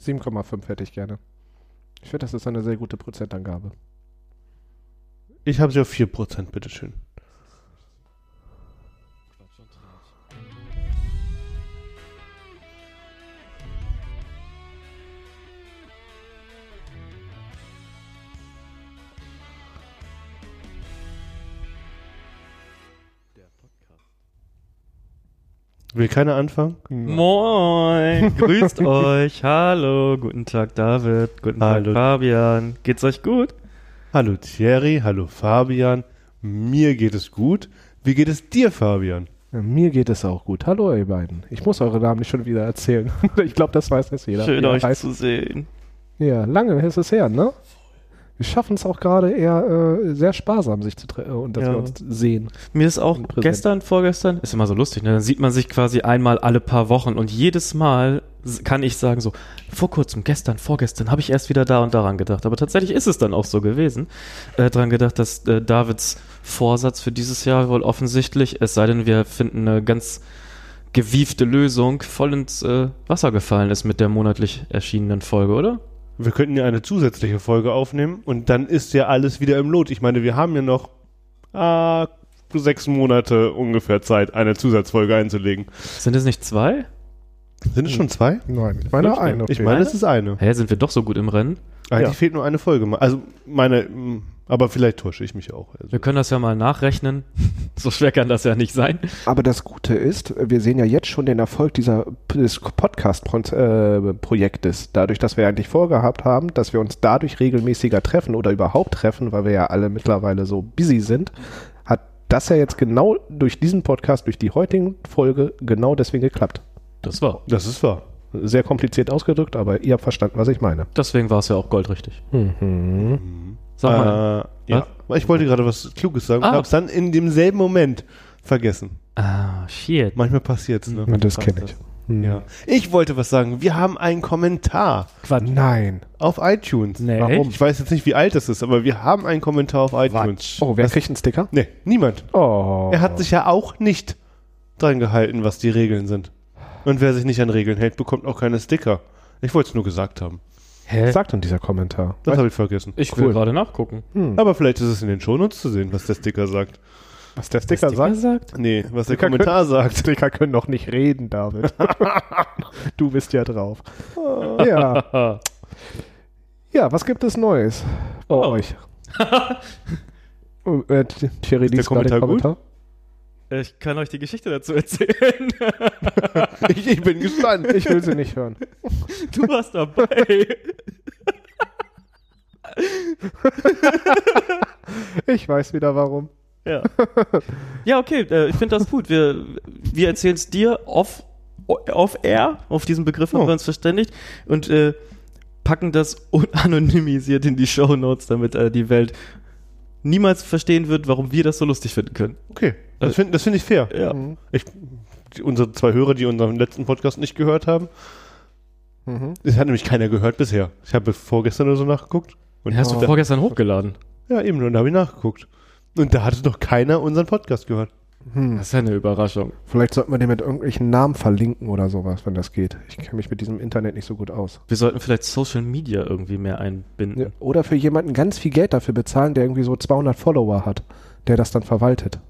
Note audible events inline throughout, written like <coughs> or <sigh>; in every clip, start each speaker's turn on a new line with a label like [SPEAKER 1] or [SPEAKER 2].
[SPEAKER 1] 7,5 hätte ich gerne. Ich finde, das ist eine sehr gute Prozentangabe.
[SPEAKER 2] Ich habe sie auf 4%, bitteschön. Will keiner anfangen?
[SPEAKER 1] <laughs>
[SPEAKER 3] Moin, grüßt euch, hallo, guten Tag David, guten Tag
[SPEAKER 2] Hallo.
[SPEAKER 3] Fabian, geht's euch gut?
[SPEAKER 2] Hallo Thierry, hallo Fabian. Mir geht es gut. Wie geht es dir, Fabian?
[SPEAKER 1] Mir geht es auch gut. Hallo, ihr beiden. Ich muss eure Namen nicht schon wieder erzählen. <laughs> ich glaube, das weiß jetzt jeder.
[SPEAKER 3] Schön
[SPEAKER 1] Ihr
[SPEAKER 3] euch
[SPEAKER 1] heißt-
[SPEAKER 3] zu sehen.
[SPEAKER 1] Ja, lange ist es her, ne? Wir schaffen es auch gerade eher äh, sehr sparsam, sich zu treffen und dass
[SPEAKER 3] Ja.
[SPEAKER 1] wir uns sehen.
[SPEAKER 3] Mir ist auch
[SPEAKER 1] Und präsent.
[SPEAKER 3] gestern, vorgestern, ist immer so lustig, ne? dann sieht man sich quasi einmal alle paar Wochen und jedes Mal s- kann ich sagen so, vor kurzem, gestern, vorgestern habe ich erst wieder da und daran gedacht, aber tatsächlich ist es dann auch so gewesen, äh, daran gedacht, dass äh, Davids Vorsatz für dieses Jahr wohl offensichtlich, es sei denn, wir finden eine ganz gewiefte Lösung, voll ins äh, Wasser gefallen ist mit der monatlich erschienenen Folge, oder?
[SPEAKER 2] Wir könnten ja eine zusätzliche Folge aufnehmen und dann ist ja alles wieder im Lot. Ich meine, wir haben ja noch ah, sechs Monate ungefähr Zeit, eine Zusatzfolge einzulegen.
[SPEAKER 3] Sind es nicht zwei?
[SPEAKER 2] Sind es schon zwei?
[SPEAKER 1] Nein, ich meine ein.
[SPEAKER 2] Ich meine, es ist eine.
[SPEAKER 3] Hä, sind wir doch so gut im Rennen?
[SPEAKER 2] Eigentlich
[SPEAKER 1] Ja.
[SPEAKER 2] fehlt nur eine Folge. mal. Also meine, mm, aber vielleicht täusche ich mich auch. Also,
[SPEAKER 3] Wir können das ja mal nachrechnen. <laughs> So schwer kann das ja nicht sein.
[SPEAKER 1] Aber das Gute ist, wir sehen ja jetzt schon den Erfolg dieser des Podcast-Projektes. Dadurch, dass wir eigentlich vorgehabt haben, dass wir uns dadurch regelmäßiger treffen oder überhaupt treffen, weil wir ja alle mittlerweile so busy sind, hat das ja jetzt genau durch diesen Podcast, durch die heutigen Folge genau deswegen geklappt.
[SPEAKER 3] Das war.
[SPEAKER 2] das ist wahr.
[SPEAKER 1] Sehr kompliziert ausgedrückt, aber ihr habt verstanden, was ich meine.
[SPEAKER 3] Deswegen war es ja auch goldrichtig.
[SPEAKER 1] Mhm.
[SPEAKER 3] Sag mal.
[SPEAKER 2] Äh, ja. Ich wollte gerade was Kluges sagen
[SPEAKER 3] Ah.
[SPEAKER 2] und hab's dann in demselben Moment vergessen.
[SPEAKER 3] Ah, shit.
[SPEAKER 2] Manchmal passiert's, ne?
[SPEAKER 1] Das kenne ich.
[SPEAKER 2] Ja. Ich wollte was sagen. Wir haben einen Kommentar
[SPEAKER 3] Quatsch.
[SPEAKER 1] Nein.
[SPEAKER 2] auf iTunes.
[SPEAKER 3] Nee,
[SPEAKER 1] Warum?
[SPEAKER 2] Ich weiß jetzt nicht, wie alt das ist, aber wir haben einen Kommentar auf iTunes.
[SPEAKER 1] Oh, wer kriegt einen Sticker?
[SPEAKER 2] Nee, niemand.
[SPEAKER 1] Oh.
[SPEAKER 2] Er hat sich ja auch nicht dran gehalten, was die Regeln sind. Und wer sich nicht an Regeln hält, bekommt auch keine Sticker. Ich wollte es nur gesagt haben.
[SPEAKER 3] Hä?
[SPEAKER 1] Was sagt denn dieser Kommentar?
[SPEAKER 2] Das habe ich vergessen.
[SPEAKER 3] Ich
[SPEAKER 1] Cool.
[SPEAKER 3] will gerade nachgucken.
[SPEAKER 2] Aber vielleicht ist es in den Shownotes zu sehen, was der Sticker sagt.
[SPEAKER 1] Was der Sticker,
[SPEAKER 3] sagt?
[SPEAKER 2] Nee, was der
[SPEAKER 1] Sticker
[SPEAKER 2] Kommentar
[SPEAKER 1] <laughs>
[SPEAKER 2] sagt.
[SPEAKER 1] Sticker können doch nicht reden, <laughs> David. du bist ja drauf. Ja.
[SPEAKER 3] <laughs> Ah.
[SPEAKER 1] ja, was gibt es Neues bei <laughs>
[SPEAKER 3] Oh.
[SPEAKER 1] euch? Oh, äh, Th- Thierry,
[SPEAKER 2] der
[SPEAKER 1] liest mal den <laughs>
[SPEAKER 2] Kommentar
[SPEAKER 3] Ich kann euch die Geschichte dazu <laughs> erzählen.
[SPEAKER 2] Ich, ich bin gespannt.
[SPEAKER 1] Ich will sie nicht hören.
[SPEAKER 3] Du warst dabei.
[SPEAKER 1] Ich weiß wieder warum.
[SPEAKER 3] <laughs> Ja, ja okay, äh, ich finde das gut. Wir, wir erzählen es dir off, off air, auf diesen Begriff haben
[SPEAKER 2] Oh.
[SPEAKER 3] wir uns verständigt und äh, packen das unanonymisiert in die Show Notes, damit äh, die Welt niemals verstehen wird, warum wir das so lustig finden können.
[SPEAKER 2] Okay, das finde das find ich fair.
[SPEAKER 3] Ja.
[SPEAKER 1] Mhm.
[SPEAKER 2] Ich, die, unsere zwei Hörer, die unseren letzten Podcast nicht gehört haben,
[SPEAKER 1] Mhm.
[SPEAKER 2] das hat nämlich keiner gehört bisher. Ich habe vorgestern oder so nachgeguckt. Und
[SPEAKER 3] Hast du
[SPEAKER 2] da,
[SPEAKER 3] vorgestern hochgeladen?
[SPEAKER 2] ja, eben, und da habe ich nachgeguckt. Und da hatte noch keiner unseren Podcast gehört.
[SPEAKER 3] Das ist ja eine Überraschung.
[SPEAKER 1] Vielleicht sollten wir den mit irgendwelchen Namen verlinken oder sowas, wenn das geht. Ich kenne mich mit diesem Internet nicht so gut aus.
[SPEAKER 3] Wir sollten vielleicht Social Media irgendwie mehr einbinden.
[SPEAKER 1] Ja. Oder für jemanden ganz viel Geld dafür bezahlen, der irgendwie so 200 Follower hat, der das dann verwaltet.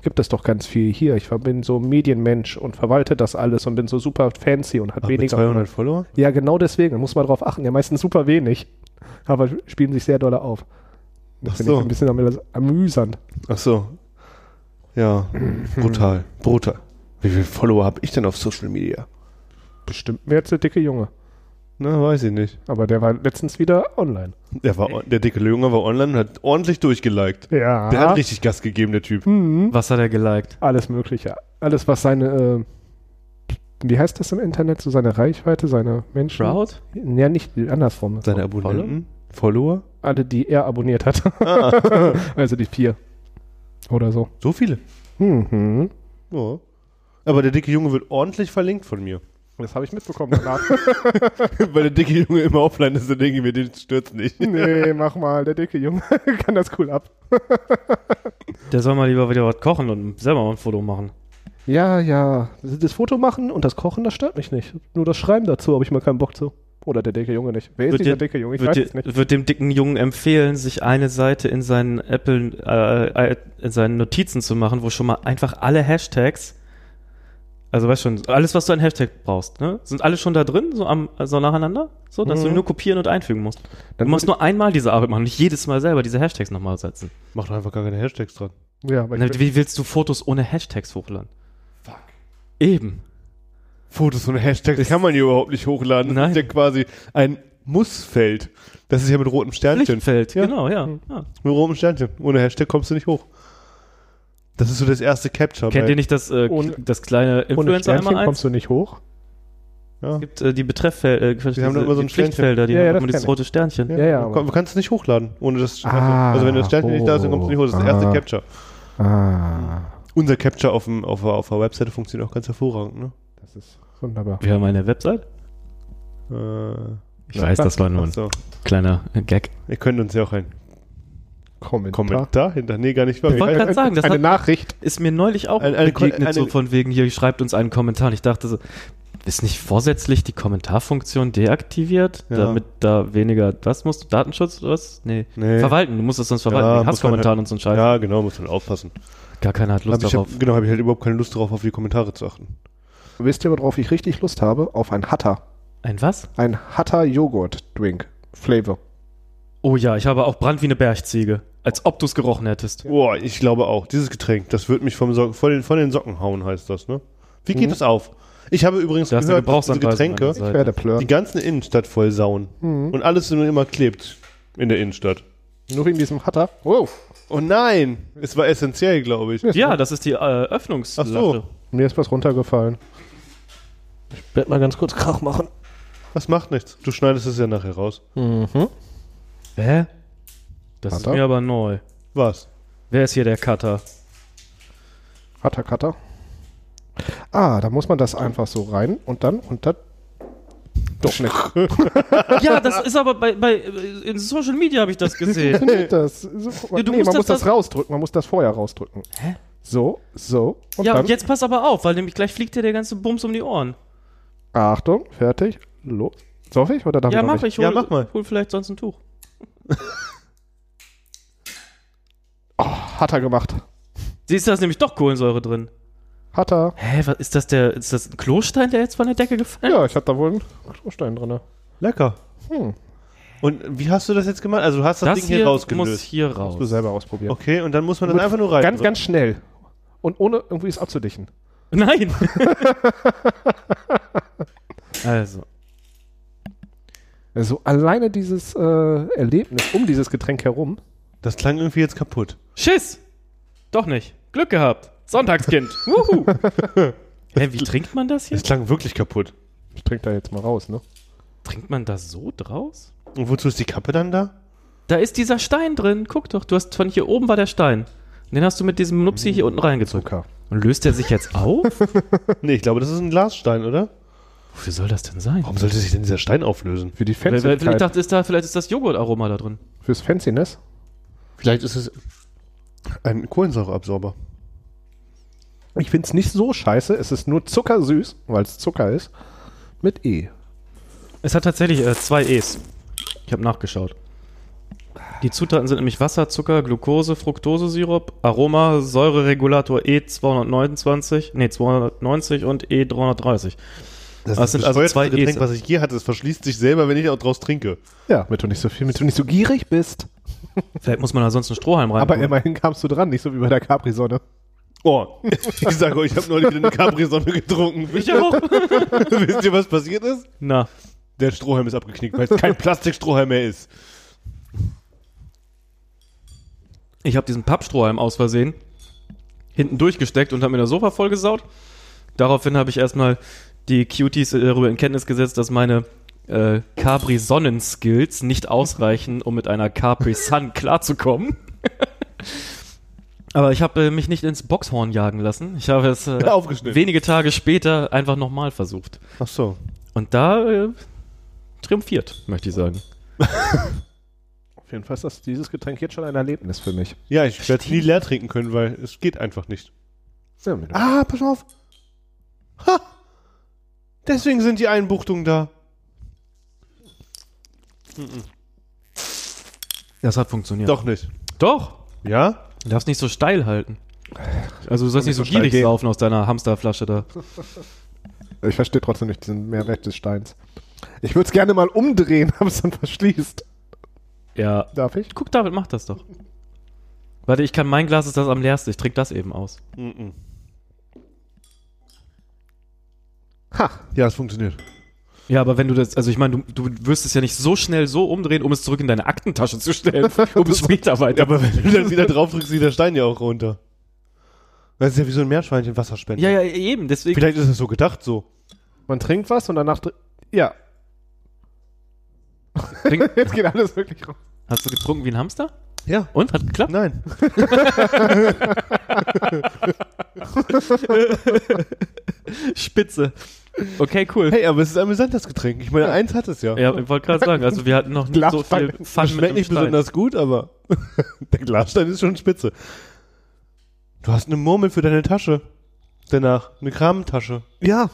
[SPEAKER 1] Gibt es doch ganz viel hier. Ich bin so Medienmensch und verwalte das alles und bin so super fancy und hat
[SPEAKER 2] Aber mit
[SPEAKER 1] weniger.
[SPEAKER 2] 200 Follower?
[SPEAKER 1] Ja, genau deswegen. Da muss man drauf achten. Ja, meistens super wenig. Aber spielen sich sehr doll auf. Das
[SPEAKER 2] Ach
[SPEAKER 1] finde
[SPEAKER 2] so.
[SPEAKER 1] ich ein bisschen amüs- amüsant.
[SPEAKER 2] Ach so. Ja, brutal. Brutal. Wie viele Follower habe ich denn auf Social Media?
[SPEAKER 1] Bestimmt mehr als der dicke Junge.
[SPEAKER 2] Na, weiß ich nicht.
[SPEAKER 1] Aber der war letztens wieder online.
[SPEAKER 2] Der, war, on- der dicke Junge war online und hat ordentlich durchgeliked.
[SPEAKER 1] Ja.
[SPEAKER 2] Der hat richtig Gas gegeben, der Typ.
[SPEAKER 1] mhm.
[SPEAKER 3] Was hat er geliked?
[SPEAKER 1] Alles Mögliche. Alles, was seine, äh, wie heißt das im Internet? So seine Reichweite, seine Menschen.
[SPEAKER 3] Crowd?
[SPEAKER 1] Ja, nicht andersrum.
[SPEAKER 2] Seine Abonnenten? Follower?
[SPEAKER 1] Alle, die er abonniert hat. <laughs> also die vier. Oder so.
[SPEAKER 2] So viele.
[SPEAKER 1] Mhm.
[SPEAKER 2] Ja. Aber der dicke Junge wird ordentlich verlinkt von mir. <laughs>
[SPEAKER 1] Das habe ich mitbekommen danach. <laughs>
[SPEAKER 2] Weil der dicke Junge immer offline ist, dann denke ich mir, den stürzt nicht.
[SPEAKER 1] nee, mach mal. Der dicke Junge <laughs> kann das cool ab.
[SPEAKER 3] Der soll mal lieber wieder was kochen und selber mal ein Foto machen.
[SPEAKER 1] Ja, ja. Das Foto machen und das Kochen, das stört mich nicht. Nur das Schreiben dazu habe ich mal keinen Bock zu. Oder der dicke Junge nicht. Wer ist
[SPEAKER 3] Wird
[SPEAKER 1] dieser
[SPEAKER 3] dir-
[SPEAKER 1] dicke Junge? Ich
[SPEAKER 3] Wird,
[SPEAKER 1] weiß
[SPEAKER 3] dir,
[SPEAKER 1] es nicht.
[SPEAKER 3] wird dem dicken Jungen empfehlen, sich eine Seite in seinen Apple, äh, äh, in seinen Notizen zu machen, wo schon mal einfach alle Hashtags, also weißt schon, alles, was du an Hashtag brauchst, ne? Sind alle schon da drin, so, am, so nacheinander? So, dass du
[SPEAKER 1] Mhm.
[SPEAKER 3] nur kopieren und einfügen musst. Du
[SPEAKER 1] Dann
[SPEAKER 3] musst nur einmal diese Arbeit machen, nicht jedes Mal selber diese Hashtags nochmal setzen.
[SPEAKER 2] Mach doch einfach gar keine Hashtags dran.
[SPEAKER 1] ja, aber ich
[SPEAKER 3] Na, Wie willst du Fotos ohne Hashtags hochladen? Eben.
[SPEAKER 2] Fotos und Hashtags kann man hier überhaupt nicht hochladen.
[SPEAKER 3] Nein.
[SPEAKER 2] Das ist ja quasi ein Mussfeld. Das ist ja mit rotem Sternchen.
[SPEAKER 3] Lichtfeld,
[SPEAKER 2] Ja.
[SPEAKER 3] genau, ja. ja.
[SPEAKER 2] Mit rotem Sternchen. Ohne Hashtag kommst du nicht hoch. Das ist so das erste Capture.
[SPEAKER 3] Kennt
[SPEAKER 2] bei-
[SPEAKER 3] ihr nicht das, äh,
[SPEAKER 1] Ohne-
[SPEAKER 3] das kleine
[SPEAKER 1] ohne
[SPEAKER 3] Influencer
[SPEAKER 1] Sternchen
[SPEAKER 3] einmal eins?
[SPEAKER 1] kommst du nicht hoch.
[SPEAKER 2] Ja.
[SPEAKER 3] Es gibt äh, die Betrefffelder, äh, diese,
[SPEAKER 2] da immer so ein
[SPEAKER 3] die Pflichtfelder, die
[SPEAKER 1] Ja, ja,
[SPEAKER 3] haben
[SPEAKER 1] das
[SPEAKER 3] immer dieses
[SPEAKER 1] kenn ich.
[SPEAKER 3] rote Sternchen.
[SPEAKER 1] Ja, ja,
[SPEAKER 2] Du
[SPEAKER 1] aber-
[SPEAKER 2] kannst es nicht hochladen, ohne das
[SPEAKER 1] Ah,
[SPEAKER 2] Also wenn das Sternchen nicht da ist, dann kommst du nicht hoch. Das ist das erste
[SPEAKER 1] oh, ah.
[SPEAKER 2] Capture.
[SPEAKER 1] Ah,
[SPEAKER 2] Unser Capture auf, dem, auf, der- auf der Webseite funktioniert auch ganz hervorragend, ne?
[SPEAKER 1] das ist wunderbar.
[SPEAKER 3] Wir haben eine Website.
[SPEAKER 2] Äh,
[SPEAKER 3] Ich weiß, das war nur ein
[SPEAKER 2] achso.
[SPEAKER 3] kleiner Gag.
[SPEAKER 2] Ihr könnt uns ja auch einen
[SPEAKER 1] Kommentar.
[SPEAKER 2] Kommentar hinter. Nee, gar nicht. wirklich.
[SPEAKER 3] wollte gerade sagen, das
[SPEAKER 1] Eine
[SPEAKER 3] hat-
[SPEAKER 1] Nachricht.
[SPEAKER 3] Ist mir neulich auch
[SPEAKER 2] Ein- eine-
[SPEAKER 3] begegnet,
[SPEAKER 2] eine-
[SPEAKER 3] so von wegen, hier schreibt uns einen Kommentar. Und ich dachte so, ist nicht vorsätzlich die Kommentarfunktion deaktiviert,
[SPEAKER 2] Ja.
[SPEAKER 3] damit da weniger, was musst du, Datenschutz oder was? Nee.
[SPEAKER 2] Nee.
[SPEAKER 3] Verwalten, du musst das sonst verwalten,
[SPEAKER 2] Ja,
[SPEAKER 3] wegen
[SPEAKER 2] muss man
[SPEAKER 3] Hasskommentaren und so ein Scheiß.
[SPEAKER 2] Ja, genau, muss man aufpassen.
[SPEAKER 3] Gar keiner hat
[SPEAKER 2] Hab
[SPEAKER 3] Lust
[SPEAKER 2] ich
[SPEAKER 3] darauf.
[SPEAKER 2] hab, genau, habe ich halt überhaupt keine Lust darauf, auf die Kommentare zu achten.
[SPEAKER 1] Wisst ihr, worauf ich richtig Lust habe? Auf ein Hatter.
[SPEAKER 3] Ein was?
[SPEAKER 1] Ein Hatter-Joghurt-Drink. Flavor.
[SPEAKER 3] Oh ja, ich habe auch Brand wie eine Bergziege. Als ob du es gerochen hättest.
[SPEAKER 2] Boah, ich glaube auch. Dieses Getränk, das wird mich vom Socken, von, den, von den Socken hauen, heißt das, ne? Wie geht das auf? Ich habe übrigens
[SPEAKER 3] Da hast du
[SPEAKER 2] gehört, dass diese
[SPEAKER 3] Gebrauchsanweisung
[SPEAKER 2] Getränke
[SPEAKER 1] Ich werde
[SPEAKER 2] die
[SPEAKER 1] plören.
[SPEAKER 2] ganze Innenstadt voll sauen.
[SPEAKER 1] Mhm.
[SPEAKER 2] Und alles nur immer klebt in der Innenstadt.
[SPEAKER 1] Nur wegen diesem Hatter. Wow.
[SPEAKER 2] Oh nein, es war essentiell, glaube ich.
[SPEAKER 3] Ja, das ist die äh, Öffnungs.
[SPEAKER 2] Ach so.
[SPEAKER 1] Mir ist was runtergefallen.
[SPEAKER 4] Ich werde mal ganz kurz Krach machen.
[SPEAKER 2] Das macht nichts. Du schneidest es ja nachher raus.
[SPEAKER 3] Hä? Das
[SPEAKER 1] Warte.
[SPEAKER 3] ist mir aber neu.
[SPEAKER 2] Was?
[SPEAKER 3] Wer ist hier der Cutter?
[SPEAKER 1] Hatter, Cutter. Ah, da muss man das einfach so rein und dann unter. Doch nicht.
[SPEAKER 3] <laughs> Ja, das ist aber bei, bei in Social Media habe ich das
[SPEAKER 2] <laughs>
[SPEAKER 3] gesehen.
[SPEAKER 1] Funktioniert das? So, guck mal.
[SPEAKER 3] Ja, du
[SPEAKER 1] nee,
[SPEAKER 3] musst
[SPEAKER 1] man
[SPEAKER 3] das-
[SPEAKER 1] muss das
[SPEAKER 3] das-
[SPEAKER 1] rausdrücken. Man muss das vorher rausdrücken. Hä? So, so. Und
[SPEAKER 3] ja,
[SPEAKER 1] dann.
[SPEAKER 3] und jetzt pass aber auf, weil nämlich gleich fliegt dir der ganze Bums um die Ohren.
[SPEAKER 1] Achtung, fertig. Los. Soll ich oder darf
[SPEAKER 3] ja,
[SPEAKER 1] ich noch
[SPEAKER 3] mach
[SPEAKER 1] nicht?
[SPEAKER 3] ich. Hol,
[SPEAKER 2] Ja, mach mal.
[SPEAKER 3] Hol vielleicht sonst ein Tuch.
[SPEAKER 1] Hat er gemacht.
[SPEAKER 3] Siehst du, da ist nämlich doch Kohlensäure drin.
[SPEAKER 1] Hat er.
[SPEAKER 3] Hä, was ist das der ist das ein Klostein, der jetzt von der Decke gefallen?
[SPEAKER 1] Ja, ich hab da wohl einen Klostein drin.
[SPEAKER 2] Lecker.
[SPEAKER 1] Hm.
[SPEAKER 2] Und wie hast du das jetzt gemacht? Also du hast das,
[SPEAKER 3] Das,
[SPEAKER 2] Ding hier
[SPEAKER 3] hier muss
[SPEAKER 2] rausgelöst.
[SPEAKER 3] hier
[SPEAKER 1] Musst du
[SPEAKER 3] raus.
[SPEAKER 1] selber ausprobieren.
[SPEAKER 2] Okay, und dann muss man das
[SPEAKER 1] Mit-
[SPEAKER 2] einfach nur rein.
[SPEAKER 1] Ganz, ganz schnell. Und ohne irgendwie es abzudichten.
[SPEAKER 3] Nein. also,
[SPEAKER 1] Also alleine dieses äh, Erlebnis um dieses Getränk herum.
[SPEAKER 2] das klang irgendwie jetzt kaputt.
[SPEAKER 3] Schiss. Doch nicht. Glück gehabt. Sonntagskind. Wuhu. Hä, wie trinkt man das hier?
[SPEAKER 2] Das klang wirklich kaputt.
[SPEAKER 1] Ich trinke da jetzt mal raus, ne?
[SPEAKER 3] Trinkt man das so draus?
[SPEAKER 2] Und wozu ist die Kappe dann da? <laughs>
[SPEAKER 3] Da ist dieser Stein drin. Guck doch, du hast von hier oben war der Stein. Und Den hast du mit diesem Nupsi hier unten reingezogen.
[SPEAKER 1] Zucker.
[SPEAKER 3] Und löst der sich jetzt auf?
[SPEAKER 2] Nee, ich glaube, das ist ein Glasstein, oder?
[SPEAKER 3] Wofür soll das denn sein?
[SPEAKER 2] Warum sollte sich denn dieser Stein auflösen?
[SPEAKER 1] Für die
[SPEAKER 3] Weil- weil- Vielleicht,
[SPEAKER 1] Fancy.
[SPEAKER 3] dachte, ist da, vielleicht ist das Joghurtaroma da drin.
[SPEAKER 1] Fürs Fanciness.
[SPEAKER 2] Vielleicht ist es ein Kohlensäureabsorber.
[SPEAKER 1] Ich find's nicht so scheiße. Es ist nur zuckersüß, weil es Zucker ist. Mit E.
[SPEAKER 3] Es hat tatsächlich äh, zwei E's. Ich habe nachgeschaut. Die Zutaten sind nämlich Wasser, Zucker, Glucose, Fructosesirup, Aroma, Säureregulator E229, nee 290 und E E330.
[SPEAKER 2] Das,
[SPEAKER 3] Das sind also
[SPEAKER 2] teuerste
[SPEAKER 3] zwei
[SPEAKER 2] Getränk,
[SPEAKER 3] E's.
[SPEAKER 2] was ich je hatte. Das verschließt sich selber, wenn ich auch draus trinke.
[SPEAKER 1] Ja, damit du nicht so viel, damit du nicht so gierig bist.
[SPEAKER 3] Vielleicht muss man da sonst einen Strohhalm rein.
[SPEAKER 1] Aber immerhin kamst du dran, nicht so wie bei der Capri-Sonne.
[SPEAKER 2] Oh, <laughs> ich sage euch, ich habe neulich wieder eine Capri-Sonne <laughs> getrunken.
[SPEAKER 3] ich auch.
[SPEAKER 2] Wisst ihr, was passiert ist?
[SPEAKER 3] Na,
[SPEAKER 2] Der Strohhalm ist abgeknickt, weil es <laughs> kein Plastikstrohhalm mehr ist.
[SPEAKER 3] Ich habe diesen Pappstrohhalm aus Versehen hinten durchgesteckt und habe mir das Sofa vollgesaut. Daraufhin habe ich erstmal die Cuties äh, darüber in Kenntnis gesetzt, dass meine äh, Capri-Sonnen-Skills nicht ausreichen, um mit einer Capri-Sun <laughs> klarzukommen. Aber ich habe äh, mich nicht ins Boxhorn jagen lassen. Ich habe es
[SPEAKER 2] <laughs>
[SPEAKER 3] äh,
[SPEAKER 2] Aufgeschnitten.
[SPEAKER 3] wenige Tage später einfach nochmal versucht.
[SPEAKER 2] Ach so.
[SPEAKER 3] Und da äh, triumphiert, möchte ich sagen.
[SPEAKER 1] Auf jeden Fall ist das, dieses Getränk jetzt schon ein Erlebnis für mich.
[SPEAKER 2] Ja, ich werde nie leer trinken können, weil es geht einfach nicht.
[SPEAKER 1] Ah,
[SPEAKER 2] Ah, pass auf. Ha! Deswegen sind die Einbuchtungen da.
[SPEAKER 3] Das hat funktioniert.
[SPEAKER 2] Doch nicht.
[SPEAKER 3] Doch.
[SPEAKER 2] Ja?
[SPEAKER 3] Du darfst nicht so steil halten. Also du sollst nicht so
[SPEAKER 1] so steil
[SPEAKER 3] gierig
[SPEAKER 1] gehen.
[SPEAKER 3] saufen aus deiner Hamsterflasche da.
[SPEAKER 1] Ich verstehe trotzdem nicht diesen Mehrwert des Steins. Ich würde es gerne mal umdrehen, <laughs> aber es dann verschließt.
[SPEAKER 3] Ja.
[SPEAKER 1] Darf ich?
[SPEAKER 3] Guck, David macht das doch. Warte, ich kann, mein Glas ist das am leersten. Ich trinke das eben aus.
[SPEAKER 2] Mhm.
[SPEAKER 1] Ha,
[SPEAKER 2] Ja, es funktioniert.
[SPEAKER 3] Ja, aber wenn du das, also ich meine, du, du wirst es ja nicht so schnell so umdrehen, um es zurück in deine Aktentasche zu <laughs> stellen, um es später weiter.
[SPEAKER 2] aber wenn du <laughs> dann wieder drauf drückst, geht der Stein ja auch runter. Das ist ja wie so ein Meerschweinchen Wasserspender.
[SPEAKER 3] Ja, ja, eben, deswegen.
[SPEAKER 2] Vielleicht ist es so gedacht so.
[SPEAKER 1] man trinkt was und danach. dr- Ja,
[SPEAKER 3] Trink,
[SPEAKER 1] jetzt geht alles wirklich raus.
[SPEAKER 3] hast du getrunken wie ein Hamster?
[SPEAKER 2] Ja.
[SPEAKER 3] Und? Hat geklappt?
[SPEAKER 2] Nein.
[SPEAKER 3] <laughs> Spitze. Okay, cool.
[SPEAKER 2] <laughs> Hey, aber es ist amüsant, das Getränk. Ich meine, eins hat es ja.
[SPEAKER 3] Ja, ich wollte gerade sagen, also wir hatten noch nicht so viel
[SPEAKER 1] Glasfackel.
[SPEAKER 3] Fun mit
[SPEAKER 2] Schmeckt
[SPEAKER 3] dem
[SPEAKER 2] nicht
[SPEAKER 3] Stein.
[SPEAKER 2] besonders gut, aber <laughs> der Glasstein ist schon spitze. Du hast eine Murmel für deine Tasche. Danach. Eine Kramtasche.
[SPEAKER 1] Ja,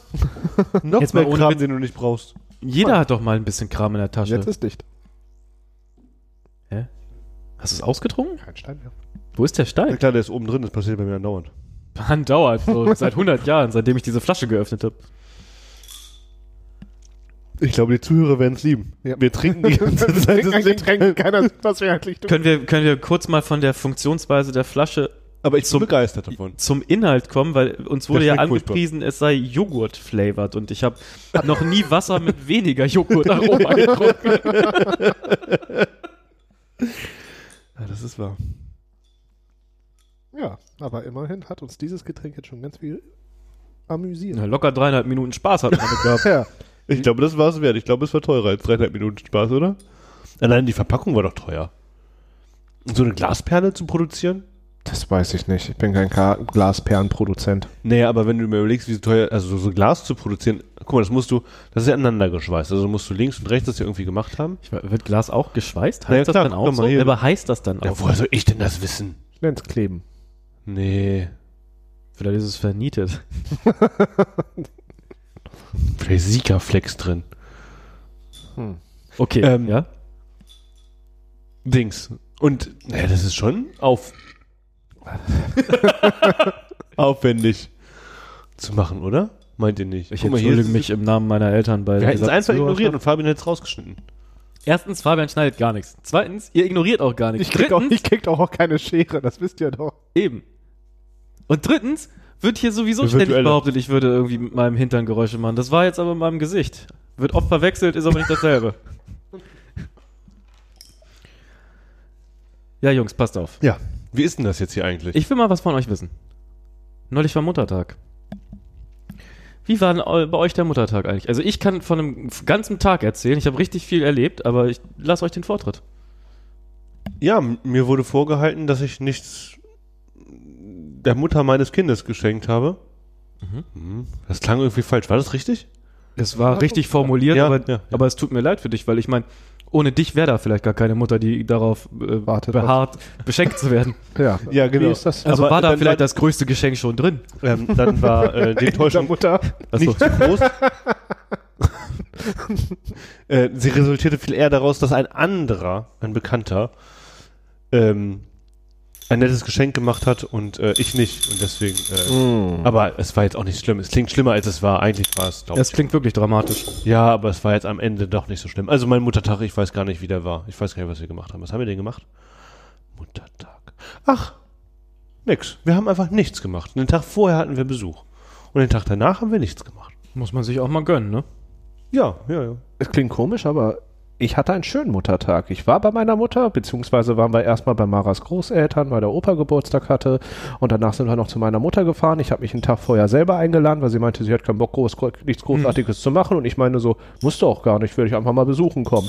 [SPEAKER 2] Noch
[SPEAKER 3] Jetzt mal
[SPEAKER 2] mehr
[SPEAKER 3] ohne
[SPEAKER 2] Kram,
[SPEAKER 3] Witz.
[SPEAKER 2] den du nicht brauchst. <laughs>
[SPEAKER 3] Jeder hat doch mal ein bisschen Kram in der Tasche.
[SPEAKER 1] jetzt ist dicht.
[SPEAKER 3] Hast du es ausgetrunken?
[SPEAKER 1] Kein Stein <laughs> mehr.
[SPEAKER 3] Wo ist der
[SPEAKER 2] Na
[SPEAKER 3] Stein?
[SPEAKER 2] klar, der ist oben drin, das passiert bei mir andauernd.
[SPEAKER 3] Andauert,
[SPEAKER 2] <laughs>
[SPEAKER 3] so seit 100 Jahren, seitdem ich diese Flasche geöffnet habe.
[SPEAKER 2] Ich glaube, die Zuhörer werden es lieben.
[SPEAKER 1] Ja.
[SPEAKER 2] Wir trinken <laughs> die ganze Zeit das Getränk.
[SPEAKER 1] keiner sieht, was wir eigentlich tun.
[SPEAKER 3] Können wir, können wir kurz mal von der Funktionsweise der Flasche
[SPEAKER 2] Aber ich bin
[SPEAKER 3] Zum-
[SPEAKER 2] begeistert davon.
[SPEAKER 3] zum Inhalt kommen, weil uns wurde
[SPEAKER 2] Der
[SPEAKER 3] ja
[SPEAKER 2] schmeckt furchtbar.
[SPEAKER 3] angepriesen, es sei Joghurt-flavored und ich <laughs> habe noch nie Wasser mit weniger <laughs> Joghurt-Aroma getrunken.
[SPEAKER 2] Ja, das ist wahr.
[SPEAKER 1] Ja, aber immerhin hat uns dieses Getränk jetzt schon ganz viel amüsiert.
[SPEAKER 3] Ja, locker dreieinhalb Minuten Spaß hat man damit gehabt.
[SPEAKER 1] Ja.
[SPEAKER 2] Ich glaube, das war es wert. Ich glaube, es war teurer als dreieinhalb Minuten Spaß, oder? Allein die Verpackung war doch teuer. Und so eine Glasperle zu produzieren?
[SPEAKER 1] Das weiß ich nicht. Ich bin kein Ka- Glasperlenproduzent.
[SPEAKER 2] Naja, aber wenn du mir überlegst, wie teuer, also so- so Glas zu produzieren, guck mal, das musst du, das ist ja aneinander geschweißt. Also musst du links und rechts das ja irgendwie gemacht haben.
[SPEAKER 3] Ich weiß, Wird Glas auch geschweißt?
[SPEAKER 2] Na ja,
[SPEAKER 3] Heißt
[SPEAKER 2] klar,
[SPEAKER 3] das dann auch
[SPEAKER 2] guck mal
[SPEAKER 3] so?
[SPEAKER 2] hier.
[SPEAKER 3] Aber heißt das dann auch?
[SPEAKER 2] woher soll ich denn das wissen?
[SPEAKER 1] Ich nenne es Kleben.
[SPEAKER 2] Nee.
[SPEAKER 3] Vielleicht ist es vernietet.
[SPEAKER 2] Vielleicht ist Sika-Flex drin.
[SPEAKER 3] Okay,
[SPEAKER 2] Ähm,
[SPEAKER 3] ja.
[SPEAKER 2] Dings. Und, naja, das ist schon <laughs> auf. aufwendig zu machen, oder? Meint ihr nicht?
[SPEAKER 3] Ich
[SPEAKER 2] Guck mal, hier
[SPEAKER 3] entschuldige
[SPEAKER 2] ist-
[SPEAKER 3] mich im Namen meiner Eltern bei
[SPEAKER 2] Wir hätten es
[SPEAKER 3] dieser
[SPEAKER 2] einfach ignoriert
[SPEAKER 3] Zuhörerschaft.
[SPEAKER 2] und Fabian hätte es rausgeschnitten.
[SPEAKER 3] Erstens, Fabian schneidet gar nichts. Zweitens, ihr ignoriert auch gar nichts.
[SPEAKER 1] Ich krieg, auch, ich krieg doch auch keine Schere, das wisst ihr doch.
[SPEAKER 3] Eben. Und drittens wird hier sowieso ständig
[SPEAKER 2] Virtuelle.
[SPEAKER 3] behauptet, ich würde irgendwie mit meinem Hintern Geräusche machen. Das war jetzt aber in meinem Gesicht. Wird oft verwechselt, ist aber nicht dasselbe. ja, Jungs, passt auf.
[SPEAKER 2] Ja. Wie ist denn das jetzt hier eigentlich?
[SPEAKER 3] Ich will mal was von euch wissen. Neulich war Muttertag. Wie war denn eu- bei euch der Muttertag eigentlich? Also ich kann von einem ganzen Tag erzählen. Ich habe richtig viel erlebt, aber ich lasse euch den Vortritt.
[SPEAKER 2] ja, m- mir wurde vorgehalten, dass ich nichts der Mutter meines Kindes geschenkt habe. Mhm. Das klang irgendwie falsch. War das richtig?
[SPEAKER 3] Es war richtig formuliert,
[SPEAKER 2] Ja,
[SPEAKER 3] aber,
[SPEAKER 2] ja, ja.
[SPEAKER 3] aber es tut mir leid für dich, weil ich meine, ohne dich wäre da vielleicht gar keine Mutter, die darauf äh,
[SPEAKER 1] Wartet
[SPEAKER 3] beharrt, beschenkt zu werden.
[SPEAKER 1] Ja,
[SPEAKER 2] Ja, genau.
[SPEAKER 1] Wie ist das?
[SPEAKER 3] <laughs> Also
[SPEAKER 2] Aber
[SPEAKER 3] war da
[SPEAKER 2] dann-
[SPEAKER 3] vielleicht das größte Geschenk schon drin.
[SPEAKER 2] Ähm, dann war <laughs> äh, die Enttäuschung
[SPEAKER 1] Mutter.
[SPEAKER 3] Achso.
[SPEAKER 2] nicht zu groß. <laughs> äh, sie resultierte viel eher daraus, dass ein anderer, ein Bekannter, ähm, ein nettes Geschenk gemacht hat und äh, ich nicht. Und deswegen. Äh,
[SPEAKER 1] Mm.
[SPEAKER 2] Aber es war jetzt auch nicht schlimm. Es klingt schlimmer, als es war. Eigentlich war es, glaube
[SPEAKER 3] Das klingt wirklich dramatisch.
[SPEAKER 2] ich. Ja, aber es war jetzt am Ende doch nicht so schlimm. Also mein Muttertag, ich weiß gar nicht, wie der war. Ich weiß gar nicht, was wir gemacht haben. Was haben wir denn gemacht? Muttertag. Ach, nix. Wir haben einfach nichts gemacht. Den Tag vorher hatten wir Besuch. Und den Tag danach haben wir nichts gemacht.
[SPEAKER 3] Muss man sich auch mal gönnen, ne?
[SPEAKER 2] Ja, ja, ja.
[SPEAKER 1] Es klingt komisch, aber ich hatte einen schönen Muttertag. Ich war bei meiner Mutter, beziehungsweise waren wir erstmal bei Maras Großeltern, weil der Opa Geburtstag hatte. Und danach sind wir noch zu meiner Mutter gefahren. Ich habe mich einen Tag vorher selber eingeladen, weil sie meinte, sie hat keinen Bock, groß, nichts Großartiges zu machen. Und ich meine so, musst du auch gar nicht, will ich einfach mal besuchen kommen.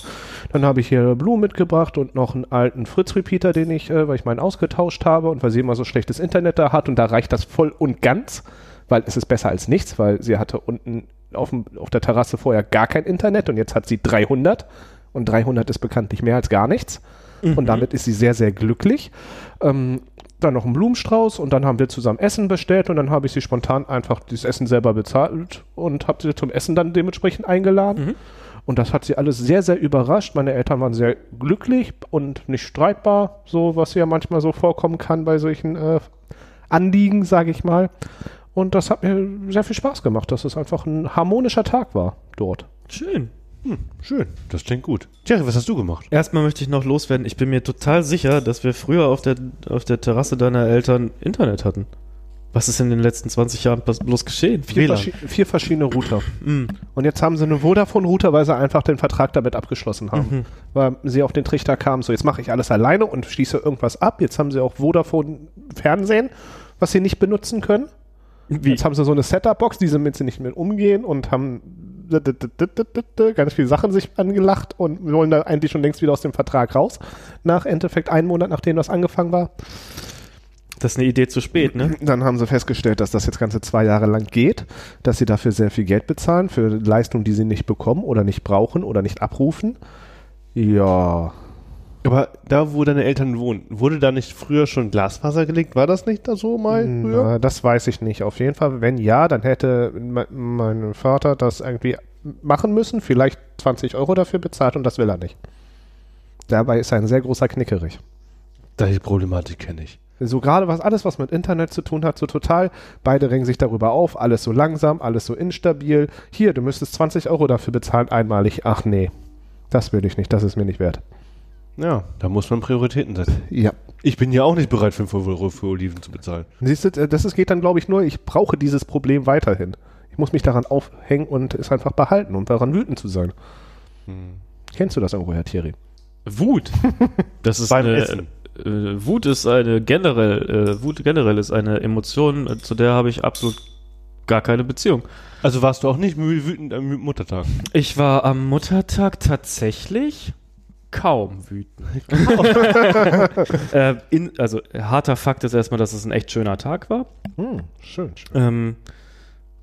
[SPEAKER 1] Dann habe ich hier Blumen mitgebracht und noch einen alten Fritz-Repeater, den ich, äh, weil ich meinen ausgetauscht habe und weil sie immer so schlechtes Internet da hat. Und da reicht das voll und ganz weil es ist besser als nichts, weil sie hatte unten auf, dem, auf der Terrasse vorher gar kein Internet und jetzt hat sie 300 und 300 ist bekanntlich mehr als gar nichts und damit ist sie sehr, sehr glücklich. Ähm, dann noch einen Blumenstrauß und dann haben wir zusammen Essen bestellt und dann habe ich sie spontan einfach das Essen selber bezahlt und habe sie zum Essen dann dementsprechend eingeladen. Und das hat sie alles sehr, sehr überrascht. Meine Eltern waren sehr glücklich und nicht streitbar, so was ja manchmal so vorkommen kann bei solchen äh, Anliegen, sage ich mal. Und das hat mir sehr viel Spaß gemacht, dass es einfach ein harmonischer Tag war dort.
[SPEAKER 3] Schön.
[SPEAKER 2] Schön, das klingt gut. Thierry, was hast du gemacht?
[SPEAKER 3] Erstmal möchte ich noch loswerden. Ich bin mir total sicher, dass wir früher auf der, auf der Terrasse deiner Eltern Internet hatten. Was ist in den letzten 20 Jahren bloß- bloß geschehen?
[SPEAKER 1] Vier,
[SPEAKER 3] WLAN. Mhm.
[SPEAKER 1] verschi vier verschiedene
[SPEAKER 3] <laughs>
[SPEAKER 1] Router. Und jetzt haben sie eine Vodafone-Router, weil sie einfach den Vertrag damit abgeschlossen haben.
[SPEAKER 3] Mhm.
[SPEAKER 1] Weil sie auf den Trichter kamen, so jetzt mache ich alles alleine und schließe irgendwas ab. Jetzt haben sie auch Vodafone-Fernsehen, was sie nicht benutzen können.
[SPEAKER 3] Wie?
[SPEAKER 1] Jetzt haben sie so eine Setup-Box, die sie mit sie nicht mit umgehen und haben ganz viele Sachen sich angelacht und wollen da eigentlich schon längst wieder aus dem Vertrag raus. Nach Endeffekt einen Monat, nachdem das angefangen war.
[SPEAKER 3] Das ist eine Idee zu spät, ne?
[SPEAKER 1] Dann haben sie festgestellt, dass das jetzt ganze zwei Jahre lang geht, dass sie dafür sehr viel Geld bezahlen, für Leistungen, die sie nicht bekommen oder nicht brauchen oder nicht abrufen. Ja.
[SPEAKER 2] Aber da, wo deine Eltern wohnen, wurde da nicht früher schon Glasfaser gelegt? War das nicht da so mal früher?
[SPEAKER 1] Na, das weiß ich nicht. Auf jeden Fall, wenn ja, dann hätte me- mein Vater das irgendwie machen müssen, vielleicht 20 Euro dafür bezahlt und das will er nicht. Dabei ist er ein sehr großer Knickerich.
[SPEAKER 2] Da die Problematik kenne ich.
[SPEAKER 1] So gerade was alles, was mit Internet zu tun hat, so total, beide regen sich darüber auf, alles so langsam, alles so instabil. Hier, du müsstest 20 Euro dafür bezahlen, einmalig. Ach nee, das will ich nicht, das ist mir nicht wert.
[SPEAKER 2] Ja, da muss man Prioritäten setzen.
[SPEAKER 1] Ja.
[SPEAKER 2] Ich bin ja auch nicht bereit, 5 Euro für Oliven zu bezahlen.
[SPEAKER 1] Siehst du, äh, das ist- geht dann, glaube ich, nur, ich brauche dieses Problem weiterhin. Ich muss mich daran aufhängen und es einfach behalten und daran wütend zu sein.
[SPEAKER 3] Hm.
[SPEAKER 1] Kennst du das irgendwo, Herr Thierry?
[SPEAKER 3] <laughs> Wut. Das ist
[SPEAKER 2] Beim
[SPEAKER 3] eine,
[SPEAKER 2] Essen.
[SPEAKER 3] Äh, Wut ist eine generell, äh, Wut generell ist eine Emotion, äh, zu der habe ich absolut gar keine Beziehung.
[SPEAKER 2] Also warst du auch nicht mü- wütend am Mü- Muttertag?
[SPEAKER 3] Ich war am Muttertag tatsächlich kaum wütend. äh, in, also harter Fakt ist erstmal, dass es ein echt schöner Tag war.
[SPEAKER 1] Hm, schön, schön.
[SPEAKER 3] Ähm,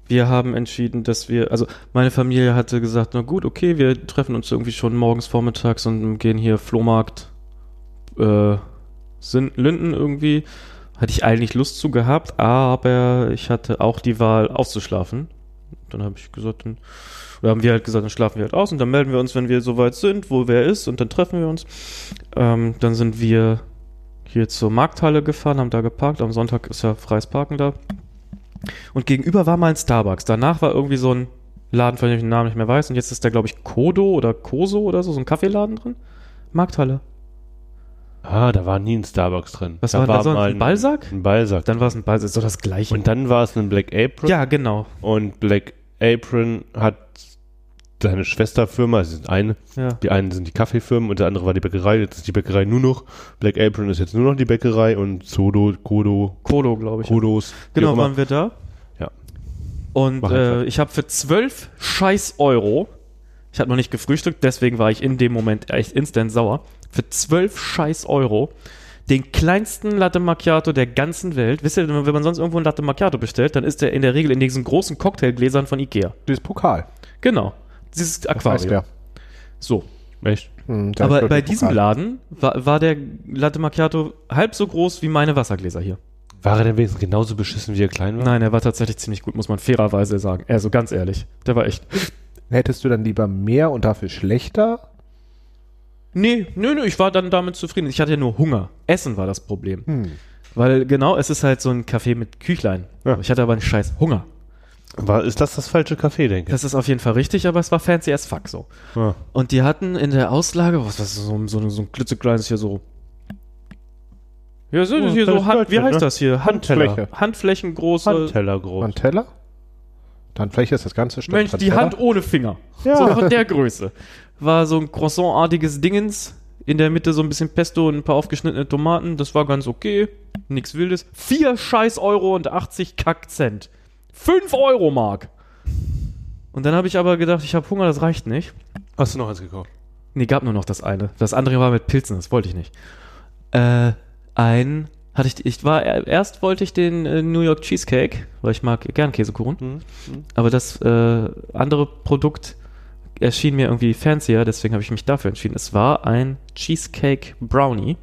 [SPEAKER 3] wir haben entschieden, dass wir, also meine Familie hatte gesagt, na gut, okay, wir treffen uns irgendwie schon morgens vormittags und gehen hier Flohmarkt äh, Sin- Linden irgendwie. Hatte ich eigentlich Lust zu gehabt, aber ich hatte auch die Wahl auszuschlafen. Dann habe ich gesagt, dann, oder haben wir halt gesagt, dann schlafen wir halt aus und dann melden wir uns, wenn wir soweit sind, wo wer ist und dann treffen wir uns. Ähm, dann sind wir hier zur Markthalle gefahren, haben da geparkt. Am Sonntag ist ja freies Parken da. Und gegenüber war mal ein Starbucks. Danach war irgendwie so ein Laden, von dem ich den Namen nicht mehr weiß. Und jetzt ist da, glaube ich, Kodo oder Koso oder so, so ein Kaffeeladen drin. Markthalle.
[SPEAKER 2] Ah, da war nie ein Starbucks drin.
[SPEAKER 3] Was war denn da sonst?
[SPEAKER 2] mal
[SPEAKER 3] Ein Balzac?
[SPEAKER 2] Ein Balsack.
[SPEAKER 3] Dann war es ein Ball, so das gleiche.
[SPEAKER 2] Und dann war es ein Black Apron.
[SPEAKER 3] ja, genau.
[SPEAKER 2] Und Black Apron hat seine Schwesterfirma, es sind eine,
[SPEAKER 3] Ja.
[SPEAKER 2] die einen sind die Kaffeefirmen und der andere war die Bäckerei, jetzt ist die Bäckerei nur noch. Black Apron ist jetzt nur noch die Bäckerei und Sodo, Kodo,
[SPEAKER 3] Kodo, glaube ich.
[SPEAKER 2] Kodos. wie auch
[SPEAKER 3] Genau,
[SPEAKER 2] immer.
[SPEAKER 3] waren wir da.
[SPEAKER 2] Ja.
[SPEAKER 3] Und
[SPEAKER 2] Mach einfach.
[SPEAKER 3] äh, ich habe für 12 scheiß Euro, ich hatte noch nicht gefrühstückt, deswegen war ich in dem Moment echt instant sauer, für 12 scheiß Euro den kleinsten Latte Macchiato der ganzen Welt. Wisst ihr, wenn man sonst irgendwo einen Latte Macchiato bestellt, dann ist der in der Regel in diesen großen Cocktailgläsern von Ikea.
[SPEAKER 1] Dieses Pokal.
[SPEAKER 3] Genau. Dieses Aquarium.
[SPEAKER 1] Eisbär.
[SPEAKER 3] So.
[SPEAKER 2] Echt?
[SPEAKER 1] Hm, der
[SPEAKER 3] Aber
[SPEAKER 1] Eisbär-
[SPEAKER 3] bei
[SPEAKER 1] Pokal.
[SPEAKER 3] diesem Laden war, war der Latte Macchiato halb so groß wie meine Wassergläser hier.
[SPEAKER 2] War er denn wenigstens genauso beschissen, wie er klein war?
[SPEAKER 3] Nein, er war tatsächlich ziemlich gut, muss man fairerweise sagen. Also ganz ehrlich, der war echt.
[SPEAKER 1] Hättest du dann lieber mehr und dafür schlechter?
[SPEAKER 3] Nee, nö, nö, ich war dann damit zufrieden. Ich hatte ja nur Hunger. Essen war das Problem.
[SPEAKER 1] Hm.
[SPEAKER 3] Weil genau, es ist halt so ein Café mit Küchlein.
[SPEAKER 2] Ja.
[SPEAKER 3] Ich hatte aber einen scheiß Hunger.
[SPEAKER 2] War, ist das das falsche Café, denke ich?
[SPEAKER 3] Das ist auf jeden Fall richtig, aber es war fancy as fuck so.
[SPEAKER 2] Ja.
[SPEAKER 3] Und die hatten in der Auslage, was was so, so, so ein klitzekleines hier so. Oh, Ja, so,
[SPEAKER 2] Ja,
[SPEAKER 3] hier so
[SPEAKER 2] kleines
[SPEAKER 3] Hand, wie
[SPEAKER 2] Brötchen,
[SPEAKER 3] heißt
[SPEAKER 2] ne?
[SPEAKER 3] das hier?
[SPEAKER 2] Handteller.
[SPEAKER 3] Handflächengroße.
[SPEAKER 2] Handteller groß.
[SPEAKER 1] Und Teller? Dann vielleicht ist das ganze Stück.
[SPEAKER 3] Mensch,
[SPEAKER 1] dran,
[SPEAKER 3] die
[SPEAKER 1] oder?
[SPEAKER 3] Hand ohne Finger. So von der Größe. War so ein croissantartiges Dingens. In der Mitte so ein bisschen Pesto und ein paar aufgeschnittene Tomaten. Das war ganz okay. Nix Wildes. Vier scheiß Euro und 80 Kackcent. Fünf Euro Mark. Und dann habe ich aber gedacht, ich habe Hunger, das reicht nicht.
[SPEAKER 2] Hast du noch eins gekauft?
[SPEAKER 3] Nee, gab nur noch das eine. Das andere war mit Pilzen, das wollte ich nicht. Äh, ein hatte ich, ich war äh, erst wollte ich den äh, New York Cheesecake, weil ich mag gern Käsekuchen.
[SPEAKER 2] Hm?
[SPEAKER 3] Aber das äh, andere Produkt erschien mir irgendwie fancier, deswegen habe ich mich dafür entschieden. Es war ein Cheesecake Brownie.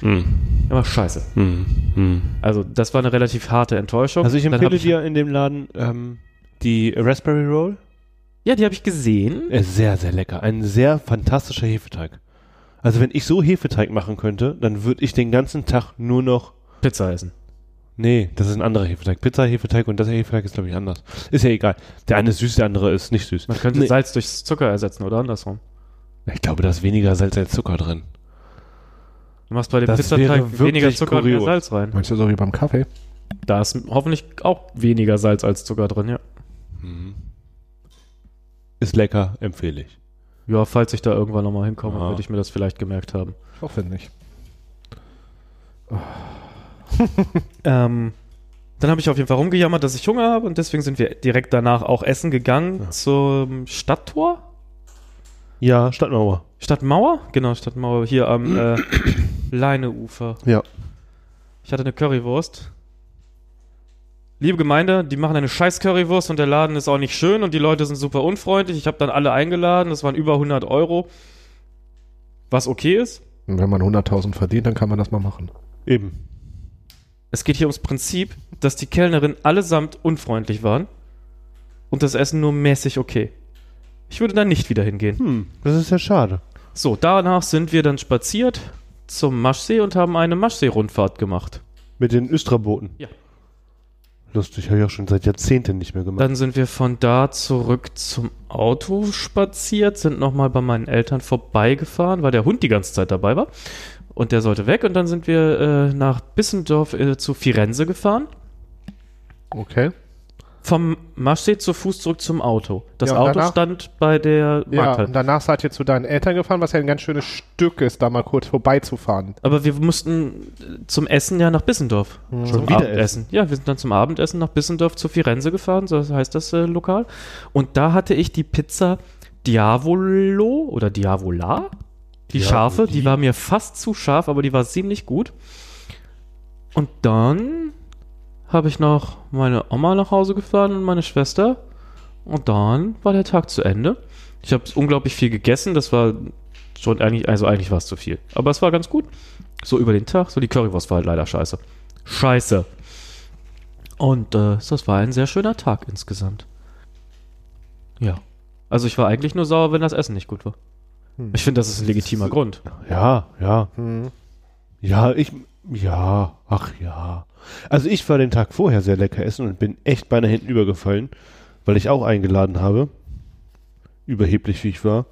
[SPEAKER 2] Hm.
[SPEAKER 3] Der war scheiße.
[SPEAKER 2] Hm. Hm.
[SPEAKER 3] Also das war eine relativ harte Enttäuschung.
[SPEAKER 2] Also ich
[SPEAKER 3] Dann hab
[SPEAKER 2] empfehle dir in dem Laden ähm, die Raspberry Roll.
[SPEAKER 3] Ja, die habe ich gesehen.
[SPEAKER 2] Er ist Äh, sehr, sehr lecker. Ein sehr fantastischer Hefeteig. Also wenn ich so Hefeteig machen könnte, dann würde ich den ganzen Tag nur noch.
[SPEAKER 3] Pizza essen.
[SPEAKER 2] Nee, das ist ein anderer Hefeteig. Pizza Hefeteig und das Hefeteig ist, glaube ich, anders. Ist ja egal. Der eine ist süß, der andere ist nicht süß.
[SPEAKER 3] Man könnte
[SPEAKER 2] Nee.
[SPEAKER 3] Salz durch Zucker ersetzen oder andersrum.
[SPEAKER 2] Ich glaube, da ist weniger Salz als Zucker drin.
[SPEAKER 3] Du machst bei dem
[SPEAKER 2] Das wäre
[SPEAKER 3] Pizzateig
[SPEAKER 2] wirklich
[SPEAKER 3] weniger Zucker und mehr
[SPEAKER 2] kurios.
[SPEAKER 3] Salz rein.
[SPEAKER 1] Meinst du so wie beim Kaffee?
[SPEAKER 3] Da ist hoffentlich auch weniger Salz als Zucker drin, ja.
[SPEAKER 2] Mhm. Ist lecker, empfehle ich.
[SPEAKER 3] Ja, falls ich da irgendwann nochmal hinkomme,
[SPEAKER 2] Ja.
[SPEAKER 3] würde ich mir das vielleicht gemerkt haben.
[SPEAKER 1] Aufwendig.
[SPEAKER 3] Ähm, dann habe ich auf jeden Fall rumgejammert, dass ich Hunger habe und deswegen sind wir direkt danach auch essen gegangen zum Stadttor.
[SPEAKER 2] Ja, Stadtmauer.
[SPEAKER 3] Stadtmauer? Genau, Stadtmauer hier am äh, Leineufer.
[SPEAKER 1] Ja.
[SPEAKER 3] Ich hatte eine Currywurst. Liebe Gemeinde, die machen eine scheiß Currywurst und der Laden ist auch nicht schön und die Leute sind super unfreundlich. Ich habe dann alle eingeladen, das waren über 100 Euro, was okay ist.
[SPEAKER 1] Und wenn man 100.000 verdient, dann kann man das mal machen.
[SPEAKER 2] Eben.
[SPEAKER 3] Es geht hier ums Prinzip, dass die Kellnerinnen allesamt unfreundlich waren und das Essen nur mäßig okay. Ich würde da nicht wieder hingehen.
[SPEAKER 2] Hm, das ist ja schade.
[SPEAKER 3] So, danach sind wir dann spaziert zum Maschsee und haben eine Maschsee-Rundfahrt gemacht.
[SPEAKER 2] Mit den Österbooten.
[SPEAKER 3] Ja.
[SPEAKER 2] Lustig, habe ich auch schon seit Jahrzehnten nicht mehr gemacht.
[SPEAKER 3] Dann sind wir von da zurück zum Auto spaziert, sind nochmal bei meinen Eltern vorbeigefahren, weil der Hund die ganze Zeit dabei war. Und der sollte weg. Und dann sind wir äh, nach Bissendorf äh, zu Firenze gefahren.
[SPEAKER 1] Okay.
[SPEAKER 3] Vom Maschsee zu Fuß zurück zum Auto. Das
[SPEAKER 1] Ja, und
[SPEAKER 3] Auto
[SPEAKER 1] danach?
[SPEAKER 3] stand bei der
[SPEAKER 1] Ja,
[SPEAKER 3] Markthalle.
[SPEAKER 1] und danach seid ihr zu deinen Eltern gefahren, was ja ein ganz schönes Stück ist, da mal kurz vorbeizufahren.
[SPEAKER 3] Aber wir mussten äh, zum Essen ja nach Bissendorf. Zum
[SPEAKER 2] wieder
[SPEAKER 3] Abendessen. Ja, wir sind dann zum Abendessen nach Bissendorf zu Firenze gefahren, so heißt das äh, Lokal. Und da hatte ich die Pizza Diavolo oder Diavola. Die scharfe, die war mir fast zu scharf, aber die war ziemlich gut. Und dann habe ich noch meine Oma nach Hause gefahren und meine Schwester. Und dann war der Tag zu Ende. Ich habe unglaublich viel gegessen. Das war schon eigentlich, also eigentlich war es zu viel. Aber es war ganz gut. So über den Tag. So die Currywurst war halt leider scheiße. Scheiße. Und äh, das war ein sehr schöner Tag insgesamt. Ja. Also ich war eigentlich nur sauer, wenn das Essen nicht gut war. Ich finde, das ist ein legitimer Grund.
[SPEAKER 2] Hm. Ja, ja. Ja, ich. Ja, ach ja. Also ich war den Tag vorher sehr lecker essen und bin echt beinahe hinten übergefallen, weil ich auch eingeladen habe. Überheblich wie ich war.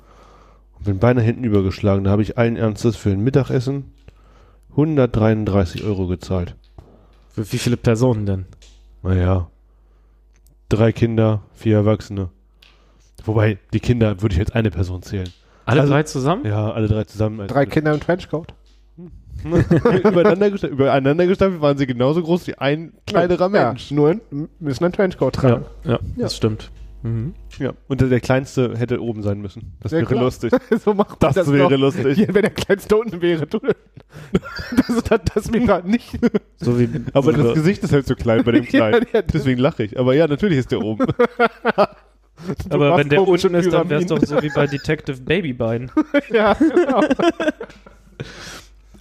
[SPEAKER 2] Und bin beinahe hinten übergeschlagen. Da habe ich allen Ernstes für ein Mittagessen 133 Euro gezahlt.
[SPEAKER 3] Für wie viele Personen denn?
[SPEAKER 2] Naja. Drei Kinder, vier Erwachsene. Wobei, die Kinder würde ich jetzt eine Person zählen.
[SPEAKER 3] Alle
[SPEAKER 2] Also-
[SPEAKER 3] drei zusammen?
[SPEAKER 2] Ja, alle drei zusammen. als-
[SPEAKER 1] Drei Kinder im Trenchcoat.
[SPEAKER 2] <laughs> übereinander, gestapelt, übereinander gestapelt waren sie genauso groß wie ein kleinerer
[SPEAKER 1] Ja,
[SPEAKER 2] Mensch.
[SPEAKER 1] nur ein, müssen ein Trenchcoat
[SPEAKER 3] Ja,
[SPEAKER 1] tragen.
[SPEAKER 3] ja, das stimmt. Mhm.
[SPEAKER 2] Ja. Und der, der kleinste hätte oben sein müssen. Das
[SPEAKER 1] Ja,
[SPEAKER 2] wäre
[SPEAKER 1] klar. <laughs>
[SPEAKER 2] lustig.
[SPEAKER 1] so macht
[SPEAKER 2] Das,
[SPEAKER 1] man
[SPEAKER 2] wäre
[SPEAKER 1] doch.
[SPEAKER 2] lustig.
[SPEAKER 1] Hier, wenn der kleinste unten wäre, du, <laughs> das, das, das
[SPEAKER 3] <laughs>
[SPEAKER 1] wäre nicht.
[SPEAKER 3] So wie
[SPEAKER 2] <laughs> Aber das Gesicht ist halt zu klein bei
[SPEAKER 1] <laughs>
[SPEAKER 2] dem
[SPEAKER 1] Ja,
[SPEAKER 2] Kleinen.
[SPEAKER 1] ja, das-
[SPEAKER 2] Deswegen lache ich. Aber ja, natürlich ist der
[SPEAKER 1] <laughs>
[SPEAKER 2] oben.
[SPEAKER 3] aber
[SPEAKER 1] machst
[SPEAKER 3] wenn der
[SPEAKER 1] komische
[SPEAKER 3] unten ist, dann wäre es doch
[SPEAKER 1] Pyramiden.
[SPEAKER 3] so wie bei
[SPEAKER 2] <laughs>
[SPEAKER 3] Detective Babybein.
[SPEAKER 1] <laughs> Ja, genau.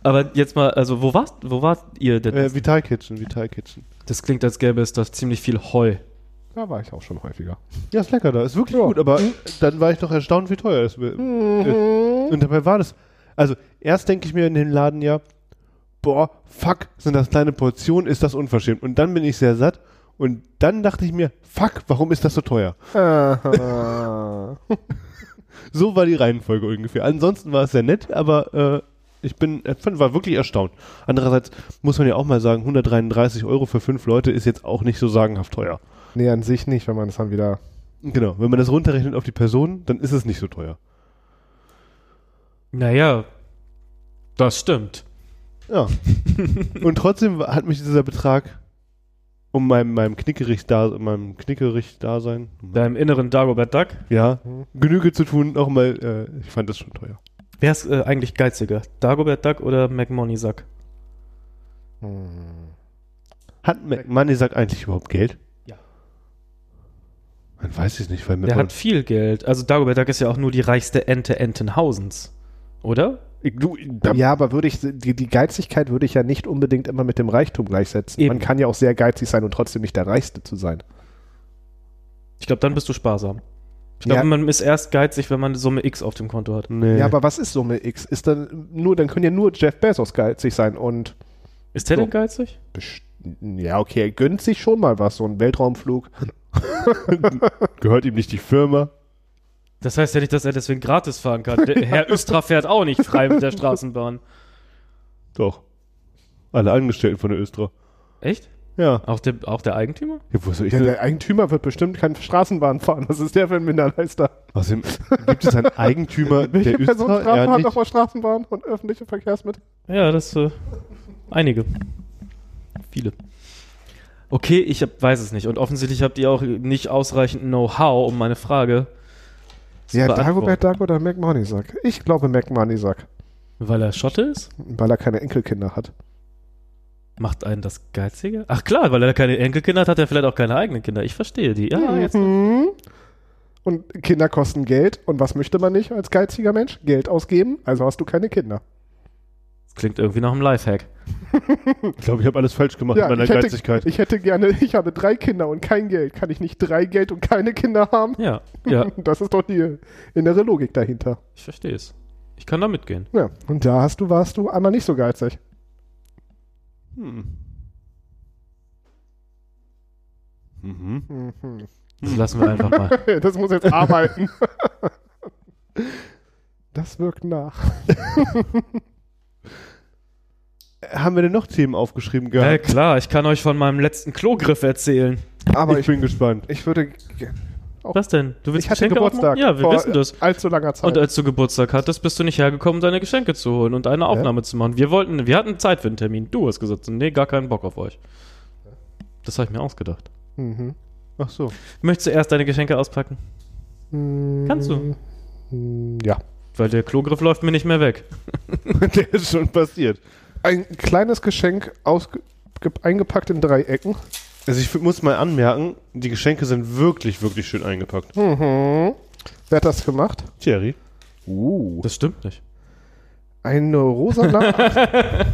[SPEAKER 3] Aber jetzt mal, also wo warst, wo wart ihr denn?
[SPEAKER 2] äh, Vital Kitchen, Vital Kitchen.
[SPEAKER 3] Das klingt, als gäbe es da ziemlich viel Heu.
[SPEAKER 1] Da war ich auch schon häufiger.
[SPEAKER 2] Ja, ist lecker da. Ist wirklich
[SPEAKER 1] Ja. Mhm.
[SPEAKER 2] gut. Aber dann war ich doch erstaunt, wie teuer es wird.
[SPEAKER 3] Mhm.
[SPEAKER 2] Und dabei war das. Also, erst denke ich mir in dem Laden ja, boah, fuck, sind das kleine Portionen, ist das unverschämt. Und dann bin ich sehr satt. Und dann dachte ich mir, fuck, warum ist das so teuer?
[SPEAKER 3] <laughs>
[SPEAKER 1] Aha.
[SPEAKER 2] So war die Reihenfolge ungefähr. Ansonsten war es sehr nett, aber äh, ich bin, äh, fand- war wirklich erstaunt. Andererseits muss man ja auch mal sagen, 133 Euro für fünf Leute ist jetzt auch nicht so sagenhaft teuer.
[SPEAKER 1] nee, an sich nicht, wenn man es dann wieder.
[SPEAKER 2] Genau, wenn man das runterrechnet auf die Person, dann ist es nicht so teuer.
[SPEAKER 3] Naja, das stimmt.
[SPEAKER 1] <laughs>
[SPEAKER 2] Ja. und trotzdem hat mich dieser Betrag um meinem, meinem Knickerich-Dasein, meinem Knickerich-Dasein,
[SPEAKER 3] Deinem inneren Dagobert Duck.
[SPEAKER 2] ja,
[SPEAKER 1] Mhm.
[SPEAKER 2] Genüge zu tun, auch mal, äh, ich fand das schon teuer.
[SPEAKER 3] Wer ist äh, eigentlich geiziger? Dagobert Duck oder McMoneysack?
[SPEAKER 1] Hm.
[SPEAKER 2] Hat McMoneysack eigentlich überhaupt Geld?
[SPEAKER 3] Ja.
[SPEAKER 2] Man weiß es nicht, weil
[SPEAKER 3] Der
[SPEAKER 2] McMoney-
[SPEAKER 3] hat viel Geld. Also Dagobert Duck ist ja auch nur die reichste Ente Entenhausens. Oder?
[SPEAKER 2] Ich- du, da-
[SPEAKER 1] Ja, aber würde ich, die, die Geizigkeit würde ich ja nicht unbedingt immer mit dem Reichtum gleichsetzen.
[SPEAKER 3] Eben.
[SPEAKER 1] Man kann ja auch sehr geizig sein und trotzdem nicht der Reichste zu sein.
[SPEAKER 3] Ich glaube, dann bist du sparsam. Ich glaube,
[SPEAKER 1] Ja.
[SPEAKER 3] man ist erst geizig, wenn man eine Summe X auf dem Konto hat.
[SPEAKER 2] Nee.
[SPEAKER 1] Ja, aber was ist Summe X? Ist dann nur, dann können ja nur Jeff Bezos geizig sein und
[SPEAKER 3] Ist der
[SPEAKER 1] So.
[SPEAKER 3] denn geizig?
[SPEAKER 1] best- ja, okay, er gönnt sich schon mal was, so ein <laughs> Weltraumflug.
[SPEAKER 2] Gehört ihm nicht die Firma?
[SPEAKER 3] Das heißt ja nicht, dass er deswegen gratis fahren kann.
[SPEAKER 1] <laughs>
[SPEAKER 3] Der Herr Östra fährt auch nicht frei mit der Straßenbahn.
[SPEAKER 2] Doch. Alle Angestellten von der Östra.
[SPEAKER 3] Echt?
[SPEAKER 2] Ja.
[SPEAKER 3] Auch der, auch der Eigentümer?
[SPEAKER 2] ja wo soll ich
[SPEAKER 1] Ja,
[SPEAKER 2] denn-
[SPEAKER 1] der Eigentümer wird bestimmt kein Straßenbahn fahren. Was ist der für ein Minderleister?
[SPEAKER 2] Außerdem gibt es einen Eigentümer
[SPEAKER 1] <laughs> Welche
[SPEAKER 2] der Östra?
[SPEAKER 1] Personenstraßen
[SPEAKER 2] Ja,
[SPEAKER 1] haben
[SPEAKER 2] nicht.
[SPEAKER 1] nochmal Straßenbahn und öffentliche Verkehrsmittel?
[SPEAKER 3] Ja, das äh, einige. Viele. Okay, ich hab, weiß es nicht. Und offensichtlich habt ihr auch nicht ausreichend Know-how, um meine Frage zu
[SPEAKER 1] Ja,
[SPEAKER 3] beantworten.
[SPEAKER 1] Dagobert Duck oder Mac Moneysack? Ich glaube Mac Moneysack,
[SPEAKER 3] Weil er Schotte ist?
[SPEAKER 1] weil er keine Enkelkinder hat.
[SPEAKER 3] Macht einen das geiziger? Ach klar, weil er keine Enkelkinder hat, hat er vielleicht auch keine eigenen Kinder. Ich verstehe die. Ja, jetzt.
[SPEAKER 1] Mhm. Und Kinder kosten Geld. Und was möchte man nicht als geiziger Mensch? Geld ausgeben, also hast du keine Kinder.
[SPEAKER 3] Das klingt irgendwie nach einem Lifehack.
[SPEAKER 2] Ich glaube, ich habe alles falsch gemacht mit meiner
[SPEAKER 1] ich, hätte,
[SPEAKER 2] Geizigkeit.
[SPEAKER 1] ich hätte gerne, <laughs> ich habe drei Kinder und kein Geld. Kann ich nicht drei Geld und keine Kinder haben?
[SPEAKER 3] Ja, ja,
[SPEAKER 1] Das ist doch die innere Logik dahinter.
[SPEAKER 3] ich verstehe es. Ich kann da mitgehen.
[SPEAKER 1] Ja, und da hast du, warst du einmal nicht so geizig.
[SPEAKER 2] Hm. Mhm.
[SPEAKER 1] Mhm.
[SPEAKER 3] Das lassen wir einfach
[SPEAKER 1] <laughs>
[SPEAKER 3] mal.
[SPEAKER 1] Das muss jetzt arbeiten. <laughs> das wirkt nach.
[SPEAKER 2] Haben wir denn noch Themen aufgeschrieben
[SPEAKER 3] Ja,
[SPEAKER 2] gehabt?
[SPEAKER 3] Äh, klar, ich kann euch von meinem letzten Klogriff erzählen.
[SPEAKER 1] Aber
[SPEAKER 2] Äh, ich bin gespannt.
[SPEAKER 1] ich würde.
[SPEAKER 3] Was denn? Du willst
[SPEAKER 1] Oh. Ich hatte
[SPEAKER 3] Geschenke
[SPEAKER 1] Geburtstag.
[SPEAKER 3] aufmachen? Ja, wir
[SPEAKER 1] vor
[SPEAKER 3] wissen das.
[SPEAKER 1] Allzu langer Zeit.
[SPEAKER 3] Und als du Geburtstag hattest, bist du nicht hergekommen, deine Geschenke zu holen und eine Aufnahme zu machen. Wir wollten, wir hatten Zeit für einen Termin. Du hast gesagt, nee, gar keinen Bock auf euch. Das habe ich mir ausgedacht.
[SPEAKER 1] mhm.
[SPEAKER 2] Ach <laughs> so.
[SPEAKER 3] Möchtest du erst deine Geschenke auspacken?
[SPEAKER 1] Kannst
[SPEAKER 3] du?
[SPEAKER 1] Ja.
[SPEAKER 3] Weil der Klogriff läuft mir nicht mehr weg.
[SPEAKER 2] Der ist schon passiert.
[SPEAKER 1] Ein kleines Geschenk ausge ge- eingepackt in drei Ecken.
[SPEAKER 2] Also ich muss mal anmerken, die Geschenke sind wirklich, wirklich schön eingepackt.
[SPEAKER 1] Mhm. Wer hat das gemacht?
[SPEAKER 2] Thierry.
[SPEAKER 1] Uh.
[SPEAKER 3] Das stimmt nicht.
[SPEAKER 1] Eine rosa Lampe.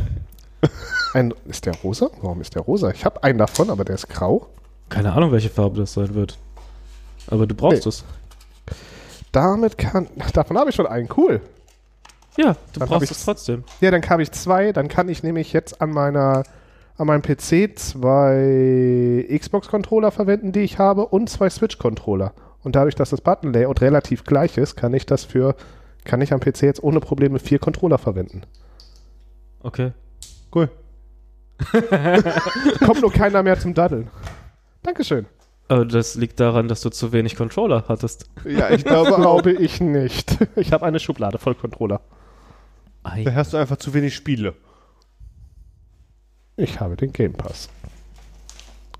[SPEAKER 1] Ein, ist der rosa? Warum ist der rosa? Ich habe einen davon, aber der ist grau.
[SPEAKER 3] Keine Ahnung, welche Farbe das sein wird. Aber du brauchst
[SPEAKER 1] Nee.
[SPEAKER 3] es.
[SPEAKER 1] Damit kann. Davon habe ich schon einen. Cool.
[SPEAKER 3] Ja, du
[SPEAKER 1] Dann hab
[SPEAKER 3] brauchst
[SPEAKER 1] ich-
[SPEAKER 3] es trotzdem.
[SPEAKER 1] Ja, dann habe ich zwei. Dann kann ich nämlich jetzt an meiner an meinem PC zwei Xbox-Controller verwenden, die ich habe, und zwei Switch-Controller. Und dadurch, dass das Button-Layout relativ gleich ist, kann ich das für kann ich am PC jetzt ohne Probleme vier Controller verwenden.
[SPEAKER 3] Okay.
[SPEAKER 2] Cool.
[SPEAKER 1] Kommt nur keiner mehr zum Daddeln. Dankeschön.
[SPEAKER 3] Aber das liegt daran, dass du zu wenig Controller hattest.
[SPEAKER 1] Ja, ich glaube, glaube ich nicht. Ich habe eine Schublade voll Controller.
[SPEAKER 2] Da hast du einfach zu wenig Spiele.
[SPEAKER 1] Ich habe den Game Pass.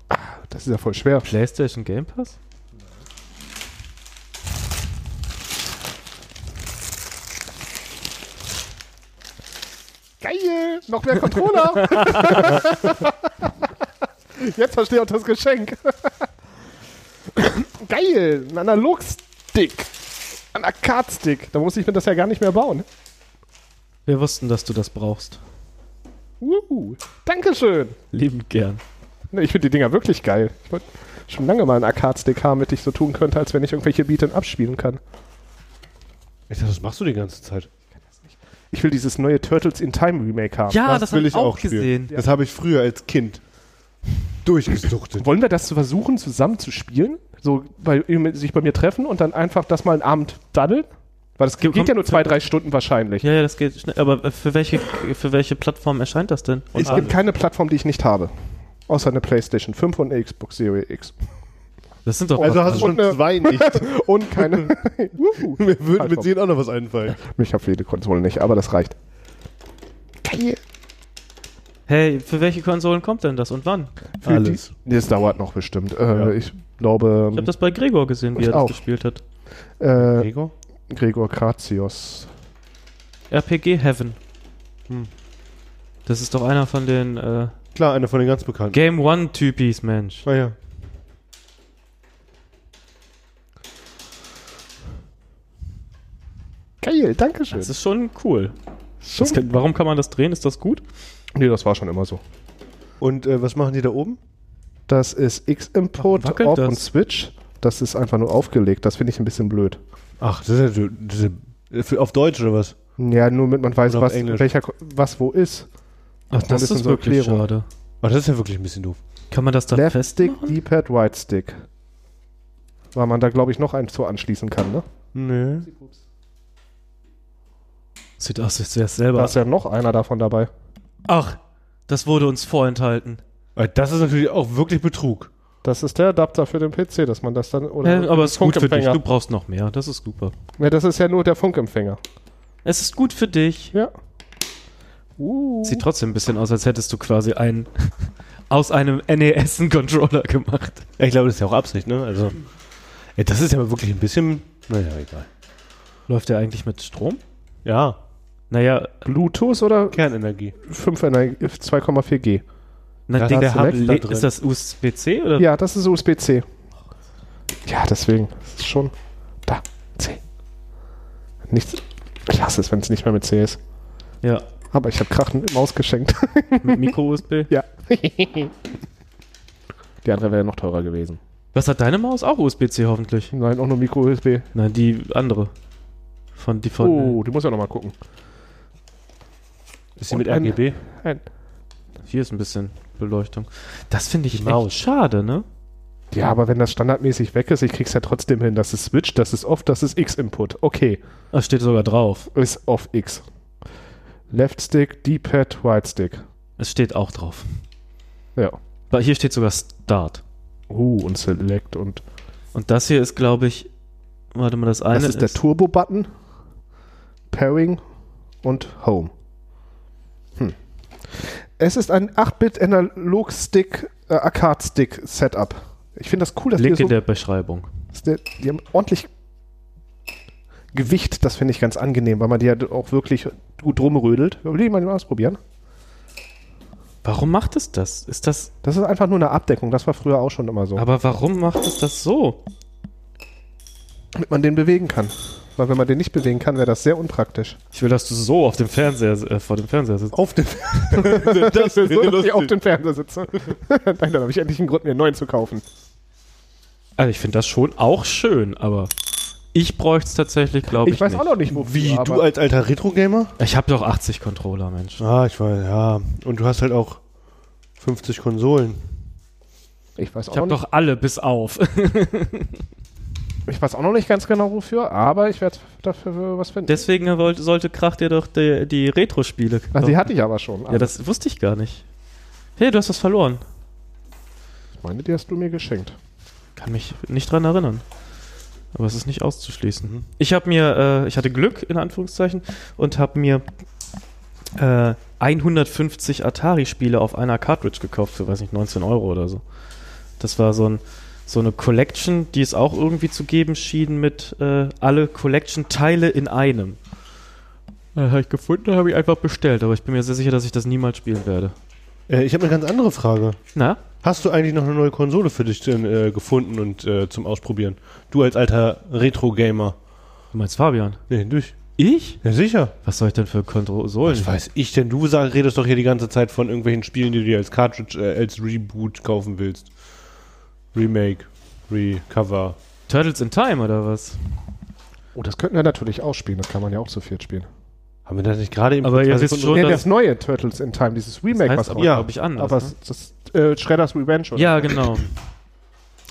[SPEAKER 1] Ah, Das ist ja voll schwer.
[SPEAKER 3] PlayStation Game Pass?
[SPEAKER 1] Geil! Noch mehr Controller! Jetzt verstehe ich auch das Geschenk. Geil! Ein Analog-Stick. Ein Arcade-Stick. Da muss ich mir das ja gar nicht mehr bauen.
[SPEAKER 3] Wir wussten, dass du das brauchst.
[SPEAKER 1] Uh, Dankeschön!
[SPEAKER 3] Liebend gern.
[SPEAKER 1] Ne, Ich finde die Dinger wirklich geil. Ich wollte schon lange mal einen Arcade-Stick haben, mit ich so tun könnte, als wenn ich irgendwelche Beaten abspielen kann.
[SPEAKER 2] Ich dachte, was machst du die ganze Zeit?
[SPEAKER 1] Ich will dieses neue Turtles in Time Remake haben.
[SPEAKER 3] Ja,
[SPEAKER 2] das will
[SPEAKER 3] hab
[SPEAKER 2] ich auch
[SPEAKER 3] gesehen.
[SPEAKER 2] Das habe ich früher als Kind durchgesuchtet.
[SPEAKER 1] Wollen wir das zu versuchen, zusammen zu spielen? So bei, sich bei mir treffen und dann einfach das mal einen Abend daddeln? Weil das geht
[SPEAKER 3] Kommt-
[SPEAKER 1] ja nur zwei, drei Stunden wahrscheinlich.
[SPEAKER 3] Ja, ja, das geht schnell. Aber äh, für welche, für welche Plattform erscheint das denn? ah,
[SPEAKER 1] es gibt keine Plattform, die ich nicht habe. Außer eine PlayStation 5 und eine Xbox Series X.
[SPEAKER 3] Das sind doch
[SPEAKER 2] <laughs> Also hast du schon
[SPEAKER 1] Und, äh,
[SPEAKER 2] zwei nicht.
[SPEAKER 1] Und keine. Uhu.
[SPEAKER 2] <laughs> Mir würde mit
[SPEAKER 1] Plattform.
[SPEAKER 2] denen auch noch was einfallen.
[SPEAKER 1] ich habe viele Konsolen nicht, aber das reicht. Geil.
[SPEAKER 3] Hey, für welche Konsolen kommt denn das und wann?
[SPEAKER 1] Für
[SPEAKER 2] Alles.
[SPEAKER 1] Die, das dauert noch bestimmt. Äh,
[SPEAKER 2] Ja.
[SPEAKER 1] Ich glaube,
[SPEAKER 3] Ich habe das bei Gregor gesehen, wie er das
[SPEAKER 1] Mhm. auch.
[SPEAKER 3] gespielt hat.
[SPEAKER 1] äh,
[SPEAKER 2] Gregor?
[SPEAKER 1] Gregor Katios.
[SPEAKER 3] RPG Heaven.
[SPEAKER 2] Hm.
[SPEAKER 3] Das ist doch einer von den äh,
[SPEAKER 2] Klar, einer von den ganz bekannten.
[SPEAKER 3] Game One-Typis, Mensch.
[SPEAKER 2] Ah ja.
[SPEAKER 1] Geil, Dankeschön.
[SPEAKER 3] Das ist schon cool.
[SPEAKER 1] schon,
[SPEAKER 3] Das kann, warum kann man das drehen? Ist das gut?
[SPEAKER 1] nee, das war schon immer so.
[SPEAKER 2] Und äh, was machen die da oben?
[SPEAKER 1] Das ist X-Import
[SPEAKER 3] Warum wackelt
[SPEAKER 1] auf
[SPEAKER 3] das?
[SPEAKER 1] und Switch. Das ist einfach nur aufgelegt. Das finde ich ein bisschen blöd.
[SPEAKER 2] Ach, das ist ja, das ist ja für, auf Deutsch oder was?
[SPEAKER 1] Ja, nur damit man weiß,
[SPEAKER 2] Oder auf
[SPEAKER 1] was,
[SPEAKER 2] Englisch.
[SPEAKER 1] welcher, Ko- was wo ist.
[SPEAKER 3] Ach,
[SPEAKER 1] das
[SPEAKER 3] das
[SPEAKER 1] ist
[SPEAKER 3] ist
[SPEAKER 1] so
[SPEAKER 3] wirklich
[SPEAKER 1] Erklärung.
[SPEAKER 3] schade.
[SPEAKER 2] Aber das ist ja wirklich ein bisschen doof.
[SPEAKER 3] Kann man das dann
[SPEAKER 1] Left Stick,
[SPEAKER 3] festmachen?
[SPEAKER 1] D-Pad, Right Stick. Weil man da, glaube ich, noch eins zu anschließen kann, ne?
[SPEAKER 2] Nö.
[SPEAKER 3] Sieht aus, als wäre es
[SPEAKER 1] Da
[SPEAKER 3] selber.
[SPEAKER 1] ist ja noch einer davon dabei.
[SPEAKER 3] Ach, das wurde uns vorenthalten.
[SPEAKER 2] Das ist natürlich auch wirklich Betrug.
[SPEAKER 1] Das ist der Adapter für den PC, dass man das dann. Oder
[SPEAKER 3] Hä, aber es ist gut für dich.
[SPEAKER 1] Funkempfänger.
[SPEAKER 3] Du brauchst noch mehr. Das ist super.
[SPEAKER 1] Ne, das ist ja nur der Funkempfänger.
[SPEAKER 3] Es ist gut für dich.
[SPEAKER 1] Ja. Uh.
[SPEAKER 3] Sieht trotzdem ein bisschen aus, als hättest du quasi einen <laughs> aus einem NES einen Controller gemacht.
[SPEAKER 2] Ja, Ich glaube, das ist ja auch Absicht, ne? Also, ey, das ist ja wirklich ein bisschen. Naja, egal.
[SPEAKER 3] Läuft der eigentlich mit Strom?
[SPEAKER 2] Ja,
[SPEAKER 3] Naja,
[SPEAKER 1] Bluetooth oder
[SPEAKER 2] Kernenergie.
[SPEAKER 1] 5 Energie- 2,4G?
[SPEAKER 3] na,
[SPEAKER 2] Das
[SPEAKER 3] Ding,
[SPEAKER 2] hast du
[SPEAKER 3] hab-
[SPEAKER 2] recht, da
[SPEAKER 3] le-
[SPEAKER 2] drin.
[SPEAKER 3] ist das USB-C oder?
[SPEAKER 1] Ja, das ist USB-C. Ja, deswegen. Das ist schon. Da. C. Nichts. Ich hasse es, wenn es nicht mehr mit C ist.
[SPEAKER 3] Ja,
[SPEAKER 1] Aber ich habe krachend Maus geschenkt. <laughs>
[SPEAKER 3] mit Micro-USB.
[SPEAKER 1] ja. Die andere wäre noch teurer gewesen.
[SPEAKER 3] Was hat deine Maus? Auch USB-C hoffentlich.
[SPEAKER 1] Nein, auch nur Micro-USB.
[SPEAKER 3] Nein, die andere. Von die von.
[SPEAKER 1] Oh, die muss ja nochmal gucken.
[SPEAKER 2] Ist sie
[SPEAKER 1] Und
[SPEAKER 2] mit
[SPEAKER 1] ein-
[SPEAKER 2] <laughs> RGB?
[SPEAKER 1] Nein.
[SPEAKER 3] Hier ist ein bisschen Beleuchtung. Das finde ich
[SPEAKER 2] Die Maus.
[SPEAKER 3] echt schade, ne?
[SPEAKER 1] Ja, aber wenn das standardmäßig weg ist, ich krieg's ja trotzdem hin. Das ist Switch, das ist Off, das ist X-Input. Okay,
[SPEAKER 3] Ah, steht sogar drauf.
[SPEAKER 1] ist Off X. Left Stick, D-Pad, Right Stick.
[SPEAKER 3] Es steht auch drauf.
[SPEAKER 1] Ja.
[SPEAKER 3] Weil Hier steht sogar Start.
[SPEAKER 1] Uh, und Select und.
[SPEAKER 3] Und das hier ist, glaube ich. Warte mal, das eine.
[SPEAKER 1] das ist der Turbo-Button, Pairing und Home. Hm. Es ist ein 8-Bit-Analog-Stick, äh, Arcade-Stick-Setup. Ich finde das cool, dass
[SPEAKER 3] Link
[SPEAKER 1] die,
[SPEAKER 3] in
[SPEAKER 1] so,
[SPEAKER 3] der Beschreibung.
[SPEAKER 1] dass die, die haben ordentlich Gewicht. Das finde ich ganz angenehm, weil man die ja auch wirklich gut rumrödelt. Will ich mal ausprobieren?
[SPEAKER 3] Warum macht es das? Ist das.
[SPEAKER 1] Das ist einfach nur eine Abdeckung. Das war früher auch schon immer so.
[SPEAKER 3] Aber warum macht es das so?
[SPEAKER 1] Damit man den bewegen kann. Weil wenn man den nicht bewegen kann, wäre das sehr unpraktisch.
[SPEAKER 3] Ich will, dass du so auf dem Fernseher, äh, vor dem Fernseher sitzt.
[SPEAKER 1] Auf den
[SPEAKER 3] Das
[SPEAKER 1] so, dass ich auf dem Fernseher sitze. <laughs> Nein, dann habe ich endlich einen Grund, mir einen neuen zu kaufen.
[SPEAKER 3] Also ich finde das schon auch schön, aber ich bräuchte es tatsächlich, glaube
[SPEAKER 1] Ich,
[SPEAKER 3] ich.
[SPEAKER 1] weiß
[SPEAKER 3] nicht.
[SPEAKER 1] auch noch nicht, wofür.
[SPEAKER 2] Wie, du
[SPEAKER 1] aber
[SPEAKER 2] als alter Retro-Gamer?
[SPEAKER 3] Ich habe doch 80 Controller, Mensch.
[SPEAKER 2] Ah, ich weiß, ja. Und du hast halt auch 50 Konsolen.
[SPEAKER 1] ich, weiß auch
[SPEAKER 3] Ich habe
[SPEAKER 1] noch
[SPEAKER 3] doch alle bis auf. <laughs>
[SPEAKER 1] nicht, ich weiß auch noch nicht ganz genau, wofür, aber ich werde dafür was finden.
[SPEAKER 3] Deswegen wollte, sollte Krach dir doch die, die Retro-Spiele
[SPEAKER 1] Ah,
[SPEAKER 3] kaufen.
[SPEAKER 1] die hatte ich aber schon.
[SPEAKER 3] Ja, das wusste ich gar nicht. Hey, du hast was verloren.
[SPEAKER 1] ich Ah, meine, die hast du mir geschenkt.
[SPEAKER 3] Kann mich nicht dran erinnern. Aber es ist nicht auszuschließen. Ich habe mir, äh, ich hatte Glück in Anführungszeichen und habe mir äh, 150 Atari-Spiele auf einer Cartridge gekauft für, weiß nicht, 19 Euro oder so. Das war so, ein, so eine Collection, die es auch irgendwie zu geben schien mit äh, alle Collection-Teile in einem. Äh, habe ich gefunden, habe ich einfach bestellt, aber ich bin mir sehr sicher, dass ich das niemals spielen werde.
[SPEAKER 2] Äh, ich habe eine ganz andere Frage.
[SPEAKER 3] Na?
[SPEAKER 2] Hast du eigentlich noch eine neue Konsole für dich denn, äh, gefunden und äh, zum Ausprobieren? Du als alter Retro-Gamer.
[SPEAKER 3] Du meinst Fabian?
[SPEAKER 2] Nee, durch.
[SPEAKER 3] Ich?
[SPEAKER 2] Ja, sicher.
[SPEAKER 3] Was soll ich denn für Konsolen?
[SPEAKER 2] Was weiß ich denn? Du sag, redest doch hier die ganze Zeit von irgendwelchen Spielen, die du dir als Cartridge, äh, als Reboot kaufen willst. Remake, Recover.
[SPEAKER 3] Turtles in Time oder was?
[SPEAKER 1] Oh, das könnten wir natürlich auch spielen. Das kann man ja auch zu viert spielen.
[SPEAKER 2] Haben wir das nicht gerade eben
[SPEAKER 3] Aber
[SPEAKER 2] vor
[SPEAKER 3] ihr
[SPEAKER 2] zwei
[SPEAKER 3] wisst
[SPEAKER 2] Sekunden-
[SPEAKER 3] schon,
[SPEAKER 1] Nee,
[SPEAKER 3] das-
[SPEAKER 1] das neue Turtles in Time, dieses Remake,
[SPEAKER 3] heißt
[SPEAKER 1] was
[SPEAKER 3] aber,
[SPEAKER 1] aber.
[SPEAKER 2] ja,
[SPEAKER 3] glaube ich, anders.
[SPEAKER 1] aber
[SPEAKER 3] ne?
[SPEAKER 1] es- das, äh, Shredder's Revenge oder
[SPEAKER 3] Ja, genau.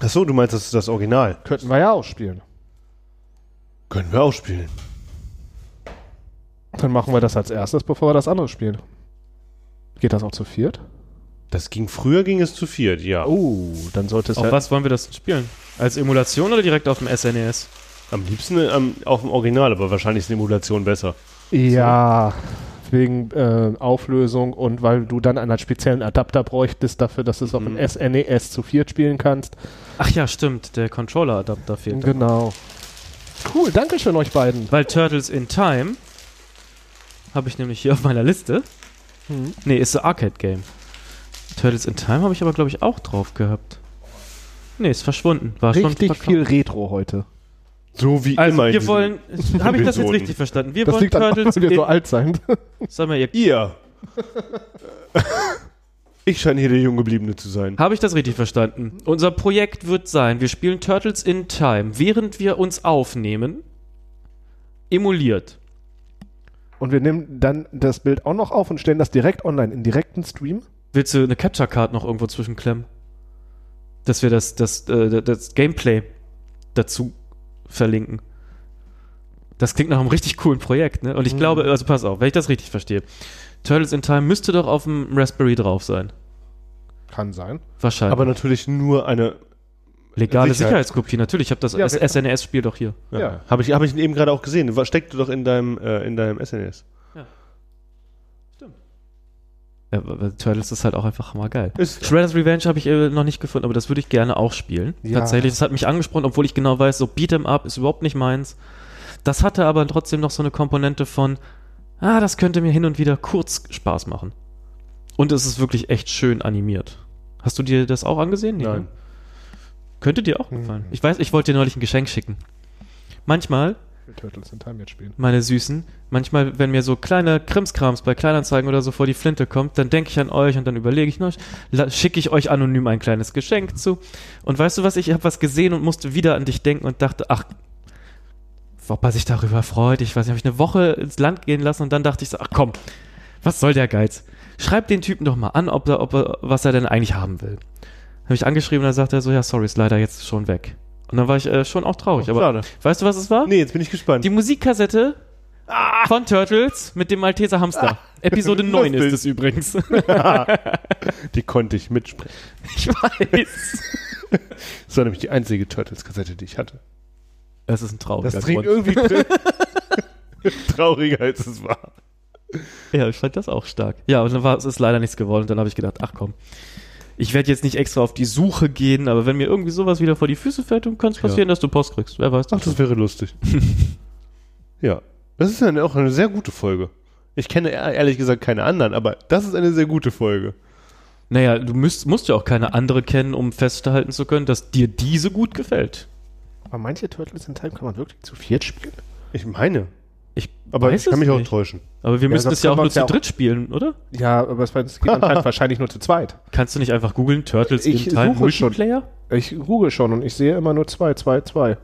[SPEAKER 2] Ach so, du meinst, das ist das Original.
[SPEAKER 1] könnten wir ja auch spielen.
[SPEAKER 2] Können wir auch spielen.
[SPEAKER 1] Dann machen wir das als erstes, bevor wir das andere spielen. Geht das auch zu viert?
[SPEAKER 2] Das ging früher, ging es zu viert, ja.
[SPEAKER 1] Oh, dann sollte es
[SPEAKER 3] auf was wollen wir das denn spielen? Als Emulation oder direkt auf dem E SNES?
[SPEAKER 2] Am liebsten äh, am, auf dem Original, aber wahrscheinlich ist eine Emulation besser.
[SPEAKER 1] Ja, halt wegen äh, Auflösung und weil du dann einen speziellen Adapter bräuchtest dafür, dass du es auf dem SNES zu viert spielen kannst.
[SPEAKER 3] Ach ja, stimmt, der Controller-Adapter fehlt. da.
[SPEAKER 1] Genau. Cool, Dankeschön euch beiden.
[SPEAKER 3] Weil Turtles in Time habe ich nämlich hier auf meiner Liste.
[SPEAKER 1] Mhm.
[SPEAKER 3] Nee, ist ein Arcade-Game. Turtles in Time habe ich aber, glaube ich, auch drauf gehabt. Nee, ist verschwunden. War
[SPEAKER 1] Richtig
[SPEAKER 3] schon verkauft.
[SPEAKER 1] viel Retro heute.
[SPEAKER 2] So wie
[SPEAKER 3] Also,
[SPEAKER 2] immer. in
[SPEAKER 3] wir
[SPEAKER 2] diesem-
[SPEAKER 3] wollen. Habe ich das jetzt
[SPEAKER 2] Episoden.
[SPEAKER 3] richtig verstanden? Wir
[SPEAKER 1] Das <laughs>
[SPEAKER 3] wollen
[SPEAKER 1] liegt daran,
[SPEAKER 3] Turtles
[SPEAKER 1] weil wir so
[SPEAKER 3] in.
[SPEAKER 1] alt sind.
[SPEAKER 3] Sag mal, ihr
[SPEAKER 2] Ihr. <laughs> Ich scheine hier der Junggebliebene zu sein.
[SPEAKER 3] Habe ich das richtig verstanden? Unser Projekt wird sein, wir spielen Turtles in Time, während wir uns aufnehmen, emuliert.
[SPEAKER 1] Und wir nehmen dann das Bild auch noch auf und stellen das direkt online, in direkten Stream.
[SPEAKER 3] Willst du eine Capture Card noch irgendwo zwischenklemmen? Dass wir das, das, äh, das Gameplay dazu verlinken. Das klingt nach einem richtig coolen Projekt, ne? Und
[SPEAKER 1] Mhm.
[SPEAKER 3] ich glaube, also pass auf, wenn ich das richtig verstehe. Turtles in Time müsste doch auf dem Raspberry drauf sein.
[SPEAKER 1] Kann sein.
[SPEAKER 3] Wahrscheinlich.
[SPEAKER 2] Aber natürlich nur eine.
[SPEAKER 3] Legale
[SPEAKER 2] Sicherheit.
[SPEAKER 3] Sicherheitskopie, natürlich. Ich habe das
[SPEAKER 1] Ja, wir-
[SPEAKER 3] SNES-Spiel E doch hier.
[SPEAKER 2] Ja.
[SPEAKER 1] Ja.
[SPEAKER 2] Habe ich, hab ich eben gerade auch gesehen. War- Steckte doch in deinem, äh, in deinem SNS.
[SPEAKER 3] Ja, aber Turtles ist halt auch einfach hammergeil.
[SPEAKER 2] Ist-
[SPEAKER 3] Shredder's Revenge habe ich äh, noch nicht gefunden, aber das würde ich gerne auch spielen.
[SPEAKER 1] Ja.
[SPEAKER 3] Tatsächlich, das hat mich angesprochen, obwohl ich genau weiß, so Beat'em Up ist überhaupt nicht meins. Das hatte aber trotzdem noch so eine Komponente von, ah, das könnte mir hin und wieder kurz Spaß machen. Und es ist wirklich echt schön animiert. Hast du dir das auch angesehen? Nee,
[SPEAKER 2] Nein.
[SPEAKER 3] ne? Könnte dir auch gefallen. Ich weiß, ich wollte dir neulich ein Geschenk schicken. Manchmal
[SPEAKER 1] Turtles in Time jetzt spielen.
[SPEAKER 3] meine Süßen. Manchmal, wenn mir so kleine Krimskrams bei Kleinanzeigen oder so vor die Flinte kommt, dann denke ich an euch und dann überlege ich noch, la- schicke ich euch anonym ein kleines Geschenk zu. Und weißt du was, ich habe was gesehen und musste wieder an dich denken und dachte, ach, ob er sich darüber freut. Ich weiß nicht, habe ich eine Woche ins Land gehen lassen und dann dachte ich so, ach komm, was soll der Geiz? Schreib den Typen doch mal an, ob er, ob er, was er denn eigentlich haben will. Habe ich angeschrieben und dann sagte er so, ja, sorry, ist leider jetzt schon weg. Und dann war ich äh, schon auch traurig. aber
[SPEAKER 2] schade.
[SPEAKER 3] weißt du, was es war?
[SPEAKER 2] Nee, jetzt bin ich gespannt.
[SPEAKER 3] Die Musikkassette von Turtles mit dem Malteser
[SPEAKER 2] Ah.
[SPEAKER 3] Hamster. Episode 9 ist
[SPEAKER 2] Lustig. <laughs>
[SPEAKER 3] es übrigens.
[SPEAKER 2] Die konnte ich mitsprechen.
[SPEAKER 3] ich weiß.
[SPEAKER 2] Das war nämlich die einzige Turtles-Kassette, die ich hatte.
[SPEAKER 3] Das ist ein Traum.
[SPEAKER 2] Das klingt irgendwie <laughs> trauriger, als es war.
[SPEAKER 3] Ja, ich fand das auch stark. Ja, und dann war es ist leider nichts geworden. Und dann habe ich gedacht, ach komm. Ich werde jetzt nicht extra auf die Suche gehen, aber wenn mir irgendwie sowas wieder vor die Füße fällt, dann kann es passieren, dass du Post kriegst. Wer weiß.
[SPEAKER 2] Ach, das wäre lustig. <laughs> ja. Das ist dann auch eine sehr gute Folge. Ich kenne ehr- ehrlich gesagt keine anderen, aber das ist eine sehr gute Folge.
[SPEAKER 3] Naja, du müsst, musst ja auch keine andere kennen, um festhalten zu können, dass dir diese gut gefällt.
[SPEAKER 1] Aber manche Turtles in Time kann man wirklich zu viert spielen.
[SPEAKER 2] Ich meine.
[SPEAKER 3] Ich
[SPEAKER 2] Aber
[SPEAKER 3] weiß
[SPEAKER 2] ich kann
[SPEAKER 3] es
[SPEAKER 2] mich auch
[SPEAKER 3] nicht.
[SPEAKER 2] täuschen.
[SPEAKER 3] Aber wir müssen
[SPEAKER 1] sonst
[SPEAKER 3] es ja auch
[SPEAKER 1] können wir
[SPEAKER 3] nur
[SPEAKER 1] uns ja
[SPEAKER 3] zu
[SPEAKER 1] auch-
[SPEAKER 3] dritt spielen, oder?
[SPEAKER 1] Ja, aber es geht <laughs> anscheinend wahrscheinlich nur zu zweit.
[SPEAKER 3] Kannst du nicht einfach googeln, Turtles
[SPEAKER 1] Ich
[SPEAKER 3] in Time
[SPEAKER 1] suche schon.
[SPEAKER 3] Multiplayer?
[SPEAKER 1] Ich google schon und ich sehe immer nur zwei, zwei, zwei.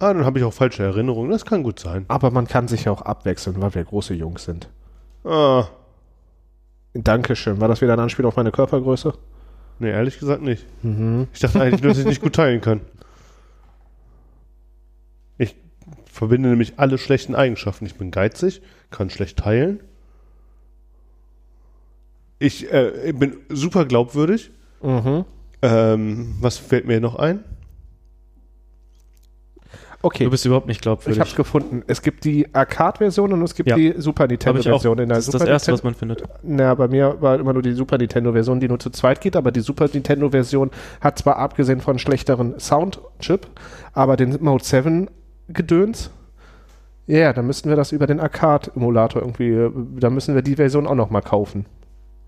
[SPEAKER 2] Ah, dann habe ich auch falsche Erinnerungen. Das kann gut sein.
[SPEAKER 1] Aber man kann sich ja auch abwechseln, weil wir große Jungs sind.
[SPEAKER 2] Ah,
[SPEAKER 1] Dankeschön. War das wieder ein Anspiel auf meine Körpergröße?
[SPEAKER 2] nee, ehrlich gesagt nicht.
[SPEAKER 3] Mhm.
[SPEAKER 2] Ich dachte eigentlich nur, dass ich nicht gut teilen kann. Ich verbinde nämlich alle schlechten Eigenschaften. Ich bin geizig, kann schlecht teilen. Ich äh, bin super glaubwürdig.
[SPEAKER 1] Mhm.
[SPEAKER 2] Ähm, was fällt mir noch ein?
[SPEAKER 1] Okay,
[SPEAKER 3] Du bist überhaupt nicht
[SPEAKER 1] ich
[SPEAKER 3] glaubwürdig.
[SPEAKER 1] hab's gefunden. Es gibt die Arcade-Version und es gibt
[SPEAKER 3] Ja.
[SPEAKER 1] die Super
[SPEAKER 3] Hab ich auch.
[SPEAKER 1] Nintendo-Version. In der
[SPEAKER 3] das ist
[SPEAKER 1] Super
[SPEAKER 3] das Erste,
[SPEAKER 1] Ninten-
[SPEAKER 3] was man findet.
[SPEAKER 1] Na, bei mir war immer nur die Super Nintendo-Version, die nur zu zweit geht, aber die Super Nintendo-Version hat zwar abgesehen von schlechteren Soundchip, aber den Mode 7 Gedöns. Ja, dann müssten wir das über den Arcade-Emulator irgendwie, äh, da müssen wir die Version auch nochmal kaufen.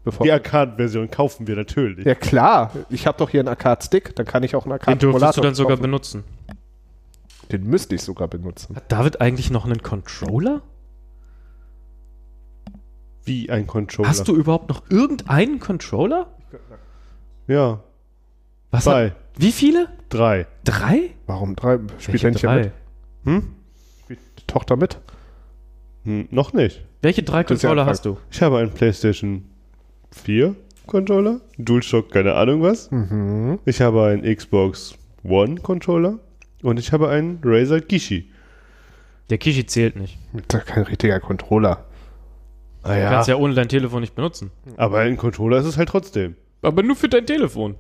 [SPEAKER 1] Bevor
[SPEAKER 2] Die Arcade-Version kaufen wir natürlich.
[SPEAKER 1] ja klar, ich habe doch hier einen Arcade-Stick, dann kann ich auch einen
[SPEAKER 3] Den dürftest du
[SPEAKER 1] Arcade-Emulator
[SPEAKER 3] dann sogar
[SPEAKER 1] kaufen.
[SPEAKER 3] benutzen.
[SPEAKER 1] Den müsste ich sogar benutzen.
[SPEAKER 3] Hat David eigentlich noch einen Controller?
[SPEAKER 2] Wie ein Controller.
[SPEAKER 3] Hast du überhaupt noch irgendeinen Controller?
[SPEAKER 2] Ja,
[SPEAKER 3] Was hat-
[SPEAKER 2] zwei,
[SPEAKER 3] wie viele?
[SPEAKER 2] drei.
[SPEAKER 3] Drei?
[SPEAKER 1] Warum drei? Spielt
[SPEAKER 3] Welche
[SPEAKER 1] Händchen mit?
[SPEAKER 2] Hm?
[SPEAKER 1] Tochter mit?
[SPEAKER 2] hm? Noch nicht.
[SPEAKER 3] Welche drei
[SPEAKER 1] Das ist ja
[SPEAKER 3] Controller
[SPEAKER 1] Anfang.
[SPEAKER 3] hast du?
[SPEAKER 2] Ich habe einen PlayStation 4 Controller, DualShock, keine Ahnung was. Ich habe einen Xbox One Controller und ich habe einen Razer Gishi.
[SPEAKER 3] Der Kishi zählt nicht.
[SPEAKER 1] Das ist kein richtiger Controller.
[SPEAKER 2] Ah
[SPEAKER 3] Du
[SPEAKER 2] ja,
[SPEAKER 3] kannst ja ohne dein Telefon nicht benutzen.
[SPEAKER 2] aber ein Controller ist es halt trotzdem.
[SPEAKER 3] Aber nur für dein Telefon.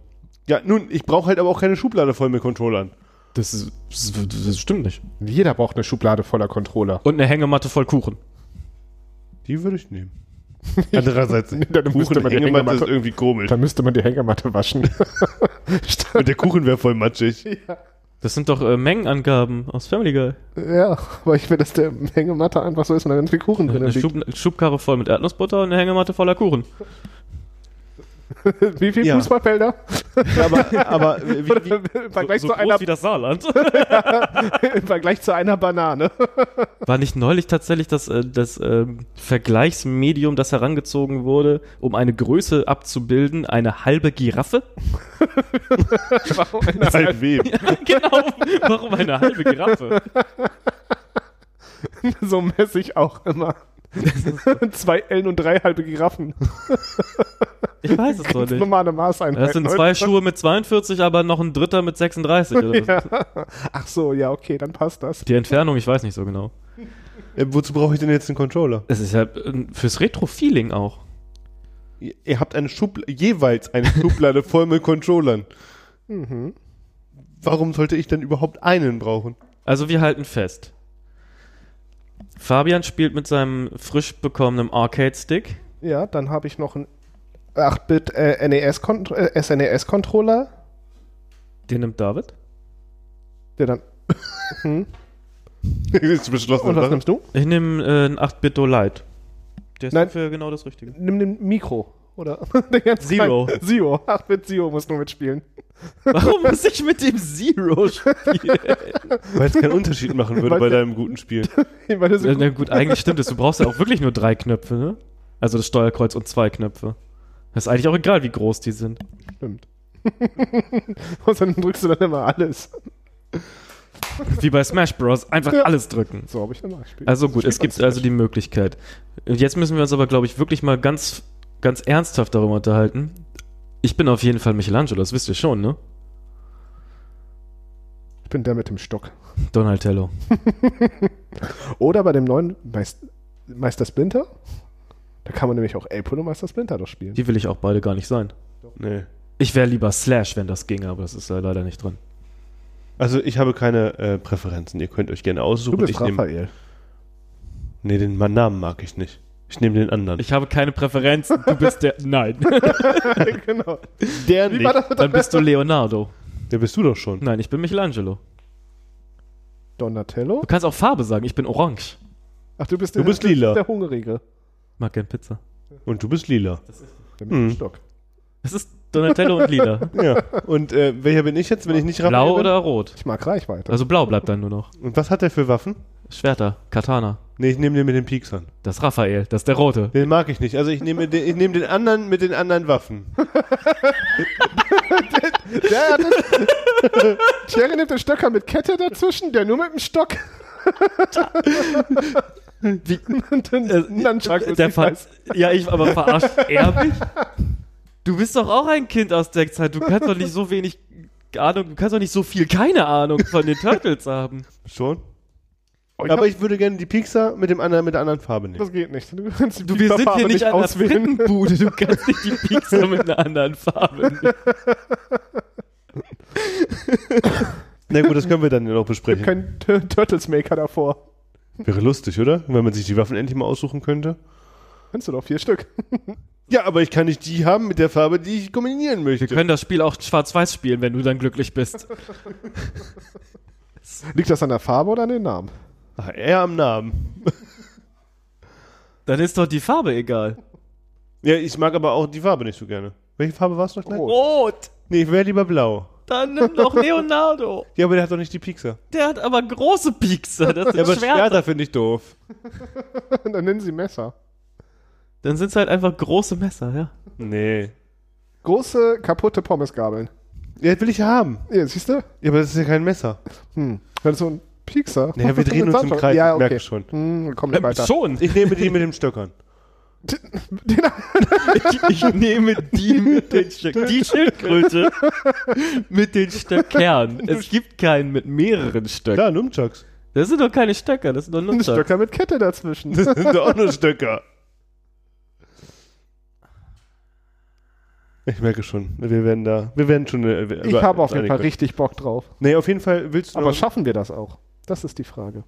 [SPEAKER 2] Ja, nun, ich brauche halt aber auch keine Schublade voll mit Controllern.
[SPEAKER 3] Das, ist, das, das stimmt nicht.
[SPEAKER 1] Jeder braucht eine Schublade voller Controller.
[SPEAKER 3] Und eine Hängematte voll Kuchen.
[SPEAKER 2] Die würde ich nehmen. <laughs> Andererseits,
[SPEAKER 1] Dann müsste
[SPEAKER 2] Kuchen
[SPEAKER 1] man die
[SPEAKER 2] Hängematte ist
[SPEAKER 1] Hängematte-
[SPEAKER 2] irgendwie komisch.
[SPEAKER 1] Da müsste man die Hängematte waschen.
[SPEAKER 2] Und der Kuchen wäre voll matschig.
[SPEAKER 3] Das sind doch äh, Mengenangaben aus Family Guy.
[SPEAKER 1] ja, weil ich will, dass der Hängematte einfach so ist und da ganz viel Kuchen drin
[SPEAKER 3] Eine
[SPEAKER 1] liegt.
[SPEAKER 3] Schub, Schubkarre voll mit Erdnussbutter und eine Hängematte voller Kuchen.
[SPEAKER 1] Wie viele
[SPEAKER 2] Ja.
[SPEAKER 1] Fußballfelder?
[SPEAKER 2] Aber, aber wie, wie,
[SPEAKER 1] Im, Vergleich
[SPEAKER 3] so
[SPEAKER 1] zu
[SPEAKER 3] groß
[SPEAKER 1] einer,
[SPEAKER 3] wie das Saarland.
[SPEAKER 1] Im Vergleich zu einer Banane. <laughs>
[SPEAKER 3] War nicht neulich tatsächlich das, äh, das ähm, Vergleichsmedium, das herangezogen wurde, um eine Größe abzubilden, eine halbe Giraffe?
[SPEAKER 1] Warum eine halbe-
[SPEAKER 2] bei Halt <laughs> wem?
[SPEAKER 3] genau. Warum eine halbe Giraffe?
[SPEAKER 1] so messe ich auch
[SPEAKER 3] <laughs>
[SPEAKER 1] immer. zwei Ellen und drei halbe Giraffen.
[SPEAKER 3] Ich weiß es doch
[SPEAKER 1] Das ist
[SPEAKER 3] nicht.
[SPEAKER 1] normale Maßeinheit.
[SPEAKER 3] Das sind zwei Schuhe mit 42, aber noch ein dritter mit 36. Oder so.
[SPEAKER 1] Ja. Ach so, ja, okay, dann passt das.
[SPEAKER 3] Die Entfernung, ich weiß nicht so genau.
[SPEAKER 2] Äh, Wozu brauche ich denn jetzt einen Controller?
[SPEAKER 3] Das ist ja äh, fürs Retro-Feeling auch.
[SPEAKER 2] Ihr ihr habt eine Schubla jeweils eine Schublade voll mit Controllern. Mhm. Warum sollte ich denn überhaupt einen brauchen? <laughs>
[SPEAKER 3] Also wir halten fest. Fabian spielt mit seinem frisch bekommenen Arcade-Stick.
[SPEAKER 1] Ja, dann habe ich noch einen 8-Bit äh, NES -Kont- äh, SNES-Controller,
[SPEAKER 3] Den nimmt David.
[SPEAKER 1] der dann.
[SPEAKER 2] ist
[SPEAKER 1] Und
[SPEAKER 2] beschlossen.
[SPEAKER 1] was nimmst du?
[SPEAKER 3] Ich nehme äh, einen 8-Bit Dolite. Der ist
[SPEAKER 1] Nein.
[SPEAKER 3] für genau das Richtige. <laughs>
[SPEAKER 1] Nimm den Mikro. Oder? <laughs> Den ganz
[SPEAKER 3] Zero.
[SPEAKER 1] kleinen- Zero. 8-Bit Zero muss nur mitspielen. <laughs>
[SPEAKER 3] Warum muss ich mit dem Zero spielen? <laughs>
[SPEAKER 2] Weil es keinen Unterschied machen würde
[SPEAKER 1] Weil-
[SPEAKER 2] bei deinem guten <laughs> Spiel.
[SPEAKER 1] Ich meine, so
[SPEAKER 3] Na gut, eigentlich stimmt es. Du brauchst ja auch wirklich nur drei Knöpfe, ne? Also das Steuerkreuz und zwei Knöpfe. Das ist eigentlich auch egal, wie groß die sind.
[SPEAKER 1] Stimmt. <laughs> Und dann drückst du dann immer alles.
[SPEAKER 3] Wie bei Smash Bros. Einfach
[SPEAKER 1] Ja.
[SPEAKER 3] alles drücken.
[SPEAKER 1] So habe ich immer gespielt.
[SPEAKER 3] Also gut, es gibt also die Möglichkeit. Und Jetzt müssen wir uns aber, glaube ich, wirklich mal ganz, ganz ernsthaft darüber unterhalten. Ich bin auf jeden Fall Michelangelo, das wisst ihr schon, ne?
[SPEAKER 1] ich bin der mit dem Stock.
[SPEAKER 3] Donatello.
[SPEAKER 1] Oder bei dem neuen Meist Meister Splinter. Da kann man nämlich auch April und Meister Splinter doch spielen.
[SPEAKER 3] Die will ich auch beide gar nicht sein.
[SPEAKER 2] Nee.
[SPEAKER 3] Ich wäre lieber Slash, wenn das ginge, aber das ist ja leider nicht drin.
[SPEAKER 2] Also ich habe keine äh, Präferenzen. Ihr könnt euch gerne aussuchen.
[SPEAKER 1] du bist
[SPEAKER 2] ich nehm,
[SPEAKER 1] Raphael.
[SPEAKER 2] nee, den Ma- Namen mag ich nicht. Ich nehme den anderen.
[SPEAKER 3] Ich habe keine Präferenzen, du
[SPEAKER 1] <laughs>
[SPEAKER 3] bist der. Nein.
[SPEAKER 1] genau.
[SPEAKER 2] der
[SPEAKER 1] Wie war das?
[SPEAKER 3] Dann bist du Leonardo.
[SPEAKER 2] Der bist du doch schon.
[SPEAKER 3] Nein, ich bin Michelangelo.
[SPEAKER 1] Donatello?
[SPEAKER 3] Du kannst auch Farbe sagen, ich bin orange.
[SPEAKER 1] Ach, du bist,
[SPEAKER 2] Du
[SPEAKER 1] der-
[SPEAKER 2] bist lila.
[SPEAKER 1] der Hungrige.
[SPEAKER 3] Mag gern Pizza.
[SPEAKER 2] Und du bist lila.
[SPEAKER 1] Der mit dem
[SPEAKER 3] Mhm.
[SPEAKER 2] Hm.
[SPEAKER 1] Stock.
[SPEAKER 3] Das ist Donatello
[SPEAKER 1] <laughs>
[SPEAKER 3] und Lila.
[SPEAKER 2] Ja. Und äh, welcher bin ich jetzt, wenn ich nicht Raphael
[SPEAKER 1] ne?
[SPEAKER 3] Blau
[SPEAKER 2] bin?
[SPEAKER 3] oder rot?
[SPEAKER 1] Ich mag Reichweite.
[SPEAKER 3] Also blau bleibt dann nur noch.
[SPEAKER 2] Und was hat der für Waffen?
[SPEAKER 3] Schwerter, Katana.
[SPEAKER 2] Nee, ich nehme den mit den Pieksern.
[SPEAKER 3] Das ist Raphael, das ist der rote.
[SPEAKER 2] Den mag ich nicht. Also ich nehme den, ich nehme den anderen mit den anderen Waffen.
[SPEAKER 1] Der hat den, <laughs> Thierry nimmt den Stöcker mit Kette dazwischen, der nur mit dem Stock. <laughs> Und dann äh, Nunchuck ist
[SPEAKER 3] Äh, Der
[SPEAKER 1] ich
[SPEAKER 3] Ver
[SPEAKER 1] weiß.
[SPEAKER 3] ja, ich aber verarscht
[SPEAKER 1] <laughs>
[SPEAKER 3] er mich? Du bist doch auch ein Kind aus der Zeit. Du kannst doch nicht so wenig Ahnung, du kannst doch nicht so viel keine Ahnung von den Turtles haben.
[SPEAKER 2] Schon?
[SPEAKER 1] Oh, ich
[SPEAKER 2] Aber
[SPEAKER 1] hab-
[SPEAKER 2] ich würde gerne die Piekser mit dem anderen mit der anderen Farbe nehmen.
[SPEAKER 1] das geht nicht. Du kannst die
[SPEAKER 3] Du, wir sind
[SPEAKER 1] Pizza-Farbe
[SPEAKER 3] hier nicht an der
[SPEAKER 1] auswählen.
[SPEAKER 3] Frittenbude. Du kannst nicht die <laughs> Pixar mit einer anderen Farbe. nehmen.
[SPEAKER 2] Na gut, das können wir dann ja noch besprechen.
[SPEAKER 1] Kein T- Turtles Maker davor.
[SPEAKER 2] Wäre lustig, oder? Wenn man sich die Waffen endlich mal aussuchen könnte.
[SPEAKER 1] Kannst du doch vier Stück.
[SPEAKER 2] <laughs> Ja, aber ich kann nicht die haben mit der Farbe, die ich kombinieren möchte.
[SPEAKER 3] Wir können das Spiel auch schwarz-weiß spielen, wenn du dann glücklich bist.
[SPEAKER 1] Liegt das an der Farbe oder an den Namen?
[SPEAKER 2] Ach, er am Namen.
[SPEAKER 3] Dann ist doch die Farbe egal.
[SPEAKER 2] Ja, ich mag aber auch die Farbe nicht so gerne. Welche Farbe war es noch gleich?
[SPEAKER 1] Rot.
[SPEAKER 3] Rot!
[SPEAKER 2] Nee, ich wäre lieber blau.
[SPEAKER 3] Dann nimm doch Leonardo.
[SPEAKER 2] Ja, aber der hat doch nicht die Piekser.
[SPEAKER 3] Der hat aber große Piekser. Das
[SPEAKER 2] Ja,
[SPEAKER 3] sind
[SPEAKER 2] aber
[SPEAKER 3] Schwerter.
[SPEAKER 2] Schwerter finde ich doof.
[SPEAKER 1] <laughs> Dann nennen sie Messer.
[SPEAKER 3] Dann sind es halt einfach große Messer, ja.
[SPEAKER 2] Nee.
[SPEAKER 1] Große, kaputte Pommesgabeln.
[SPEAKER 2] Ja, das will ich ja haben.
[SPEAKER 1] Ja, siehst du?
[SPEAKER 2] Ja, aber das ist ja kein Messer.
[SPEAKER 1] Hm. Wenn so ein Piekser. <laughs>
[SPEAKER 2] Naja, <laughs> wir drehen uns im Kreis, Äh,
[SPEAKER 1] Ja,
[SPEAKER 2] ich
[SPEAKER 1] okay.
[SPEAKER 2] merke schon.
[SPEAKER 1] Hm, wir kommen nicht weiter.
[SPEAKER 3] Ähm, schon.
[SPEAKER 2] Ich nehme die mit den <laughs> Stöckern.
[SPEAKER 3] Ich, ich nehme <laughs> die mit den Stöck, die Schildkröte mit den <laughs> Stöckern. Es gibt keinen mit mehreren Stöcken.
[SPEAKER 2] Klar, Nunchucks.
[SPEAKER 3] Das sind doch keine Stöcker, das sind
[SPEAKER 1] <laughs>
[SPEAKER 3] doch
[SPEAKER 1] Ein
[SPEAKER 3] Nunchucks.
[SPEAKER 1] Stöcker mit Kette
[SPEAKER 2] <laughs>
[SPEAKER 1] dazwischen.
[SPEAKER 2] Das sind doch auch nur Stöcker. Ich merke schon, wir werden da, wir werden schon. äh,
[SPEAKER 1] Ich
[SPEAKER 2] über-
[SPEAKER 1] habe auf jeden Fall
[SPEAKER 2] einige-
[SPEAKER 1] richtig Bock drauf.
[SPEAKER 2] Nee, auf jeden Fall willst du.
[SPEAKER 1] Aber
[SPEAKER 2] noch-
[SPEAKER 1] schaffen wir das auch? Das ist die Frage.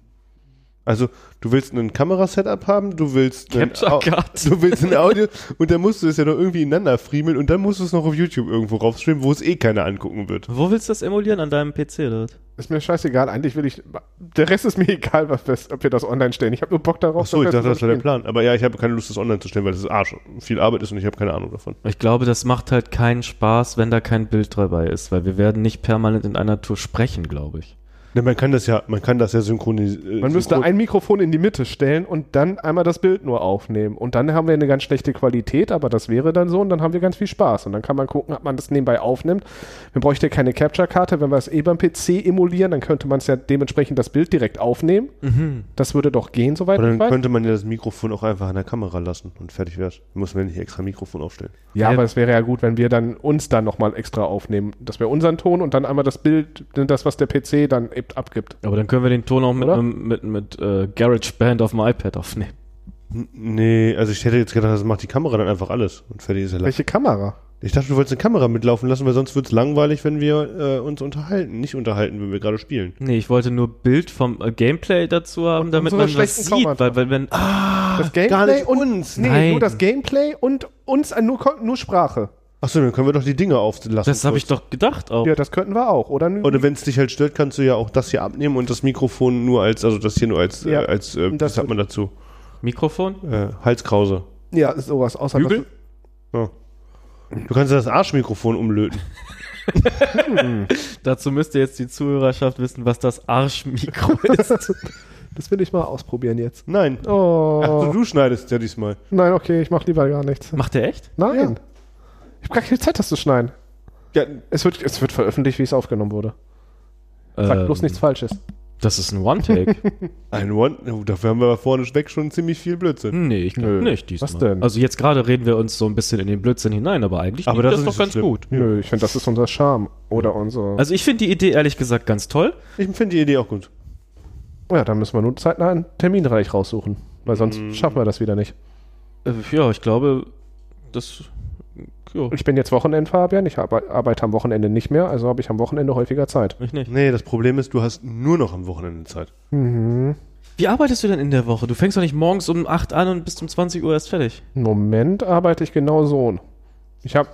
[SPEAKER 2] Also, du willst ein Kamerasetup haben, du willst ein,
[SPEAKER 3] Capture
[SPEAKER 2] Au-
[SPEAKER 3] Card.
[SPEAKER 2] du willst ein Audio und dann musst du es ja noch irgendwie ineinander friemeln und dann musst du es noch auf YouTube irgendwo raufstreamen, wo es eh keiner angucken wird.
[SPEAKER 3] Wo willst du das emulieren? An deinem PC, oder? was?
[SPEAKER 1] Ist mir scheißegal. Eigentlich will ich. Der Rest ist mir <laughs> egal, was, wir- ob wir das online stellen. Ich habe nur Bock darauf.
[SPEAKER 2] Ach so, ich
[SPEAKER 1] dass wir
[SPEAKER 2] dachte, das war der
[SPEAKER 1] zusammen
[SPEAKER 2] Plan. Aber ja, ich habe keine Lust, das online zu stellen, weil das ist Arsch. Viel Arbeit ist und ich habe keine Ahnung davon.
[SPEAKER 3] Ich glaube, das macht halt keinen Spaß, wenn da kein Bild dabei ist, weil wir werden nicht permanent in einer Tour sprechen, glaube ich.
[SPEAKER 2] Ne, man kann das ja, man kann das ja äh, synchronisieren.
[SPEAKER 1] spielen. Man müsste ein Mikrofon in die Mitte stellen und dann einmal das Bild nur aufnehmen. Und dann haben wir eine ganz schlechte Qualität, aber das wäre dann so und dann haben wir ganz viel Spaß. Und dann kann man gucken, ob man das nebenbei aufnimmt. Man bräuchte keine Capture-Karte. Wenn wir es eh beim PC emulieren, dann könnte man es ja dementsprechend das Bild direkt aufnehmen. Das würde doch gehen, soweit
[SPEAKER 2] Aber
[SPEAKER 1] ich
[SPEAKER 2] Mhm. dann
[SPEAKER 1] weiß.
[SPEAKER 2] könnte man ja das Mikrofon auch einfach an der Kamera lassen und fertig wär's. Dann Muss man ja nicht extra Mikrofon aufstellen.
[SPEAKER 1] Ja,
[SPEAKER 3] Ja.
[SPEAKER 1] aber es wäre ja gut, wenn wir dann uns dann nochmal extra aufnehmen. Dass wir unseren Ton und dann einmal das Bild, das, was der PC dann eben abgibt.
[SPEAKER 3] Aber dann können wir den Ton auch mit,
[SPEAKER 1] Oder?
[SPEAKER 3] einem- mit, mit äh, GarageBand auf dem iPad aufnehmen.
[SPEAKER 2] N nee, also ich hätte jetzt gedacht, das macht die Kamera dann einfach alles und fertig ist ja
[SPEAKER 1] Welche Kamera?
[SPEAKER 2] Ich dachte, du wolltest eine Kamera mitlaufen lassen, weil sonst wird's langweilig, wenn wir äh, uns unterhalten. Nicht unterhalten, wenn wir gerade spielen.
[SPEAKER 3] Nee, ich wollte nur Bild vom äh, Gameplay dazu haben, damit
[SPEAKER 1] unsere
[SPEAKER 3] man was
[SPEAKER 1] schlechten
[SPEAKER 3] sieht.
[SPEAKER 1] Traumata.
[SPEAKER 3] Weil, weil wenn, ah,
[SPEAKER 1] Das Gameplay
[SPEAKER 2] gar nicht
[SPEAKER 1] und
[SPEAKER 2] uns.
[SPEAKER 1] Nee,
[SPEAKER 3] Nein.
[SPEAKER 1] nur das Gameplay und uns äh, nur, Kon- nur Sprache.
[SPEAKER 2] Achso, dann können wir doch die Dinge auflassen.
[SPEAKER 3] das habe ich
[SPEAKER 2] kurz.
[SPEAKER 3] doch gedacht auch.
[SPEAKER 1] Ja, das könnten wir auch, oder?
[SPEAKER 2] Oder wenn es dich halt stört, kannst du ja auch das hier abnehmen und das Mikrofon nur als, also das hier nur als,
[SPEAKER 1] Ja,
[SPEAKER 2] äh, als äh,
[SPEAKER 1] und das
[SPEAKER 2] was hat man dazu?
[SPEAKER 3] Mikrofon?
[SPEAKER 2] Äh, Halskrause.
[SPEAKER 1] ja, sowas. Außer
[SPEAKER 2] Bügel? Ja. Du kannst ja das Arschmikrofon umlöten.
[SPEAKER 3] Dazu müsste jetzt die Zuhörerschaft wissen, was
[SPEAKER 1] <laughs>
[SPEAKER 3] das Arschmikro ist.
[SPEAKER 1] Das, das will ich mal ausprobieren jetzt.
[SPEAKER 2] Nein. Ach so,
[SPEAKER 1] Oh.
[SPEAKER 2] du schneidest ja diesmal.
[SPEAKER 1] Nein, okay, ich mach lieber gar nichts.
[SPEAKER 3] Macht der echt?
[SPEAKER 1] Nein. Ich habe gar keine Zeit, das zu schneiden.
[SPEAKER 2] Ja,
[SPEAKER 1] Es wird, es wird veröffentlicht, wie es aufgenommen wurde. Sag bloß nichts Falsches.
[SPEAKER 3] Ähm, Das ist ein <laughs> One-Take.
[SPEAKER 2] ein One. oh, Dafür haben wir aber vorne weg schon ziemlich viel Blödsinn.
[SPEAKER 3] nee, ich glaube
[SPEAKER 1] Nö.
[SPEAKER 3] nicht diesmal.
[SPEAKER 1] Was denn?
[SPEAKER 3] Also jetzt gerade reden wir uns so ein bisschen in den Blödsinn hinein, aber eigentlich
[SPEAKER 2] Aber
[SPEAKER 3] liegt
[SPEAKER 2] das ist nicht so schlimm.
[SPEAKER 1] Nö, ich finde, das ist unser Charme. Oder unsere.
[SPEAKER 3] Also ich finde die Idee ehrlich gesagt ganz toll.
[SPEAKER 2] Ich finde die Idee auch gut.
[SPEAKER 1] ja, dann müssen wir nun zeitnah einen Terminreich raussuchen. Weil sonst schaffen wir das wieder nicht.
[SPEAKER 3] Äh, Ja, ich glaube, das... Ja,
[SPEAKER 1] Ich bin jetzt Wochenendfabian, ich arbe- arbeite am Wochenende nicht mehr, also habe ich am Wochenende häufiger Zeit.
[SPEAKER 3] ich nicht.
[SPEAKER 2] Nee, das Problem ist, du hast nur noch am Wochenende Zeit.
[SPEAKER 3] Wie arbeitest du denn in der Woche? Du fängst doch nicht morgens um 8 an und bist um 20 Uhr erst fertig.
[SPEAKER 1] Im Moment arbeite ich genau so. Ich habe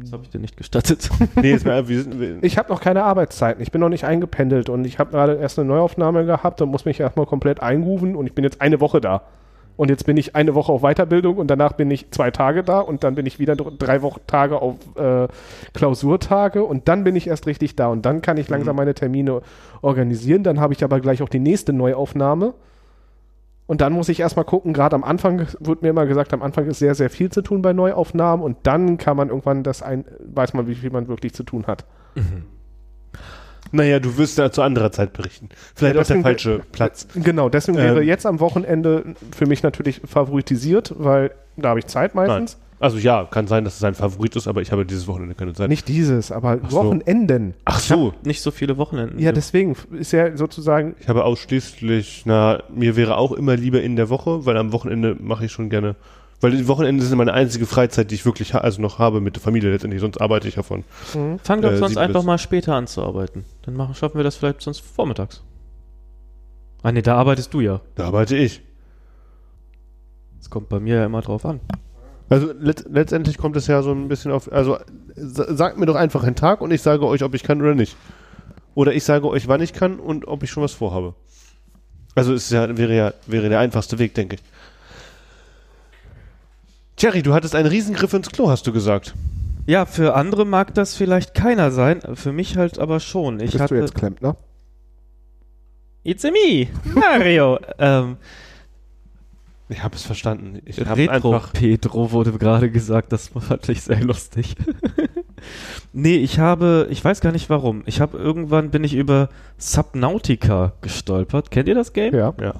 [SPEAKER 3] Das habe ich dir nicht gestattet. <laughs>
[SPEAKER 2] Nee, ist mir einfach, wir sind, wir,
[SPEAKER 1] ich hab noch keine Arbeitszeiten. Ich bin noch nicht eingependelt und ich habe gerade erst eine Neuaufnahme gehabt und muss mich erstmal komplett eingrooven und ich bin jetzt eine Woche da. Und jetzt bin ich eine Woche auf Weiterbildung und danach bin ich zwei Tage da und dann bin ich wieder dr- drei Wochen Tage auf äh, Klausurtage und dann bin ich erst richtig da und dann kann ich langsam meine Termine organisieren. Dann habe ich aber gleich auch die nächste Neuaufnahme. Und dann muss ich erstmal gucken, gerade am Anfang wird mir immer gesagt, am Anfang ist sehr, sehr viel zu tun bei Neuaufnahmen und dann kann man irgendwann das ein, weiß man, wie viel man wirklich zu tun hat.
[SPEAKER 2] naja, du wirst ja zu anderer Zeit berichten. Vielleicht
[SPEAKER 1] Ja,
[SPEAKER 2] auch der
[SPEAKER 1] deswegen-
[SPEAKER 2] <laughs> falsche Platz.
[SPEAKER 1] Genau, deswegen wäre
[SPEAKER 2] Ähm.
[SPEAKER 1] jetzt am Wochenende für mich natürlich favoritisiert, weil da habe ich Zeit
[SPEAKER 2] Nein.
[SPEAKER 1] meistens.
[SPEAKER 2] Also ja, kann sein, dass es sein Favorit ist, aber ich habe dieses Wochenende keine Zeit.
[SPEAKER 1] Nicht dieses, aber
[SPEAKER 2] Ach so.
[SPEAKER 1] Wochenenden.
[SPEAKER 2] Ach so.
[SPEAKER 3] nicht so viele Wochenenden.
[SPEAKER 1] Ja, deswegen ist ja sozusagen,
[SPEAKER 2] Ich habe ausschließlich, na, mir wäre auch immer lieber in der Woche, weil am Wochenende mache ich schon gerne. Weil die Wochenende sind meine einzige Freizeit, die ich wirklich ha also noch habe mit der Familie letztendlich, sonst arbeite ich davon.
[SPEAKER 1] hm.
[SPEAKER 3] Fang doch
[SPEAKER 2] Äh,
[SPEAKER 3] sonst
[SPEAKER 2] sieben
[SPEAKER 3] einfach
[SPEAKER 2] bis-
[SPEAKER 3] mal später an zu arbeiten. Dann machen, schaffen wir das vielleicht sonst vormittags. Ah ne, da arbeitest du ja.
[SPEAKER 2] Da arbeite ich.
[SPEAKER 3] Das kommt bei mir ja immer drauf an.
[SPEAKER 2] Also let letztendlich kommt es ja so ein bisschen auf, also sa- sagt mir doch einfach einen Tag und ich sage euch, ob ich kann oder nicht. Oder ich sage euch, wann ich kann und ob ich schon was vorhabe. Also es ist ja, wäre ja wäre der einfachste Weg, denke ich. Jerry, du hattest einen Riesengriff ins Klo, hast du gesagt.
[SPEAKER 3] Ja, für andere mag das vielleicht keiner sein, für mich halt aber schon. Ich
[SPEAKER 1] bist
[SPEAKER 3] hatte
[SPEAKER 1] du jetzt Klempner?
[SPEAKER 3] It's a me,
[SPEAKER 1] <laughs>
[SPEAKER 3] Mario. ähm,
[SPEAKER 2] Ich habe es verstanden. Ich habe
[SPEAKER 3] Retro
[SPEAKER 2] einfach
[SPEAKER 3] Pedro wurde gerade gesagt, das fand ich sehr lustig. <laughs> nee, ich habe, ich weiß gar nicht warum. Ich habe irgendwann bin ich über Subnautica gestolpert. Kennt ihr das Game?
[SPEAKER 1] Ja.
[SPEAKER 2] ja.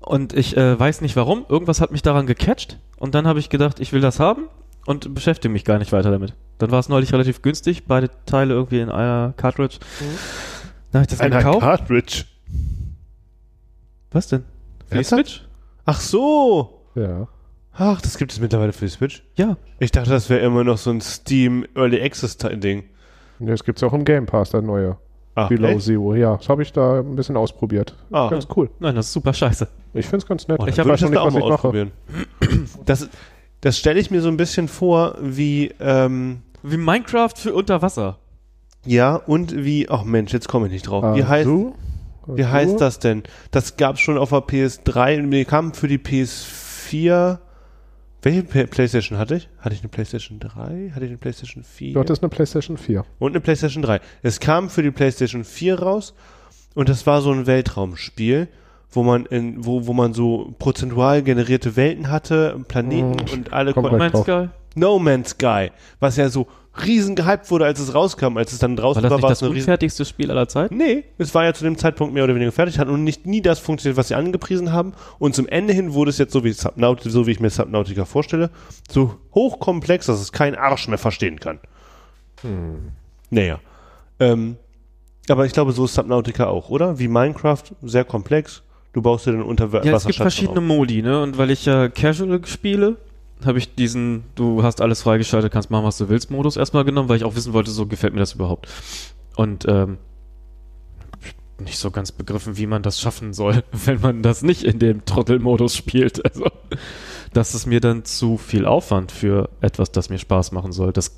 [SPEAKER 3] Und ich äh, weiß nicht warum. Irgendwas hat mich daran gecatcht. Und dann habe ich gedacht, ich will das haben und beschäftige mich gar nicht weiter damit. Dann war es neulich relativ günstig. Beide Teile irgendwie in einer Cartridge. Dann habe ich das
[SPEAKER 2] Ein
[SPEAKER 3] gekauft.
[SPEAKER 2] Cartridge.
[SPEAKER 3] Was denn? Für die
[SPEAKER 2] Ernsthaft?
[SPEAKER 3] Switch?
[SPEAKER 2] Ach so.
[SPEAKER 1] Ja.
[SPEAKER 2] Ach, das gibt es mittlerweile für die Switch.
[SPEAKER 3] Ja.
[SPEAKER 2] Ich dachte, das wäre immer noch so ein Steam Early Access Ding.
[SPEAKER 1] Nee, Das gibt es auch im Game Pass, der neue.
[SPEAKER 2] Ach,
[SPEAKER 1] Below
[SPEAKER 2] echt?
[SPEAKER 1] Zero, ja. Das habe ich da ein bisschen ausprobiert.
[SPEAKER 2] Ah.
[SPEAKER 1] Ganz cool.
[SPEAKER 3] Nein, das ist super scheiße.
[SPEAKER 1] Ich finde es ganz nett.
[SPEAKER 2] Oh,
[SPEAKER 3] Ich
[SPEAKER 2] ich
[SPEAKER 3] hab
[SPEAKER 2] habe das
[SPEAKER 1] schon
[SPEAKER 2] da auch
[SPEAKER 1] nicht,
[SPEAKER 2] mal
[SPEAKER 1] was ich
[SPEAKER 2] ausprobieren. Das, das stelle ich mir so ein bisschen vor wie ähm,
[SPEAKER 3] Wie Minecraft für unter Wasser.
[SPEAKER 2] Ja, und wie, ach Mensch, jetzt komme ich nicht drauf. Wie heißt,
[SPEAKER 1] Azu?
[SPEAKER 2] wie
[SPEAKER 1] Azu?
[SPEAKER 2] heißt das denn? Das gab es schon auf der PS3, nee, kam für die PS4. Welche P- Playstation hatte ich? Hatte ich eine Playstation 3? Hatte ich eine Playstation 4?
[SPEAKER 1] Du hattest eine PlayStation 4.
[SPEAKER 2] und eine PlayStation 3. Es kam für die PlayStation 4 raus und das war so ein Weltraumspiel, wo man in, wo, wo man so prozentual generierte Welten hatte, Planeten
[SPEAKER 1] Mhm.
[SPEAKER 2] und alle
[SPEAKER 1] komm
[SPEAKER 2] konnten.
[SPEAKER 1] gleich.
[SPEAKER 3] Man's Sky?
[SPEAKER 2] No Man's Sky, was ja so riesen gehypt wurde, als es rauskam, als es dann
[SPEAKER 3] War
[SPEAKER 2] draußen
[SPEAKER 3] das
[SPEAKER 2] war,
[SPEAKER 3] nicht
[SPEAKER 2] war
[SPEAKER 3] das
[SPEAKER 2] es eine riesen
[SPEAKER 3] unfertigste Spiel aller Zeiten?
[SPEAKER 2] Nee, es war ja zu dem Zeitpunkt mehr oder weniger fertig, hat und nicht nie das funktioniert, was sie angepriesen haben. Und zum Ende hin wurde es jetzt so wie, Subnautica, so wie ich mir Subnautica vorstelle, so hochkomplex, dass es kein Arsch mehr verstehen kann. Naja. Ähm, aber ich glaube, so ist Subnautica auch, oder? Wie Minecraft, sehr komplex. Du baust dir den Unterwasserschatz.
[SPEAKER 3] Ja, es gibt verschiedene
[SPEAKER 2] auf.
[SPEAKER 3] Modi, ne? Und weil ich ja Casual spiele, habe ich diesen, du hast alles freigeschaltet, kannst machen, was du willst, Modus erstmal genommen, weil ich auch wissen wollte, so gefällt mir das überhaupt. Und ähm, nicht so ganz begriffen, wie man das schaffen soll, <laughs> wenn man das nicht in dem Trottelmodus spielt. <laughs> Also, das ist mir dann zu viel Aufwand für etwas, das mir Spaß machen soll. Das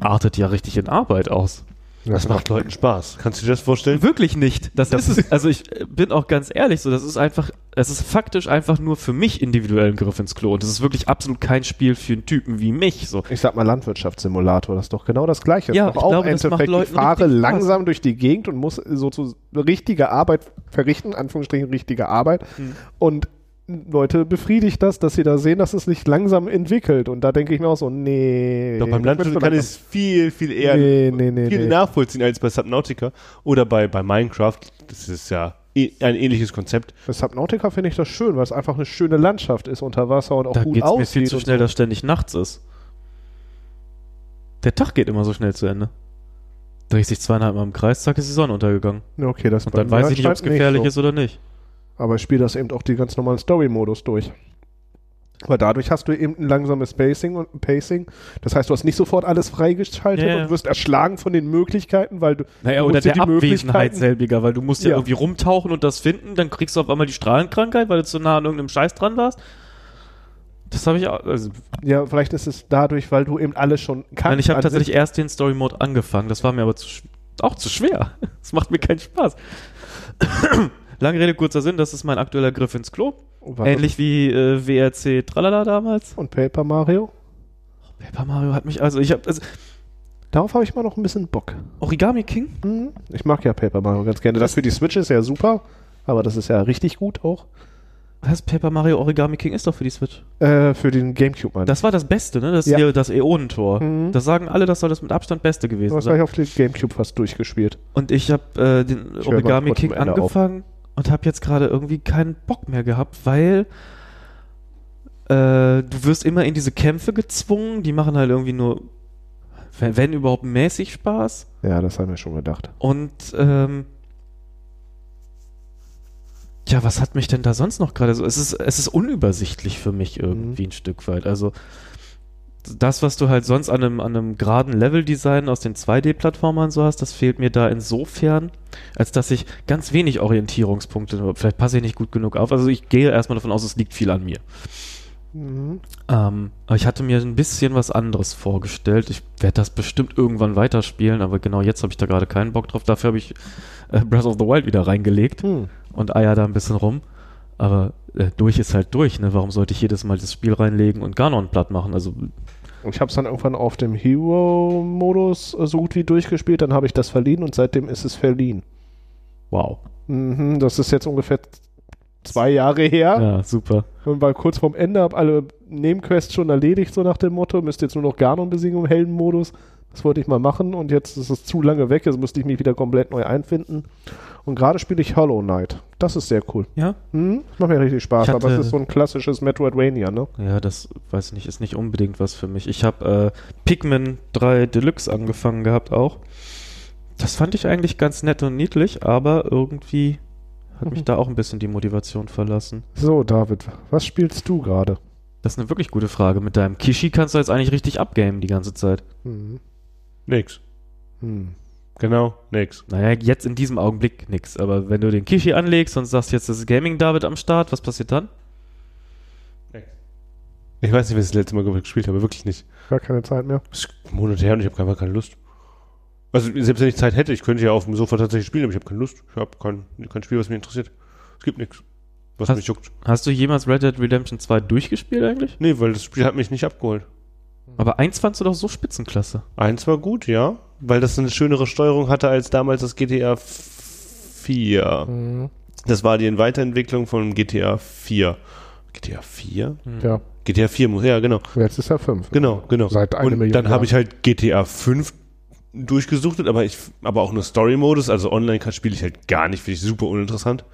[SPEAKER 3] artet ja richtig in Arbeit aus.
[SPEAKER 2] Das macht Leuten Spaß. Kannst du dir das vorstellen?
[SPEAKER 3] Wirklich nicht. Das, ist es. Also ich äh, bin auch ganz ehrlich, so das ist einfach, es ist faktisch einfach nur für mich individuellen Griff ins Klo und das ist wirklich absolut kein Spiel für einen Typen wie mich. So
[SPEAKER 1] ich sag mal Landwirtschaftssimulator, das ist doch genau das gleiche.
[SPEAKER 3] Ja,
[SPEAKER 1] das ist
[SPEAKER 3] ich
[SPEAKER 1] doch auch
[SPEAKER 3] glaube,
[SPEAKER 1] im
[SPEAKER 3] das macht
[SPEAKER 1] Endeffekt, ich
[SPEAKER 3] Leuten
[SPEAKER 1] fahre
[SPEAKER 3] richtig Spaß.
[SPEAKER 1] langsam durch die Gegend und muss so zu richtige Arbeit verrichten, Anführungsstrichen richtige Arbeit.
[SPEAKER 3] Hm.
[SPEAKER 1] Und Leute befriedigt das, dass sie da sehen, dass es sich langsam entwickelt. Und da denke ich mir auch so, nee.
[SPEAKER 2] Doch beim Landwirt kann ich es viel, viel eher
[SPEAKER 1] Nee, nee, nee,
[SPEAKER 2] viel
[SPEAKER 1] nee.
[SPEAKER 2] nachvollziehen als bei Subnautica oder bei, bei Minecraft. Das ist ja eh- ein ähnliches Konzept.
[SPEAKER 1] Bei Subnautica finde ich das schön, weil es einfach eine schöne Landschaft ist unter Wasser und auch
[SPEAKER 3] da
[SPEAKER 1] gut
[SPEAKER 3] geht's mir
[SPEAKER 1] aussieht.
[SPEAKER 3] viel zu
[SPEAKER 1] und
[SPEAKER 3] schnell,
[SPEAKER 1] so.
[SPEAKER 3] dass ständig nachts ist. Der Tag geht immer so schnell zu Ende. Dreht sich zweieinhalb Mal im Kreis, zack, ist die Sonne untergegangen.
[SPEAKER 1] Ja, Okay, das
[SPEAKER 3] Und
[SPEAKER 1] bei
[SPEAKER 3] dann
[SPEAKER 1] mir
[SPEAKER 3] weiß ich nicht, ob es
[SPEAKER 1] anscheinend
[SPEAKER 3] gefährlich
[SPEAKER 1] halt so.
[SPEAKER 3] ist oder nicht.
[SPEAKER 1] Aber ich spiele das eben auch die ganz normalen Story-Modus durch. Weil dadurch hast du eben ein langsames Pacing und Pacing. Das heißt, du hast nicht sofort alles freigeschaltet
[SPEAKER 3] Ja, ja.
[SPEAKER 1] und wirst erschlagen von den Möglichkeiten, weil du
[SPEAKER 3] Naja,
[SPEAKER 1] du
[SPEAKER 3] oder
[SPEAKER 1] musst dir
[SPEAKER 3] der Abwesenheit
[SPEAKER 1] Möglichkeiten-
[SPEAKER 3] selbiger, weil du musst ja,
[SPEAKER 1] Ja.
[SPEAKER 3] irgendwie rumtauchen und das finden, dann kriegst du auf einmal die Strahlenkrankheit, weil du zu nah an irgendeinem Scheiß dran warst. Das habe ich auch, also
[SPEAKER 1] Ja, vielleicht ist es dadurch, weil du eben alles schon kannst.
[SPEAKER 3] Nein, ich habe
[SPEAKER 1] An sich-
[SPEAKER 3] tatsächlich erst den Story Mode angefangen. Das war mir aber zu, sch- auch zu schwer. <laughs> Das macht mir keinen Spaß. <coughs> Lange Rede, kurzer Sinn, das ist mein aktueller Griff ins Klo.
[SPEAKER 1] Oh, warte.
[SPEAKER 3] Ähnlich wie äh, WRC Tralala damals.
[SPEAKER 1] Und Paper Mario?
[SPEAKER 3] Paper Mario hat mich also, ich habe also,
[SPEAKER 1] Darauf habe ich mal noch ein bisschen Bock.
[SPEAKER 3] Origami King.
[SPEAKER 1] Hm, Ich mag ja Paper Mario ganz gerne. Das für die Switch ist ja super, aber das ist ja richtig gut auch.
[SPEAKER 3] Was Paper Mario Origami King ist doch für die Switch.
[SPEAKER 1] Äh, für den Gamecube, meine ich.
[SPEAKER 3] Das war das Beste, ne? Das
[SPEAKER 1] Ja.
[SPEAKER 3] hier das Äonentor.
[SPEAKER 1] Mhm.
[SPEAKER 3] Das sagen alle, das soll das mit Abstand Beste gewesen
[SPEAKER 1] Das
[SPEAKER 3] sein.
[SPEAKER 1] habe ich auf dem Gamecube fast durchgespielt.
[SPEAKER 3] Und ich habe äh, den
[SPEAKER 1] Ich höre mal
[SPEAKER 3] Origami
[SPEAKER 1] kurz am
[SPEAKER 3] King
[SPEAKER 1] Ende auf.
[SPEAKER 3] angefangen und habe jetzt gerade irgendwie keinen Bock mehr gehabt, weil äh, du wirst immer in diese Kämpfe gezwungen. Die machen halt irgendwie nur, wenn, wenn überhaupt, mäßig Spaß.
[SPEAKER 1] Ja, das haben wir schon gedacht.
[SPEAKER 3] Und ähm, ja, was hat mich denn da sonst noch gerade so? Es ist, es ist unübersichtlich für mich irgendwie ein Stück weit. Also das, was du halt sonst an einem, an einem geraden Level-Design aus den 2D-Plattformern so hast, das fehlt mir da insofern, als dass ich ganz wenig Orientierungspunkte habe. Vielleicht passe ich nicht gut genug auf. Also ich gehe erstmal davon aus, es liegt viel an mir.
[SPEAKER 1] Mhm.
[SPEAKER 3] Ähm, aber ich hatte mir ein bisschen was anderes vorgestellt. Ich werde das bestimmt irgendwann weiterspielen, aber genau jetzt habe ich da gerade keinen Bock drauf. Dafür habe ich äh, Breath of the Wild wieder reingelegt
[SPEAKER 1] Hm.
[SPEAKER 3] und eier da ein bisschen rum. Aber äh, durch ist halt durch, ne? Warum sollte ich jedes Mal das Spiel reinlegen und Ganon platt machen? Also,
[SPEAKER 1] Und ich habe es dann irgendwann auf dem Hero-Modus äh, so gut wie durchgespielt, dann habe ich das verliehen und seitdem ist es verliehen.
[SPEAKER 3] wow.
[SPEAKER 1] Mhm, das ist jetzt ungefähr zwei Jahre her.
[SPEAKER 3] Ja, super.
[SPEAKER 1] Und weil kurz vorm Ende habe alle Nebenquests schon erledigt, so nach dem Motto, müsst jetzt nur noch Ganon besiegen im Heldenmodus. Das wollte ich mal machen und jetzt ist es zu lange weg, jetzt musste ich mich wieder komplett neu einfinden. Und gerade spiele ich Hollow Knight. Das ist sehr cool.
[SPEAKER 3] Ja?
[SPEAKER 1] Hm? Das macht mir richtig Spaß,
[SPEAKER 3] Ich hatte-
[SPEAKER 1] aber es ist so ein klassisches Metroidvania, ne?
[SPEAKER 3] Ja, das weiß nicht, ist nicht unbedingt was für mich. Ich habe äh, Pikmin 3 Deluxe angefangen gehabt auch. Das fand ich eigentlich ganz nett und niedlich, aber irgendwie hat mich da auch ein bisschen die Motivation verlassen.
[SPEAKER 1] So, David, was spielst du gerade?
[SPEAKER 3] Das ist eine wirklich gute Frage. Mit deinem Kishi kannst du jetzt eigentlich richtig abgamen die ganze Zeit.
[SPEAKER 1] Hm.
[SPEAKER 2] Nix.
[SPEAKER 1] Hm.
[SPEAKER 2] Genau, nix.
[SPEAKER 3] Naja, jetzt in diesem Augenblick nix. Aber wenn du den Kishi anlegst und sagst, jetzt ist Gaming David am Start, was passiert dann?
[SPEAKER 2] Ich weiß nicht, was ich das letzte Mal gespielt habe, wirklich nicht.
[SPEAKER 1] Gar keine Zeit mehr.
[SPEAKER 2] Es ist Monate her und ich habe einfach keine Lust. Also selbst wenn ich Zeit hätte, ich könnte ja auf dem Sofa tatsächlich spielen, aber ich habe keine Lust. Ich habe kein, kein Spiel, was mich interessiert. Es gibt nichts, was
[SPEAKER 3] Hast-
[SPEAKER 2] mich juckt.
[SPEAKER 3] Hast du jemals Red Dead Redemption 2 durchgespielt eigentlich?
[SPEAKER 2] Nee, weil das Spiel hat mich nicht abgeholt.
[SPEAKER 3] Aber eins fandst du doch so spitzenklasse.
[SPEAKER 2] Eins war gut, ja, weil das eine schönere Steuerung hatte als damals das GTA 4.
[SPEAKER 4] Mhm.
[SPEAKER 2] Das war die Weiterentwicklung von GTA 4. GTA 4?
[SPEAKER 1] Ja,
[SPEAKER 2] GTA 4 muss, ja, genau.
[SPEAKER 1] jetzt ist er fünf.
[SPEAKER 2] Genau, genau.
[SPEAKER 1] Seit eine
[SPEAKER 2] Und
[SPEAKER 1] Million
[SPEAKER 2] dann
[SPEAKER 1] Jahren.
[SPEAKER 2] habe ich halt GTA 5 durchgesuchtet, aber ich aber auch nur Story Modus, also online kann- spiele ich halt gar nicht, finde ich super uninteressant.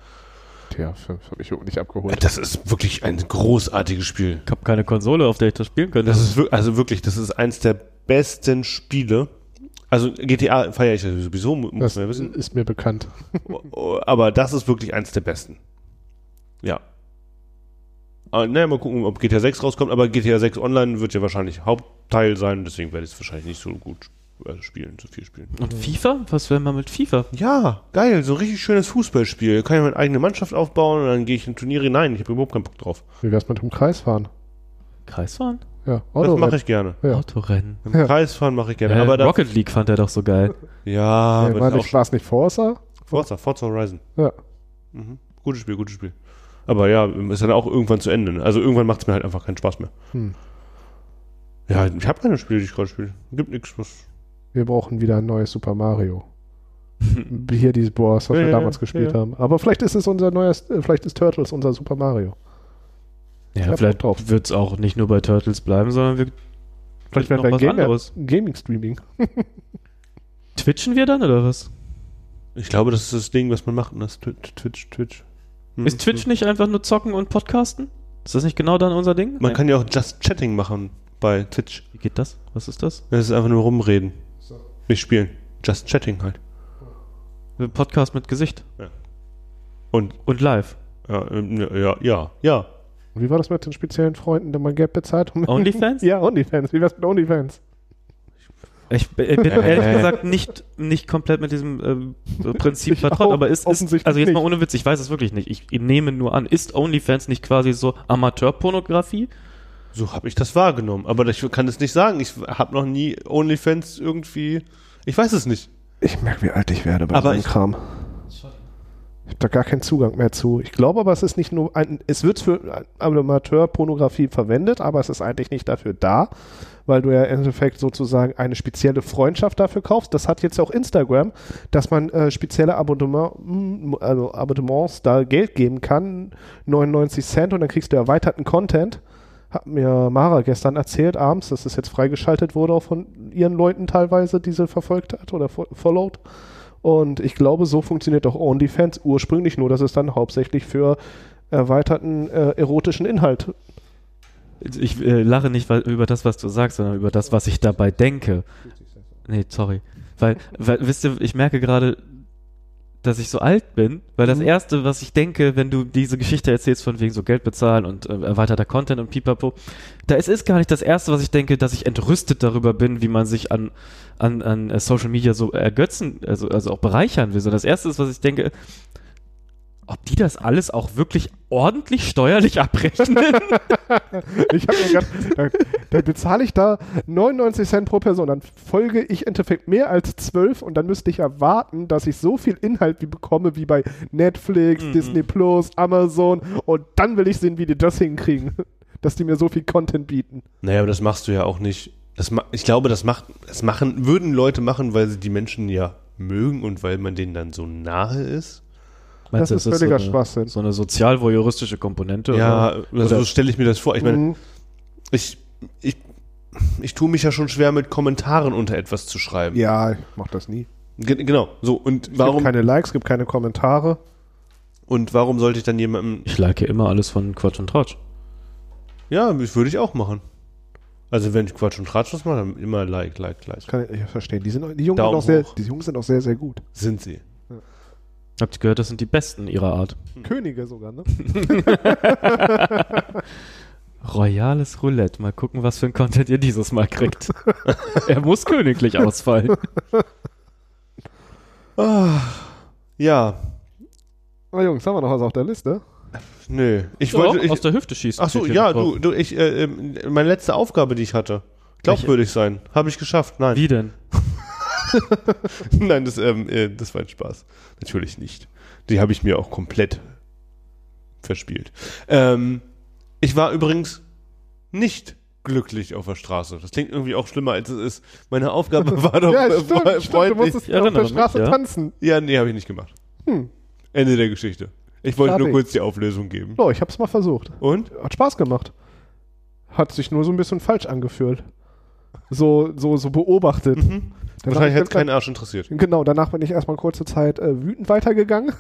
[SPEAKER 1] Tja, fünf habe ich auch nicht abgeholt.
[SPEAKER 2] Das ist wirklich ein großartiges Spiel.
[SPEAKER 3] Ich habe keine Konsole, auf der ich das spielen könnte.
[SPEAKER 2] Das ist wir- also wirklich, das ist eins der besten Spiele. Also GTA feiere ich ja sowieso, mu- muss
[SPEAKER 1] Das
[SPEAKER 2] man ja wissen.
[SPEAKER 1] ist mir bekannt.
[SPEAKER 2] Oh, Aber das ist wirklich eins der besten. Ja. Ah, naja, mal gucken, ob GTA 6 rauskommt, aber GTA 6 Online wird ja wahrscheinlich Hauptteil sein, deswegen werde ich es wahrscheinlich nicht so gut äh, spielen, so viel spielen.
[SPEAKER 3] Und FIFA? Was wäre mal mit FIFA?
[SPEAKER 2] Ja, geil, so ein richtig schönes Fußballspiel. Da kann ich meine eigene Mannschaft aufbauen und dann gehe ich in Turniere hinein. Ich habe überhaupt keinen Bock drauf.
[SPEAKER 1] Wie wär's mit dem Kreisfahren?
[SPEAKER 3] Kreisfahren?
[SPEAKER 1] Ja, ne?
[SPEAKER 2] das mache
[SPEAKER 1] Autorennen.
[SPEAKER 2] ich gerne.
[SPEAKER 1] Ja.
[SPEAKER 3] Autorennen.
[SPEAKER 2] Im
[SPEAKER 1] Ja.
[SPEAKER 2] Kreisfahren mache ich gerne.
[SPEAKER 3] Äh,
[SPEAKER 2] aber da,
[SPEAKER 3] Rocket League fand er doch so geil.
[SPEAKER 2] ja,
[SPEAKER 1] Äh, war
[SPEAKER 2] aber das ist auch
[SPEAKER 1] nicht, war's nicht Forza?
[SPEAKER 2] Forza, Forza Horizon.
[SPEAKER 1] Ja.
[SPEAKER 2] Mhm. Gutes Spiel, gutes Spiel. Aber ja, ist dann auch irgendwann zu Ende. ne? Also irgendwann macht es mir halt einfach keinen Spaß mehr.
[SPEAKER 1] Hm.
[SPEAKER 2] Ja, ich habe keine Spiele, die ich gerade spiele. Gibt nichts, was.
[SPEAKER 1] Wir brauchen wieder ein neues Super
[SPEAKER 2] <laughs>
[SPEAKER 1] Mario. Hier dieses Boss, was
[SPEAKER 2] Ja,
[SPEAKER 1] wir
[SPEAKER 2] ja,
[SPEAKER 1] damals
[SPEAKER 2] ja,
[SPEAKER 1] gespielt
[SPEAKER 2] ja.
[SPEAKER 1] haben. Aber vielleicht ist es unser neues, äh, vielleicht ist Turtles unser Super Mario.
[SPEAKER 3] Ja,
[SPEAKER 1] hab
[SPEAKER 3] vielleicht
[SPEAKER 1] Bock drauf.
[SPEAKER 3] wird es auch nicht nur bei Turtles bleiben, sondern wir
[SPEAKER 1] Vielleicht
[SPEAKER 3] noch
[SPEAKER 1] werden wir
[SPEAKER 3] was
[SPEAKER 1] ein Gamer,
[SPEAKER 3] anderes.
[SPEAKER 1] Gaming-Streaming.
[SPEAKER 3] twitchen wir dann oder was?
[SPEAKER 2] Ich glaube, das ist das Ding, was man macht. ne? Das Twi- Twitch, Twitch. Hm.
[SPEAKER 3] Ist Twitch nicht einfach nur zocken und podcasten? Ist das nicht genau dann unser Ding?
[SPEAKER 2] Man kann ja auch Just Chatting machen bei Twitch.
[SPEAKER 3] Wie geht das? Was ist das?
[SPEAKER 2] Das ist einfach nur rumreden. Nicht spielen. Just Chatting halt.
[SPEAKER 3] Ein Podcast mit Gesicht
[SPEAKER 2] Und
[SPEAKER 3] und live.
[SPEAKER 2] ja, ähm, ja, ja, ja.
[SPEAKER 1] Und wie war das mit den speziellen Freunden, die man Geld bezahlt? Um <laughs>
[SPEAKER 3] Onlyfans?
[SPEAKER 1] ja, Onlyfans. Wie wär's mit Onlyfans?
[SPEAKER 3] Ich b- ich bin ehrlich gesagt nicht, nicht komplett mit diesem ähm, Prinzip vertraut,
[SPEAKER 1] auch,
[SPEAKER 3] aber ist, ist
[SPEAKER 1] offensichtlich
[SPEAKER 3] also jetzt mal
[SPEAKER 1] nicht.
[SPEAKER 3] ohne Witz, ich weiß es wirklich nicht. Ich nehme nur an, ist OnlyFans nicht quasi so Amateurpornografie?
[SPEAKER 2] So habe ich das wahrgenommen. Aber ich kann es nicht sagen. Ich habe noch nie OnlyFans irgendwie. Ich weiß es nicht.
[SPEAKER 1] Ich merke, wie alt ich werde bei
[SPEAKER 2] Aber ich-
[SPEAKER 1] Kram. Ich habe da gar keinen Zugang mehr zu. Ich glaube aber, es ist nicht nur ein, es wird für Amateurpornografie verwendet, aber es ist eigentlich nicht dafür da, weil du ja im Endeffekt sozusagen eine spezielle Freundschaft dafür kaufst. Das hat jetzt auch Instagram, dass man äh, spezielle Abonnement, m, also Abonnements da Geld geben kann, 99 Cent und dann kriegst du erweiterten Content. Hat mir Mara gestern erzählt, abends, dass es jetzt freigeschaltet wurde, auch von ihren Leuten teilweise, die sie verfolgt hat oder fo followed. Und ich glaube, so funktioniert auch OnlyFans ursprünglich nur, dass es dann hauptsächlich für erweiterten äh, erotischen Inhalt.
[SPEAKER 3] Ich äh, lache nicht weil, über das, was du sagst, sondern über das, was ich dabei denke. Nee, sorry. Weil, weil wisst ihr, ich merke gerade, dass ich so alt bin, weil das Erste, was ich denke, wenn du diese Geschichte erzählst von wegen so Geld bezahlen und äh, erweiterter Content und pipapo, da ist, ist gar nicht das Erste, was ich denke, dass ich entrüstet darüber bin, wie man sich an, an, an äh, Social Media so ergötzen, also, also auch bereichern will. So das Erste ist, was ich denke, ob die das alles auch wirklich ordentlich steuerlich abrechnen?
[SPEAKER 1] Ich habe mir gedacht, da, da bezahle ich da 99 Cent pro Person, dann folge ich im Endeffekt mehr als 12 und dann müsste ich erwarten, dass ich so viel Inhalt wie bekomme wie bei Netflix,
[SPEAKER 2] Mhm.
[SPEAKER 1] Disney Plus, Amazon und dann will ich sehen, wie die das hinkriegen, dass die mir so viel Content bieten.
[SPEAKER 2] Naja, aber das machst du ja auch nicht. Das ma ich glaube, das, macht, das machen, würden Leute machen, weil sie die Menschen ja mögen und weil man denen dann so nahe ist.
[SPEAKER 1] Das
[SPEAKER 3] du,
[SPEAKER 1] ist völliger
[SPEAKER 3] so eine,
[SPEAKER 1] Schwachsinn.
[SPEAKER 3] So eine sozialvoyeuristische Komponente. oder?
[SPEAKER 2] Ja, also so
[SPEAKER 3] oder-
[SPEAKER 2] stelle ich mir das vor. Ich meine,
[SPEAKER 1] Mhm.
[SPEAKER 2] ich, ich, ich tue mich ja schon schwer mit Kommentaren unter etwas zu schreiben.
[SPEAKER 1] Ja, ich mach das nie.
[SPEAKER 2] Ge- Genau. So,
[SPEAKER 1] Es
[SPEAKER 2] und
[SPEAKER 1] gibt
[SPEAKER 2] warum,
[SPEAKER 1] keine Likes, gibt keine Kommentare.
[SPEAKER 2] und warum sollte ich dann jemandem.
[SPEAKER 3] Ich like immer alles von Quatsch und Tratsch.
[SPEAKER 2] Ja, das würde ich auch machen. Also, wenn ich Quatsch und Tratsch was mache, dann immer like, like, like.
[SPEAKER 1] Kann ich, ich verstehen. Die, sind, die, Jungen sind
[SPEAKER 2] Daumen
[SPEAKER 1] auch sehr,
[SPEAKER 2] hoch.
[SPEAKER 1] die Jungen sind auch sehr, sehr gut.
[SPEAKER 2] Sind sie.
[SPEAKER 3] Habt ihr gehört, das sind die Besten ihrer Art.
[SPEAKER 2] Hm.
[SPEAKER 1] Könige sogar, ne?
[SPEAKER 3] Royales Roulette. Mal gucken, was für ein Content ihr dieses Mal kriegt.
[SPEAKER 2] <laughs>
[SPEAKER 3] er muss königlich ausfallen.
[SPEAKER 2] Ah, Ja,
[SPEAKER 1] Na Ah, Jungs, haben wir noch was auf der Liste?
[SPEAKER 2] nö. Ich
[SPEAKER 3] Doch,
[SPEAKER 2] wollte. Ich,
[SPEAKER 3] aus der Hüfte schießen.
[SPEAKER 2] ach so, ja, du, du ich, äh, ähm, meine letzte Aufgabe, die ich hatte. Glaubwürdig sein. Habe ich geschafft. Nein.
[SPEAKER 3] Wie denn?
[SPEAKER 2] <laughs> Nein, das, ähm, äh, das war ein Spaß. Natürlich nicht. Die habe ich mir auch komplett verspielt. Ähm, ich war übrigens nicht glücklich auf der Straße. Das klingt irgendwie auch schlimmer, als es ist. Meine
[SPEAKER 1] <laughs>
[SPEAKER 2] Aufgabe war doch
[SPEAKER 1] ja,
[SPEAKER 2] äh,
[SPEAKER 1] stimmt,
[SPEAKER 2] fre-
[SPEAKER 1] stimmt, du
[SPEAKER 2] freundlich.
[SPEAKER 1] musstest
[SPEAKER 3] Ich
[SPEAKER 1] auf
[SPEAKER 3] erinnere
[SPEAKER 1] der
[SPEAKER 3] mich,
[SPEAKER 1] Straße
[SPEAKER 3] ja.
[SPEAKER 1] tanzen.
[SPEAKER 2] Ja, nee, habe ich nicht gemacht.
[SPEAKER 1] Hm.
[SPEAKER 2] Ende der Geschichte. Ich wollte
[SPEAKER 1] Schade.
[SPEAKER 2] nur kurz die Auflösung geben.
[SPEAKER 1] Oh, ich hab's mal versucht.
[SPEAKER 2] Und?
[SPEAKER 1] Hat Spaß gemacht. Hat sich nur so ein bisschen falsch angefühlt. So, so, so beobachtet. Dann
[SPEAKER 2] Mhm. <laughs> Wahrscheinlich
[SPEAKER 1] hab
[SPEAKER 2] hat
[SPEAKER 1] ich
[SPEAKER 2] es keinen Arsch interessiert.
[SPEAKER 1] Genau, danach bin ich erstmal kurze Zeit äh, wütend weitergegangen.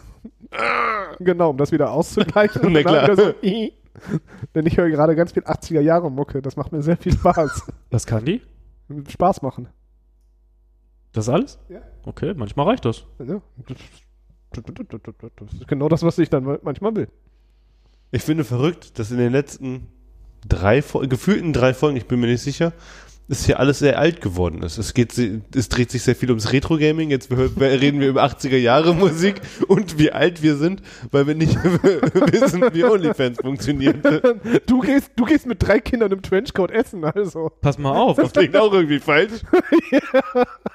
[SPEAKER 1] genau, um das wieder
[SPEAKER 2] <laughs>
[SPEAKER 1] auszugleichen. Und
[SPEAKER 2] Ah! Na
[SPEAKER 1] danach
[SPEAKER 2] klar.
[SPEAKER 1] wieder so, Denn ich höre gerade ganz viel 80er-Jahre-Mucke. Das macht mir sehr viel Spaß. <laughs>
[SPEAKER 3] Das kann die?
[SPEAKER 1] Spaß machen.
[SPEAKER 3] Das alles?
[SPEAKER 1] Ja.
[SPEAKER 3] Okay, manchmal reicht das.
[SPEAKER 1] Ja. Das ist genau das, was ich dann manchmal will. <laughs>
[SPEAKER 2] Ich finde verrückt, dass in den letzten drei Fol- gefühlten drei Folgen, ich bin mir nicht sicher, ist hier alles sehr alt geworden ist. Es, geht, se- es dreht sich sehr viel ums Retro-Gaming. Jetzt hör- reden wir über 80er-Jahre-Musik und wie alt wir sind, weil wir nicht <laughs> wissen, wie OnlyFans funktioniert. Das
[SPEAKER 1] Du gehst, du gehst mit drei Kindern im Trenchcoat essen, also.
[SPEAKER 3] Pass mal auf. auf
[SPEAKER 2] klingt auch irgendwie falsch.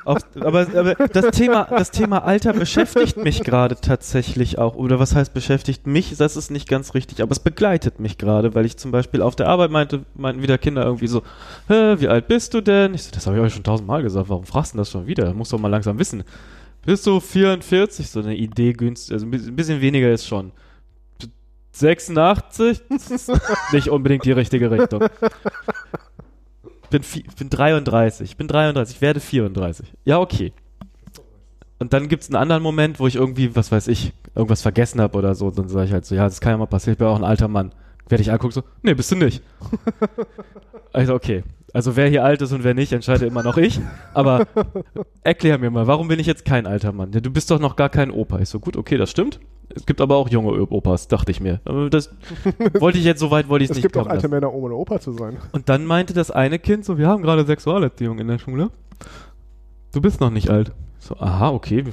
[SPEAKER 3] Auf, aber aber das, Thema, das Thema Alter beschäftigt mich gerade tatsächlich auch. Oder was heißt beschäftigt mich? Das ist nicht ganz richtig, aber es begleitet mich gerade, weil ich zum Beispiel auf der Arbeit meinte, meinten wieder Kinder irgendwie so, Hä, wie alt bist du denn? Ich so, das habe ich euch schon tausendmal gesagt, warum fragst du denn das schon wieder? Muss doch mal langsam wissen. Bist du 44? So eine Idee günstig, also ein bi- ein bisschen weniger ist schon. 86? <laughs> nicht unbedingt die richtige Richtung. bin, vi- bin 33, bin 33, werde 34. Ja, okay. Und dann gibt es einen anderen Moment, wo ich irgendwie, was weiß ich, irgendwas vergessen habe oder so. Dann sage ich halt so, ja, das kann ja mal passieren, ich bin ja auch ein alter Mann. Werde ich angucken, so, nee, bist du
[SPEAKER 1] <laughs>
[SPEAKER 3] nicht. also, okay. Also wer hier alt ist und wer nicht, entscheide immer noch ich. Aber erklär mir mal, warum bin ich jetzt kein alter Mann? Ja, du bist doch noch gar kein Opa. Ich so, gut, okay, das stimmt. Es gibt aber auch junge Ö- Opas, dachte ich mir.
[SPEAKER 1] <laughs>
[SPEAKER 3] Aber Das wollte ich jetzt, so weit wollte ich
[SPEAKER 1] Es
[SPEAKER 3] nicht
[SPEAKER 1] gibt auch
[SPEAKER 3] kommen
[SPEAKER 1] alte
[SPEAKER 3] lassen.
[SPEAKER 1] Männer, um Oma oder Opa zu sein.
[SPEAKER 3] Und dann meinte das eine Kind so, wir haben gerade Sexualerziehung in der Schule. Du bist noch nicht alt. So, aha, okay.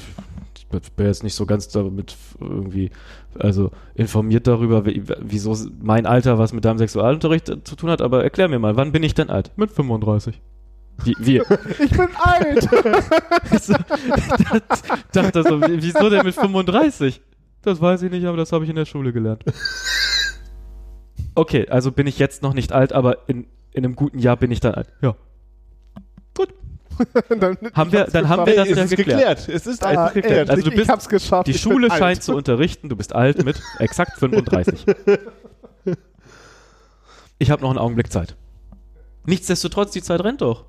[SPEAKER 3] Ich bin jetzt nicht so ganz damit irgendwie, also informiert darüber, wie- wieso mein Alter was mit deinem Sexualunterricht äh, zu tun hat, aber erklär mir mal, wann bin ich denn alt? Mit 35. Wie, wie?
[SPEAKER 1] Ich bin
[SPEAKER 3] <laughs>
[SPEAKER 1] alt!
[SPEAKER 3] Ich so, dachte so, wie- wieso denn mit 35? Das weiß ich nicht, aber das habe ich in der Schule gelernt. Okay, also bin ich jetzt noch nicht alt, aber in, in einem guten Jahr bin ich dann alt. Ja.
[SPEAKER 2] <laughs>
[SPEAKER 1] dann,
[SPEAKER 3] Haben wir, dann haben wir das
[SPEAKER 2] es
[SPEAKER 3] ja
[SPEAKER 2] ist geklärt.
[SPEAKER 3] geklärt.
[SPEAKER 2] Es ist
[SPEAKER 1] ah,
[SPEAKER 2] einfach
[SPEAKER 1] endlich,
[SPEAKER 2] geklärt.
[SPEAKER 3] Also du
[SPEAKER 1] ich
[SPEAKER 3] bist-
[SPEAKER 1] hab's geschafft.
[SPEAKER 3] Die
[SPEAKER 1] ich
[SPEAKER 3] Schule
[SPEAKER 1] bin alt.
[SPEAKER 3] scheint zu unterrichten, du bist alt
[SPEAKER 1] <laughs>
[SPEAKER 3] mit exakt 35. Ich habe noch einen Augenblick Zeit. Nichtsdestotrotz, die Zeit rennt doch.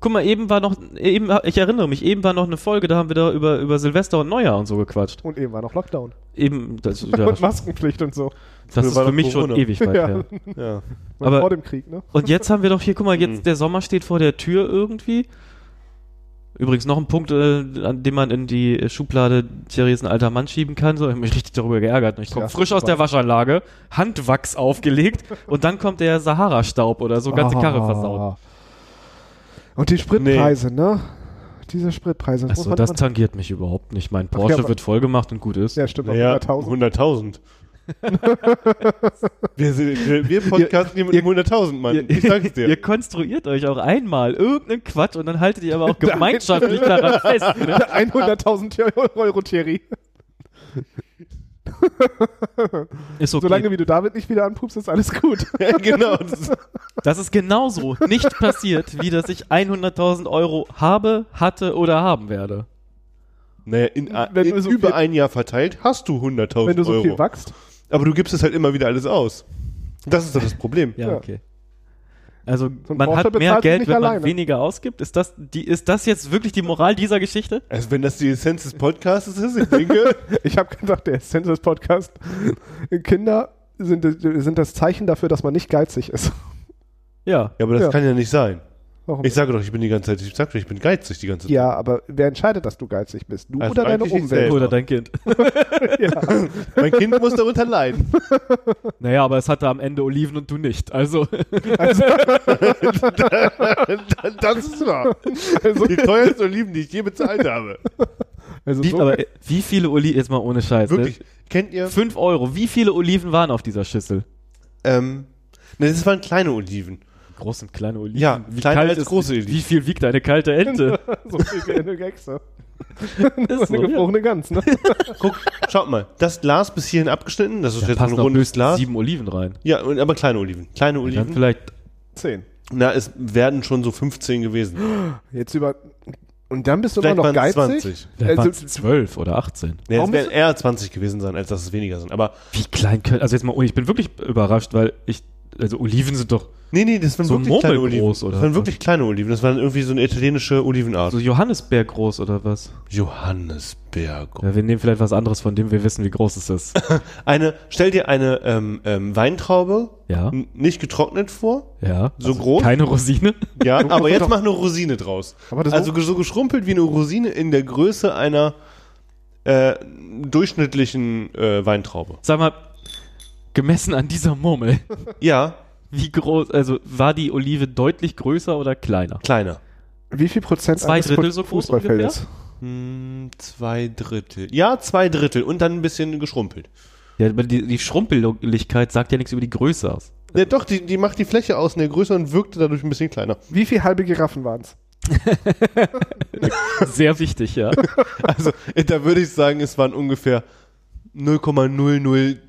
[SPEAKER 3] Guck mal, eben war noch, eben, ich erinnere mich, eben war noch eine Folge, da haben wir da über, über Silvester und Neujahr und so gequatscht.
[SPEAKER 1] Und eben war noch Lockdown.
[SPEAKER 3] Eben, das,
[SPEAKER 1] <laughs>
[SPEAKER 3] ja,
[SPEAKER 1] Und Maskenpflicht und so.
[SPEAKER 3] Das
[SPEAKER 2] Früher
[SPEAKER 3] ist
[SPEAKER 2] war
[SPEAKER 3] für
[SPEAKER 2] doch
[SPEAKER 3] mich schon
[SPEAKER 2] Corona.
[SPEAKER 3] ewig
[SPEAKER 1] <laughs>
[SPEAKER 3] weit
[SPEAKER 1] Ja.
[SPEAKER 3] her.
[SPEAKER 2] Ja.
[SPEAKER 3] Aber-
[SPEAKER 1] vor dem Krieg, ne?
[SPEAKER 3] Und jetzt haben wir doch hier, guck mal, jetzt der Sommer steht vor der Tür irgendwie. Übrigens noch ein Punkt, äh, an dem man in die Schublade Thierry ist ein alter Mann schieben kann. So, ich habe mich richtig darüber geärgert. Ich komme
[SPEAKER 1] Ja,
[SPEAKER 3] frisch aus
[SPEAKER 1] super.
[SPEAKER 3] der Waschanlage, Handwachs aufgelegt und dann kommt der Sahara-Staub oder so,
[SPEAKER 1] Ah.
[SPEAKER 3] ganze Karre versaut.
[SPEAKER 1] Und die Spritpreise, ne? Diese Spritpreise. muss
[SPEAKER 3] Achso,
[SPEAKER 1] man
[SPEAKER 3] das
[SPEAKER 1] immer-
[SPEAKER 3] tangiert mich überhaupt nicht. Mein
[SPEAKER 1] ja,
[SPEAKER 3] Porsche
[SPEAKER 1] aber-
[SPEAKER 3] wird vollgemacht und gut ist.
[SPEAKER 1] ja, stimmt.
[SPEAKER 2] Naja,
[SPEAKER 1] 100.000.
[SPEAKER 2] 100.000. wir, sind, wir, wir podcasten hier mit einem 100.000, Mann. ich sag's dir.
[SPEAKER 3] Ihr konstruiert euch auch einmal irgendeinen Quatsch und dann haltet ihr aber
[SPEAKER 1] <laughs>
[SPEAKER 3] auch gemeinschaftlich daran fest. Ne?
[SPEAKER 1] 100.000 Euro, Thierry.
[SPEAKER 3] Ist okay.
[SPEAKER 1] Solange wie du David nicht wieder anpupst, ist alles gut.
[SPEAKER 2] <laughs> Ja, genau. Das ist,
[SPEAKER 3] Das ist genauso nicht passiert, wie dass ich 100.000 Euro habe, hatte oder haben werde.
[SPEAKER 2] naja, in, a-
[SPEAKER 1] Wenn du
[SPEAKER 2] in
[SPEAKER 1] so
[SPEAKER 2] über
[SPEAKER 1] viel-
[SPEAKER 2] ein Jahr verteilt hast du 100.000
[SPEAKER 1] Wenn du so
[SPEAKER 2] Euro.
[SPEAKER 1] viel wachst.
[SPEAKER 2] Aber du gibst es halt immer wieder alles aus. Das ist doch das Problem.
[SPEAKER 1] Ja.
[SPEAKER 3] okay. Also
[SPEAKER 1] So ein
[SPEAKER 3] man
[SPEAKER 1] Porsche
[SPEAKER 3] hat mehr
[SPEAKER 1] bezahlt sich
[SPEAKER 3] Geld,
[SPEAKER 1] nicht
[SPEAKER 3] wenn man
[SPEAKER 1] alleine.
[SPEAKER 3] weniger ausgibt. Ist das, die, ist das jetzt wirklich die Moral dieser Geschichte?
[SPEAKER 2] Also wenn das die Essenz des Podcasts ist, ich
[SPEAKER 1] <laughs>
[SPEAKER 2] denke,
[SPEAKER 1] Ich habe gedacht, der Census Podcast. Kinder sind, sind das Zeichen dafür, dass man nicht geizig ist.
[SPEAKER 3] Ja.
[SPEAKER 2] ja, aber das
[SPEAKER 1] Ja.
[SPEAKER 2] kann ja nicht sein.
[SPEAKER 1] Warum?
[SPEAKER 2] Ich sage doch, ich bin die ganze Zeit, ich sage doch, ich bin geizig die ganze Zeit.
[SPEAKER 1] ja, aber wer entscheidet, dass du geizig bist? Du
[SPEAKER 2] Also
[SPEAKER 1] oder deine
[SPEAKER 2] eigentlich ich
[SPEAKER 1] Umwelt?
[SPEAKER 2] selbst.
[SPEAKER 3] Oder dein Kind.
[SPEAKER 2] Mein Kind muss darunter
[SPEAKER 1] <laughs>
[SPEAKER 2] leiden.
[SPEAKER 3] <laughs>
[SPEAKER 2] <laughs>
[SPEAKER 3] Naja, aber es hatte am Ende Oliven und du nicht. <laughs> Also
[SPEAKER 2] Das ist wahr. <laughs>
[SPEAKER 1] Also,
[SPEAKER 2] Die teuersten Oliven, die ich je bezahlt habe.
[SPEAKER 1] also
[SPEAKER 3] wie,
[SPEAKER 1] so,
[SPEAKER 3] aber äh, wie viele Oliven, jetzt mal ohne Scheiß.
[SPEAKER 2] Wirklich.
[SPEAKER 3] Ne?
[SPEAKER 2] Kennt ihr?
[SPEAKER 3] 5 Euro. Wie viele Oliven waren auf dieser Schüssel?
[SPEAKER 2] Ähm, ne, das waren kleine Oliven.
[SPEAKER 3] groß sind kleine Oliven.
[SPEAKER 2] Ja,
[SPEAKER 3] wie
[SPEAKER 2] kleine
[SPEAKER 3] kalt
[SPEAKER 2] als
[SPEAKER 3] ist,
[SPEAKER 2] große
[SPEAKER 3] wie,
[SPEAKER 2] Oliven.
[SPEAKER 3] wie viel wiegt eine kalte
[SPEAKER 1] <laughs>
[SPEAKER 3] Ente?
[SPEAKER 1] so viele Gags. So.
[SPEAKER 3] ist
[SPEAKER 1] Eine gefrorene Gans,
[SPEAKER 2] <laughs>
[SPEAKER 1] ne?
[SPEAKER 2] Guck, schaut mal. Das Glas bis hierhin abgeschnitten. Das ist
[SPEAKER 3] Da
[SPEAKER 2] jetzt ein
[SPEAKER 3] passen noch
[SPEAKER 2] rundes
[SPEAKER 3] höchstens
[SPEAKER 2] Glas.
[SPEAKER 3] sieben Oliven rein.
[SPEAKER 2] Ja, und- aber kleine Oliven. Kleine
[SPEAKER 3] Dann
[SPEAKER 2] Oliven.
[SPEAKER 3] vielleicht
[SPEAKER 1] Zehn.
[SPEAKER 2] Na, es werden schon so 15 gewesen.
[SPEAKER 1] Jetzt über. Und dann bist du
[SPEAKER 2] Vielleicht
[SPEAKER 1] immer noch
[SPEAKER 2] waren es
[SPEAKER 1] geizig.
[SPEAKER 2] 20.
[SPEAKER 3] vielleicht
[SPEAKER 1] Also-
[SPEAKER 3] waren's zwölf oder 18.
[SPEAKER 2] Ja,
[SPEAKER 1] Warum
[SPEAKER 2] es werden
[SPEAKER 1] bist
[SPEAKER 2] eher 20 gewesen sein, als dass es weniger sind. Aber
[SPEAKER 3] Wie klein können, also jetzt mal, ich bin wirklich überrascht, weil ich, also Oliven sind doch
[SPEAKER 2] nee, nee, das waren
[SPEAKER 3] So
[SPEAKER 2] wirklich kleine Oliven.
[SPEAKER 3] murmelgroß, oder?
[SPEAKER 2] Das waren wirklich kleine Oliven. Das waren irgendwie so eine italienische Olivenart.
[SPEAKER 3] so Johannisbeer groß oder was?
[SPEAKER 2] Johannesberg.
[SPEAKER 3] Ja, wir nehmen vielleicht was anderes, von dem wir wissen, wie groß es ist. <laughs>
[SPEAKER 2] Eine, stell dir eine ähm, ähm, Weintraube,
[SPEAKER 3] Ja,
[SPEAKER 2] n- nicht getrocknet vor,
[SPEAKER 3] ja.
[SPEAKER 2] so groß.
[SPEAKER 3] Keine Rosine? <laughs>
[SPEAKER 2] Ja, aber jetzt mach eine Rosine draus.
[SPEAKER 1] Aber das
[SPEAKER 2] also so geschrumpelt wie eine Rosine in der Größe einer äh, durchschnittlichen äh, Weintraube.
[SPEAKER 3] Sag mal, gemessen an dieser Murmel, <laughs>
[SPEAKER 2] Ja,
[SPEAKER 3] wie groß, also war die Olive deutlich größer oder kleiner?
[SPEAKER 2] kleiner.
[SPEAKER 1] Wie viel Prozent
[SPEAKER 3] Zwei
[SPEAKER 1] eines
[SPEAKER 3] Drittel
[SPEAKER 1] Fu-
[SPEAKER 3] so groß
[SPEAKER 1] Fußballfeldes?
[SPEAKER 2] Hm, zwei Drittel. Ja, zwei Drittel und dann ein bisschen geschrumpelt.
[SPEAKER 3] Ja, aber die, die Schrumpeligkeit sagt ja nichts über die Größe aus.
[SPEAKER 2] Ja, doch, die, die macht die Fläche aus in der Größe und wirkte dadurch ein bisschen kleiner.
[SPEAKER 1] Wie viel halbe Giraffen waren's?
[SPEAKER 3] <laughs> Sehr wichtig, ja.
[SPEAKER 2] <laughs> Also, äh, da würde ich sagen, es waren ungefähr 0,002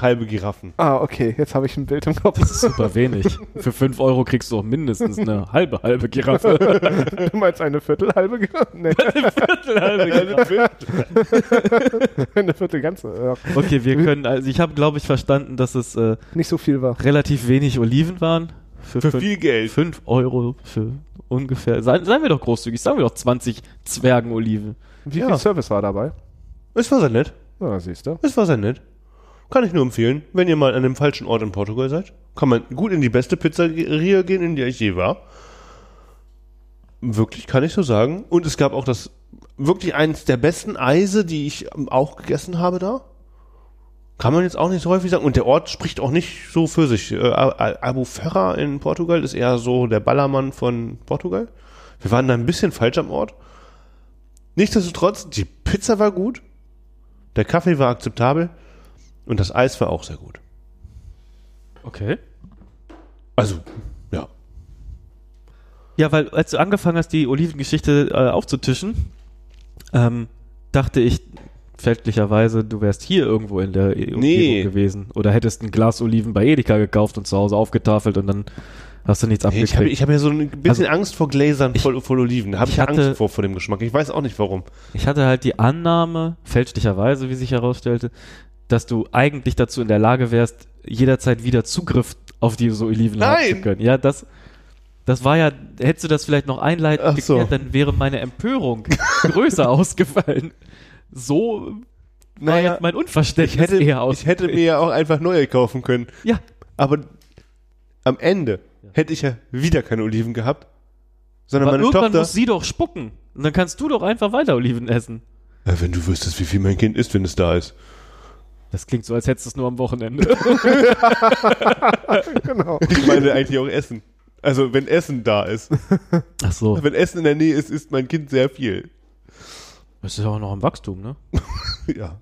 [SPEAKER 2] halbe Giraffen.
[SPEAKER 1] Ah, okay, jetzt habe ich ein Bild im Kopf.
[SPEAKER 2] <laughs>
[SPEAKER 3] Das ist super wenig. <laughs> Für 5 Euro kriegst du auch mindestens eine halbe, halbe <laughs> Giraffe.
[SPEAKER 1] Du meinst eine Viertel halbe Giraffe? Nee, <laughs> eine Viertel ganze. Ja.
[SPEAKER 3] Okay, wir können, also ich habe, glaube ich, verstanden, dass es äh,
[SPEAKER 1] Nicht so viel war.
[SPEAKER 3] relativ wenig Oliven waren.
[SPEAKER 2] Für viel Geld.
[SPEAKER 3] 5 Euro für ungefähr. Seien, seien wir doch großzügig, sagen wir doch 20 Zwergenoliven.
[SPEAKER 1] Wie
[SPEAKER 2] Ja.
[SPEAKER 1] viel Service war dabei?
[SPEAKER 2] Es war sehr nett.
[SPEAKER 1] Ja, siehst du. <laughs>
[SPEAKER 2] Es war sehr nett. Kann ich nur empfehlen, wenn ihr mal an dem falschen Ort in Portugal seid, kann man gut in die beste Pizzeria gehen, in der ich je war. Wirklich kann ich so sagen. Und es gab auch das wirklich eins der besten Eise, die ich ähm, auch gegessen habe da. Kann man jetzt auch nicht so häufig sagen. Und der Ort spricht auch nicht so für sich. Äh, Al- Albufeira in Portugal ist eher so der Ballermann von Portugal. Wir waren da ein bisschen falsch am Ort. Nichtsdestotrotz, die Pizza war gut. Der Kaffee war akzeptabel und das Eis war auch sehr gut.
[SPEAKER 3] Okay.
[SPEAKER 2] Also, ja.
[SPEAKER 3] Ja, weil als du angefangen hast, die Olivengeschichte äh, aufzutischen, ähm, dachte ich fälschlicherweise, du wärst hier irgendwo in der e Umgebung
[SPEAKER 2] Nee.
[SPEAKER 3] gewesen. Oder hättest ein Glas Oliven bei Edeka gekauft und zu Hause aufgetafelt und dann hast du nichts
[SPEAKER 2] Hey,
[SPEAKER 3] abgekriegt.
[SPEAKER 2] ich habe ich hab ja so ein bisschen Angst vor Gläsern voll, voll Oliven. Da habe
[SPEAKER 3] Also,
[SPEAKER 2] ich,
[SPEAKER 3] ich hatte-
[SPEAKER 2] Angst vor, vor dem Geschmack. Ich weiß auch nicht warum.
[SPEAKER 3] Ich hatte halt die Annahme, fälschlicherweise, wie sich herausstellte, dass du eigentlich dazu in der Lage wärst, jederzeit wieder Zugriff auf diese Oliven haben
[SPEAKER 2] Nein!
[SPEAKER 3] zu können. Ja, das, das war ja, hättest du das vielleicht noch einleitend
[SPEAKER 2] Ach so.
[SPEAKER 3] geklärt, dann wäre
[SPEAKER 2] <laughs>
[SPEAKER 3] meine Empörung größer ausgefallen. So war
[SPEAKER 2] Naja,
[SPEAKER 3] jetzt mein Unverständnis
[SPEAKER 2] Ich hätte,
[SPEAKER 3] eher aus.
[SPEAKER 2] ich hätte mir ja auch einfach neue kaufen können.
[SPEAKER 3] ja,
[SPEAKER 2] Aber am Ende hätte ich ja wieder keine Oliven gehabt, sondern
[SPEAKER 3] aber
[SPEAKER 2] meine
[SPEAKER 3] irgendwann
[SPEAKER 2] Tochter.
[SPEAKER 3] muss sie doch spucken. Und dann kannst du doch einfach weiter Oliven essen.
[SPEAKER 2] Ja, wenn du wüsstest, wie viel mein Kind isst, wenn es da ist. <laughs>
[SPEAKER 3] Das klingt so, als hättest du es nur am Wochenende.
[SPEAKER 1] Genau.
[SPEAKER 2] Ich meine eigentlich auch Essen. Also, wenn Essen da ist.
[SPEAKER 3] Ach so.
[SPEAKER 2] Wenn Essen in der Nähe ist, isst mein Kind sehr viel.
[SPEAKER 3] Das ist ja auch noch im Wachstum, ne?
[SPEAKER 2] Ja.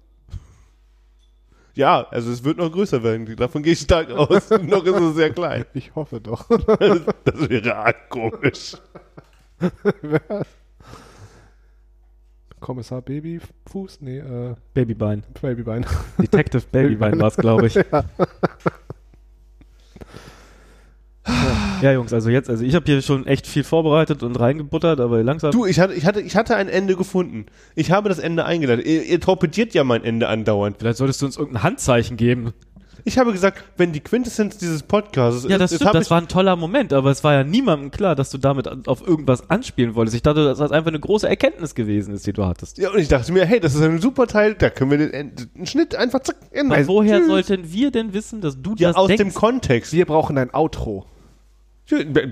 [SPEAKER 2] Ja, also es wird noch größer werden. Davon gehe ich stark aus. <laughs> noch ist es sehr klein.
[SPEAKER 1] Ich hoffe doch.
[SPEAKER 2] Das, das wäre arg komisch.
[SPEAKER 1] Kommissar Babyfuß? Nee, äh,
[SPEAKER 3] Babybein.
[SPEAKER 1] Babybein.
[SPEAKER 3] Detective
[SPEAKER 2] <laughs>
[SPEAKER 3] Babybein war es, glaube ich. ja. Jungs, also jetzt, also ich habe hier schon echt viel vorbereitet und reingebuttert, aber langsam.
[SPEAKER 2] Du, ich hatte, ich, hatte, ich hatte ein Ende gefunden. Ich habe das Ende eingeleitet. Ihr, ihr torpediert ja mein Ende andauernd.
[SPEAKER 3] Vielleicht solltest du uns irgendein Handzeichen geben.
[SPEAKER 2] Ich habe gesagt, wenn die Quintessenz dieses Podcasts
[SPEAKER 3] Ja, das
[SPEAKER 2] ist,
[SPEAKER 3] stimmt,
[SPEAKER 2] habe
[SPEAKER 3] das
[SPEAKER 2] ich,
[SPEAKER 3] war ein toller Moment, aber es war ja niemandem klar, dass du damit an- auf irgendwas anspielen wolltest. Ich dachte, dass das einfach eine große Erkenntnis gewesen ist, die du hattest.
[SPEAKER 2] ja, und ich dachte mir, hey, das ist ein super Teil, da können wir den, Ende- den Schnitt einfach zack ändern. Also,
[SPEAKER 3] Aber woher
[SPEAKER 2] Tschüss.
[SPEAKER 3] sollten wir denn wissen, dass du
[SPEAKER 2] ja,
[SPEAKER 3] das
[SPEAKER 2] aus
[SPEAKER 3] denkst?
[SPEAKER 2] dem Kontext.
[SPEAKER 1] Wir brauchen ein Outro.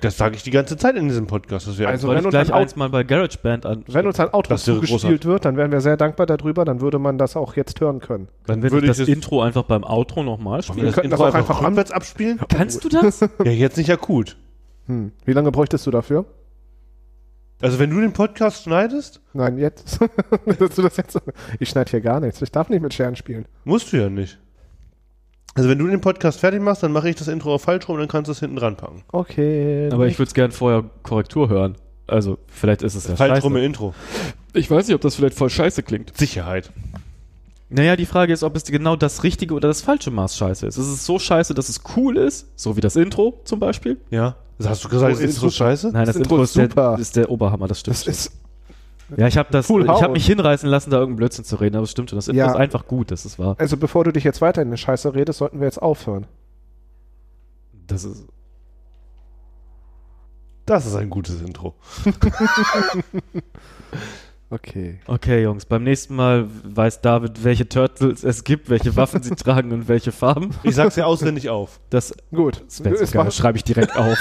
[SPEAKER 2] Das sage ich die ganze Zeit in diesem Podcast. Dass wir
[SPEAKER 1] Also-
[SPEAKER 3] Soll
[SPEAKER 1] Wenn
[SPEAKER 3] ich
[SPEAKER 1] uns
[SPEAKER 3] gleich
[SPEAKER 1] dann auch-
[SPEAKER 3] eins mal bei GarageBand an.
[SPEAKER 1] Wenn uns ein Outro
[SPEAKER 2] Das wäre
[SPEAKER 1] zugespielt
[SPEAKER 2] großartig.
[SPEAKER 1] wird, dann wären wir sehr dankbar darüber. Dann würde man das auch jetzt hören können.
[SPEAKER 3] Dann würde
[SPEAKER 2] würde
[SPEAKER 3] ich das
[SPEAKER 2] ich das-
[SPEAKER 3] Intro einfach beim Outro nochmal
[SPEAKER 1] Wir
[SPEAKER 3] spielen.
[SPEAKER 1] könnten das auch einfach an. <laughs>
[SPEAKER 2] rückwärts abspielen?
[SPEAKER 3] Kannst du das?
[SPEAKER 2] Ja, jetzt nicht akut.
[SPEAKER 1] Hm. Wie lange bräuchtest du dafür?
[SPEAKER 2] Also wenn du den Podcast schneidest,
[SPEAKER 1] Nein, jetzt. <laughs> Willst du das jetzt? Ich schneide hier gar nichts. Ich darf nicht mit Scheren spielen.
[SPEAKER 2] musst du ja nicht. Also wenn du den Podcast fertig machst, dann mache ich das Intro auf falsch rum, dann kannst du es hinten dran packen.
[SPEAKER 1] Okay.
[SPEAKER 3] Aber ich würde es gern vorher Korrektur hören. Also, vielleicht ist es
[SPEAKER 1] Halt
[SPEAKER 3] ja
[SPEAKER 2] Falsch rum im
[SPEAKER 3] scheiße.
[SPEAKER 2] Intro.
[SPEAKER 5] Ich weiß nicht, ob das vielleicht voll scheiße klingt.
[SPEAKER 2] Sicherheit.
[SPEAKER 3] Naja, die Frage ist, ob es genau das richtige oder das falsche Maß scheiße ist. Ist es so scheiße, dass es cool ist? So wie das Intro zum Beispiel?
[SPEAKER 2] Ja. Hast du gesagt,
[SPEAKER 1] Oh,
[SPEAKER 2] das Intro
[SPEAKER 1] Intro
[SPEAKER 2] ist scheiße?
[SPEAKER 3] Nein, das, Intro, ist,
[SPEAKER 1] super.
[SPEAKER 3] Der, ist der Oberhammer, das
[SPEAKER 1] das
[SPEAKER 3] stimmt.
[SPEAKER 1] ist,
[SPEAKER 3] ja, ich habe das,
[SPEAKER 1] Full
[SPEAKER 3] ich habe
[SPEAKER 1] House.
[SPEAKER 3] mich hinreißen lassen, da irgendeinen Blödsinn zu reden, aber es stimmt schon. Das Intro
[SPEAKER 1] Ja.
[SPEAKER 3] ist einfach gut, das ist wahr.
[SPEAKER 1] also bevor du dich jetzt weiter in eine Scheiße redest, sollten wir jetzt aufhören.
[SPEAKER 3] Das ist,
[SPEAKER 2] Das ist ein gutes Intro.
[SPEAKER 1] Okay.
[SPEAKER 3] okay, Jungs, beim nächsten Mal weiß David, welche Turtles es gibt, welche
[SPEAKER 1] <laughs>
[SPEAKER 3] Waffen sie tragen und welche Farben.
[SPEAKER 2] Ich sag's ja auswendig auf.
[SPEAKER 3] Das,
[SPEAKER 1] Gut.
[SPEAKER 3] wenn
[SPEAKER 1] Es
[SPEAKER 3] so geil,
[SPEAKER 1] war
[SPEAKER 3] ist, schreibe ich direkt auf.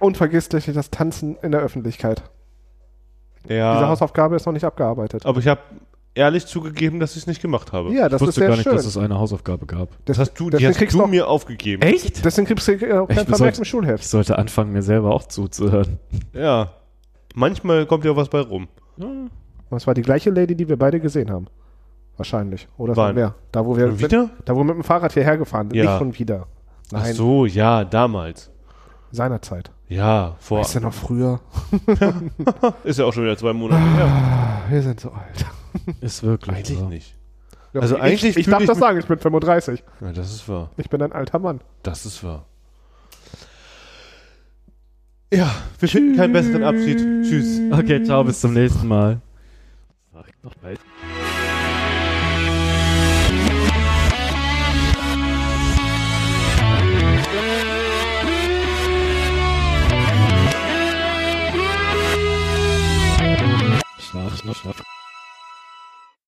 [SPEAKER 1] unvergesslich das Tanzen in der Öffentlichkeit.
[SPEAKER 3] Ah.
[SPEAKER 1] Diese
[SPEAKER 2] <laughs> Ja.
[SPEAKER 1] Hausaufgabe ist noch nicht abgearbeitet.
[SPEAKER 2] Aber ich habe ehrlich zugegeben, dass ich es nicht gemacht habe.
[SPEAKER 1] Ja, <laughs> das
[SPEAKER 3] ich
[SPEAKER 1] ist
[SPEAKER 3] wusste
[SPEAKER 1] sehr
[SPEAKER 3] gar nicht,
[SPEAKER 1] schön.
[SPEAKER 3] dass es eine Hausaufgabe gab.
[SPEAKER 2] Das hast du, die
[SPEAKER 1] deswegen
[SPEAKER 2] hast
[SPEAKER 1] kriegst
[SPEAKER 2] du
[SPEAKER 1] du auch-
[SPEAKER 2] mir aufgegeben.
[SPEAKER 3] Echt?
[SPEAKER 1] Deswegen kriegst du äh, auch
[SPEAKER 3] Ich
[SPEAKER 1] kein
[SPEAKER 3] muss
[SPEAKER 1] Vermerk
[SPEAKER 3] sagen,
[SPEAKER 1] im
[SPEAKER 3] Ich
[SPEAKER 1] Schulheft.
[SPEAKER 3] sollte anfangen, mir selber auch zuzuhören.
[SPEAKER 2] Ja. Manchmal kommt ja was bei rum.
[SPEAKER 1] Und es war die gleiche Lady, die wir beide gesehen haben. Wahrscheinlich. Oder es war
[SPEAKER 2] Wann?
[SPEAKER 1] mehr. Da, wo wir
[SPEAKER 2] Schon wieder?
[SPEAKER 1] Mit, da, wo wir mit dem Fahrrad hierher gefahren sind.
[SPEAKER 2] Ja.
[SPEAKER 1] Nicht schon wieder.
[SPEAKER 2] Ach
[SPEAKER 1] Nein,
[SPEAKER 2] so, ja, damals.
[SPEAKER 1] seinerzeit.
[SPEAKER 2] Ja, vor.
[SPEAKER 1] Ist ja noch früher.
[SPEAKER 2] Ist ja auch schon wieder zwei Monate her.
[SPEAKER 1] Wir sind so alt.
[SPEAKER 3] Ist wirklich
[SPEAKER 2] Eigentlich
[SPEAKER 3] wahr.
[SPEAKER 2] nicht.
[SPEAKER 1] Ja,
[SPEAKER 2] Also
[SPEAKER 1] ich,
[SPEAKER 2] eigentlich
[SPEAKER 1] Ich
[SPEAKER 2] fühl
[SPEAKER 1] darf
[SPEAKER 2] ich
[SPEAKER 1] das
[SPEAKER 2] mich-
[SPEAKER 1] sagen, ich bin 35.
[SPEAKER 2] Ja, das ist wahr.
[SPEAKER 1] Ich bin ein alter Mann.
[SPEAKER 2] Das ist wahr. Ja, wir finden keinen besseren Abschied. Tschüss.
[SPEAKER 3] Okay, ciao, bis zum nächsten Mal.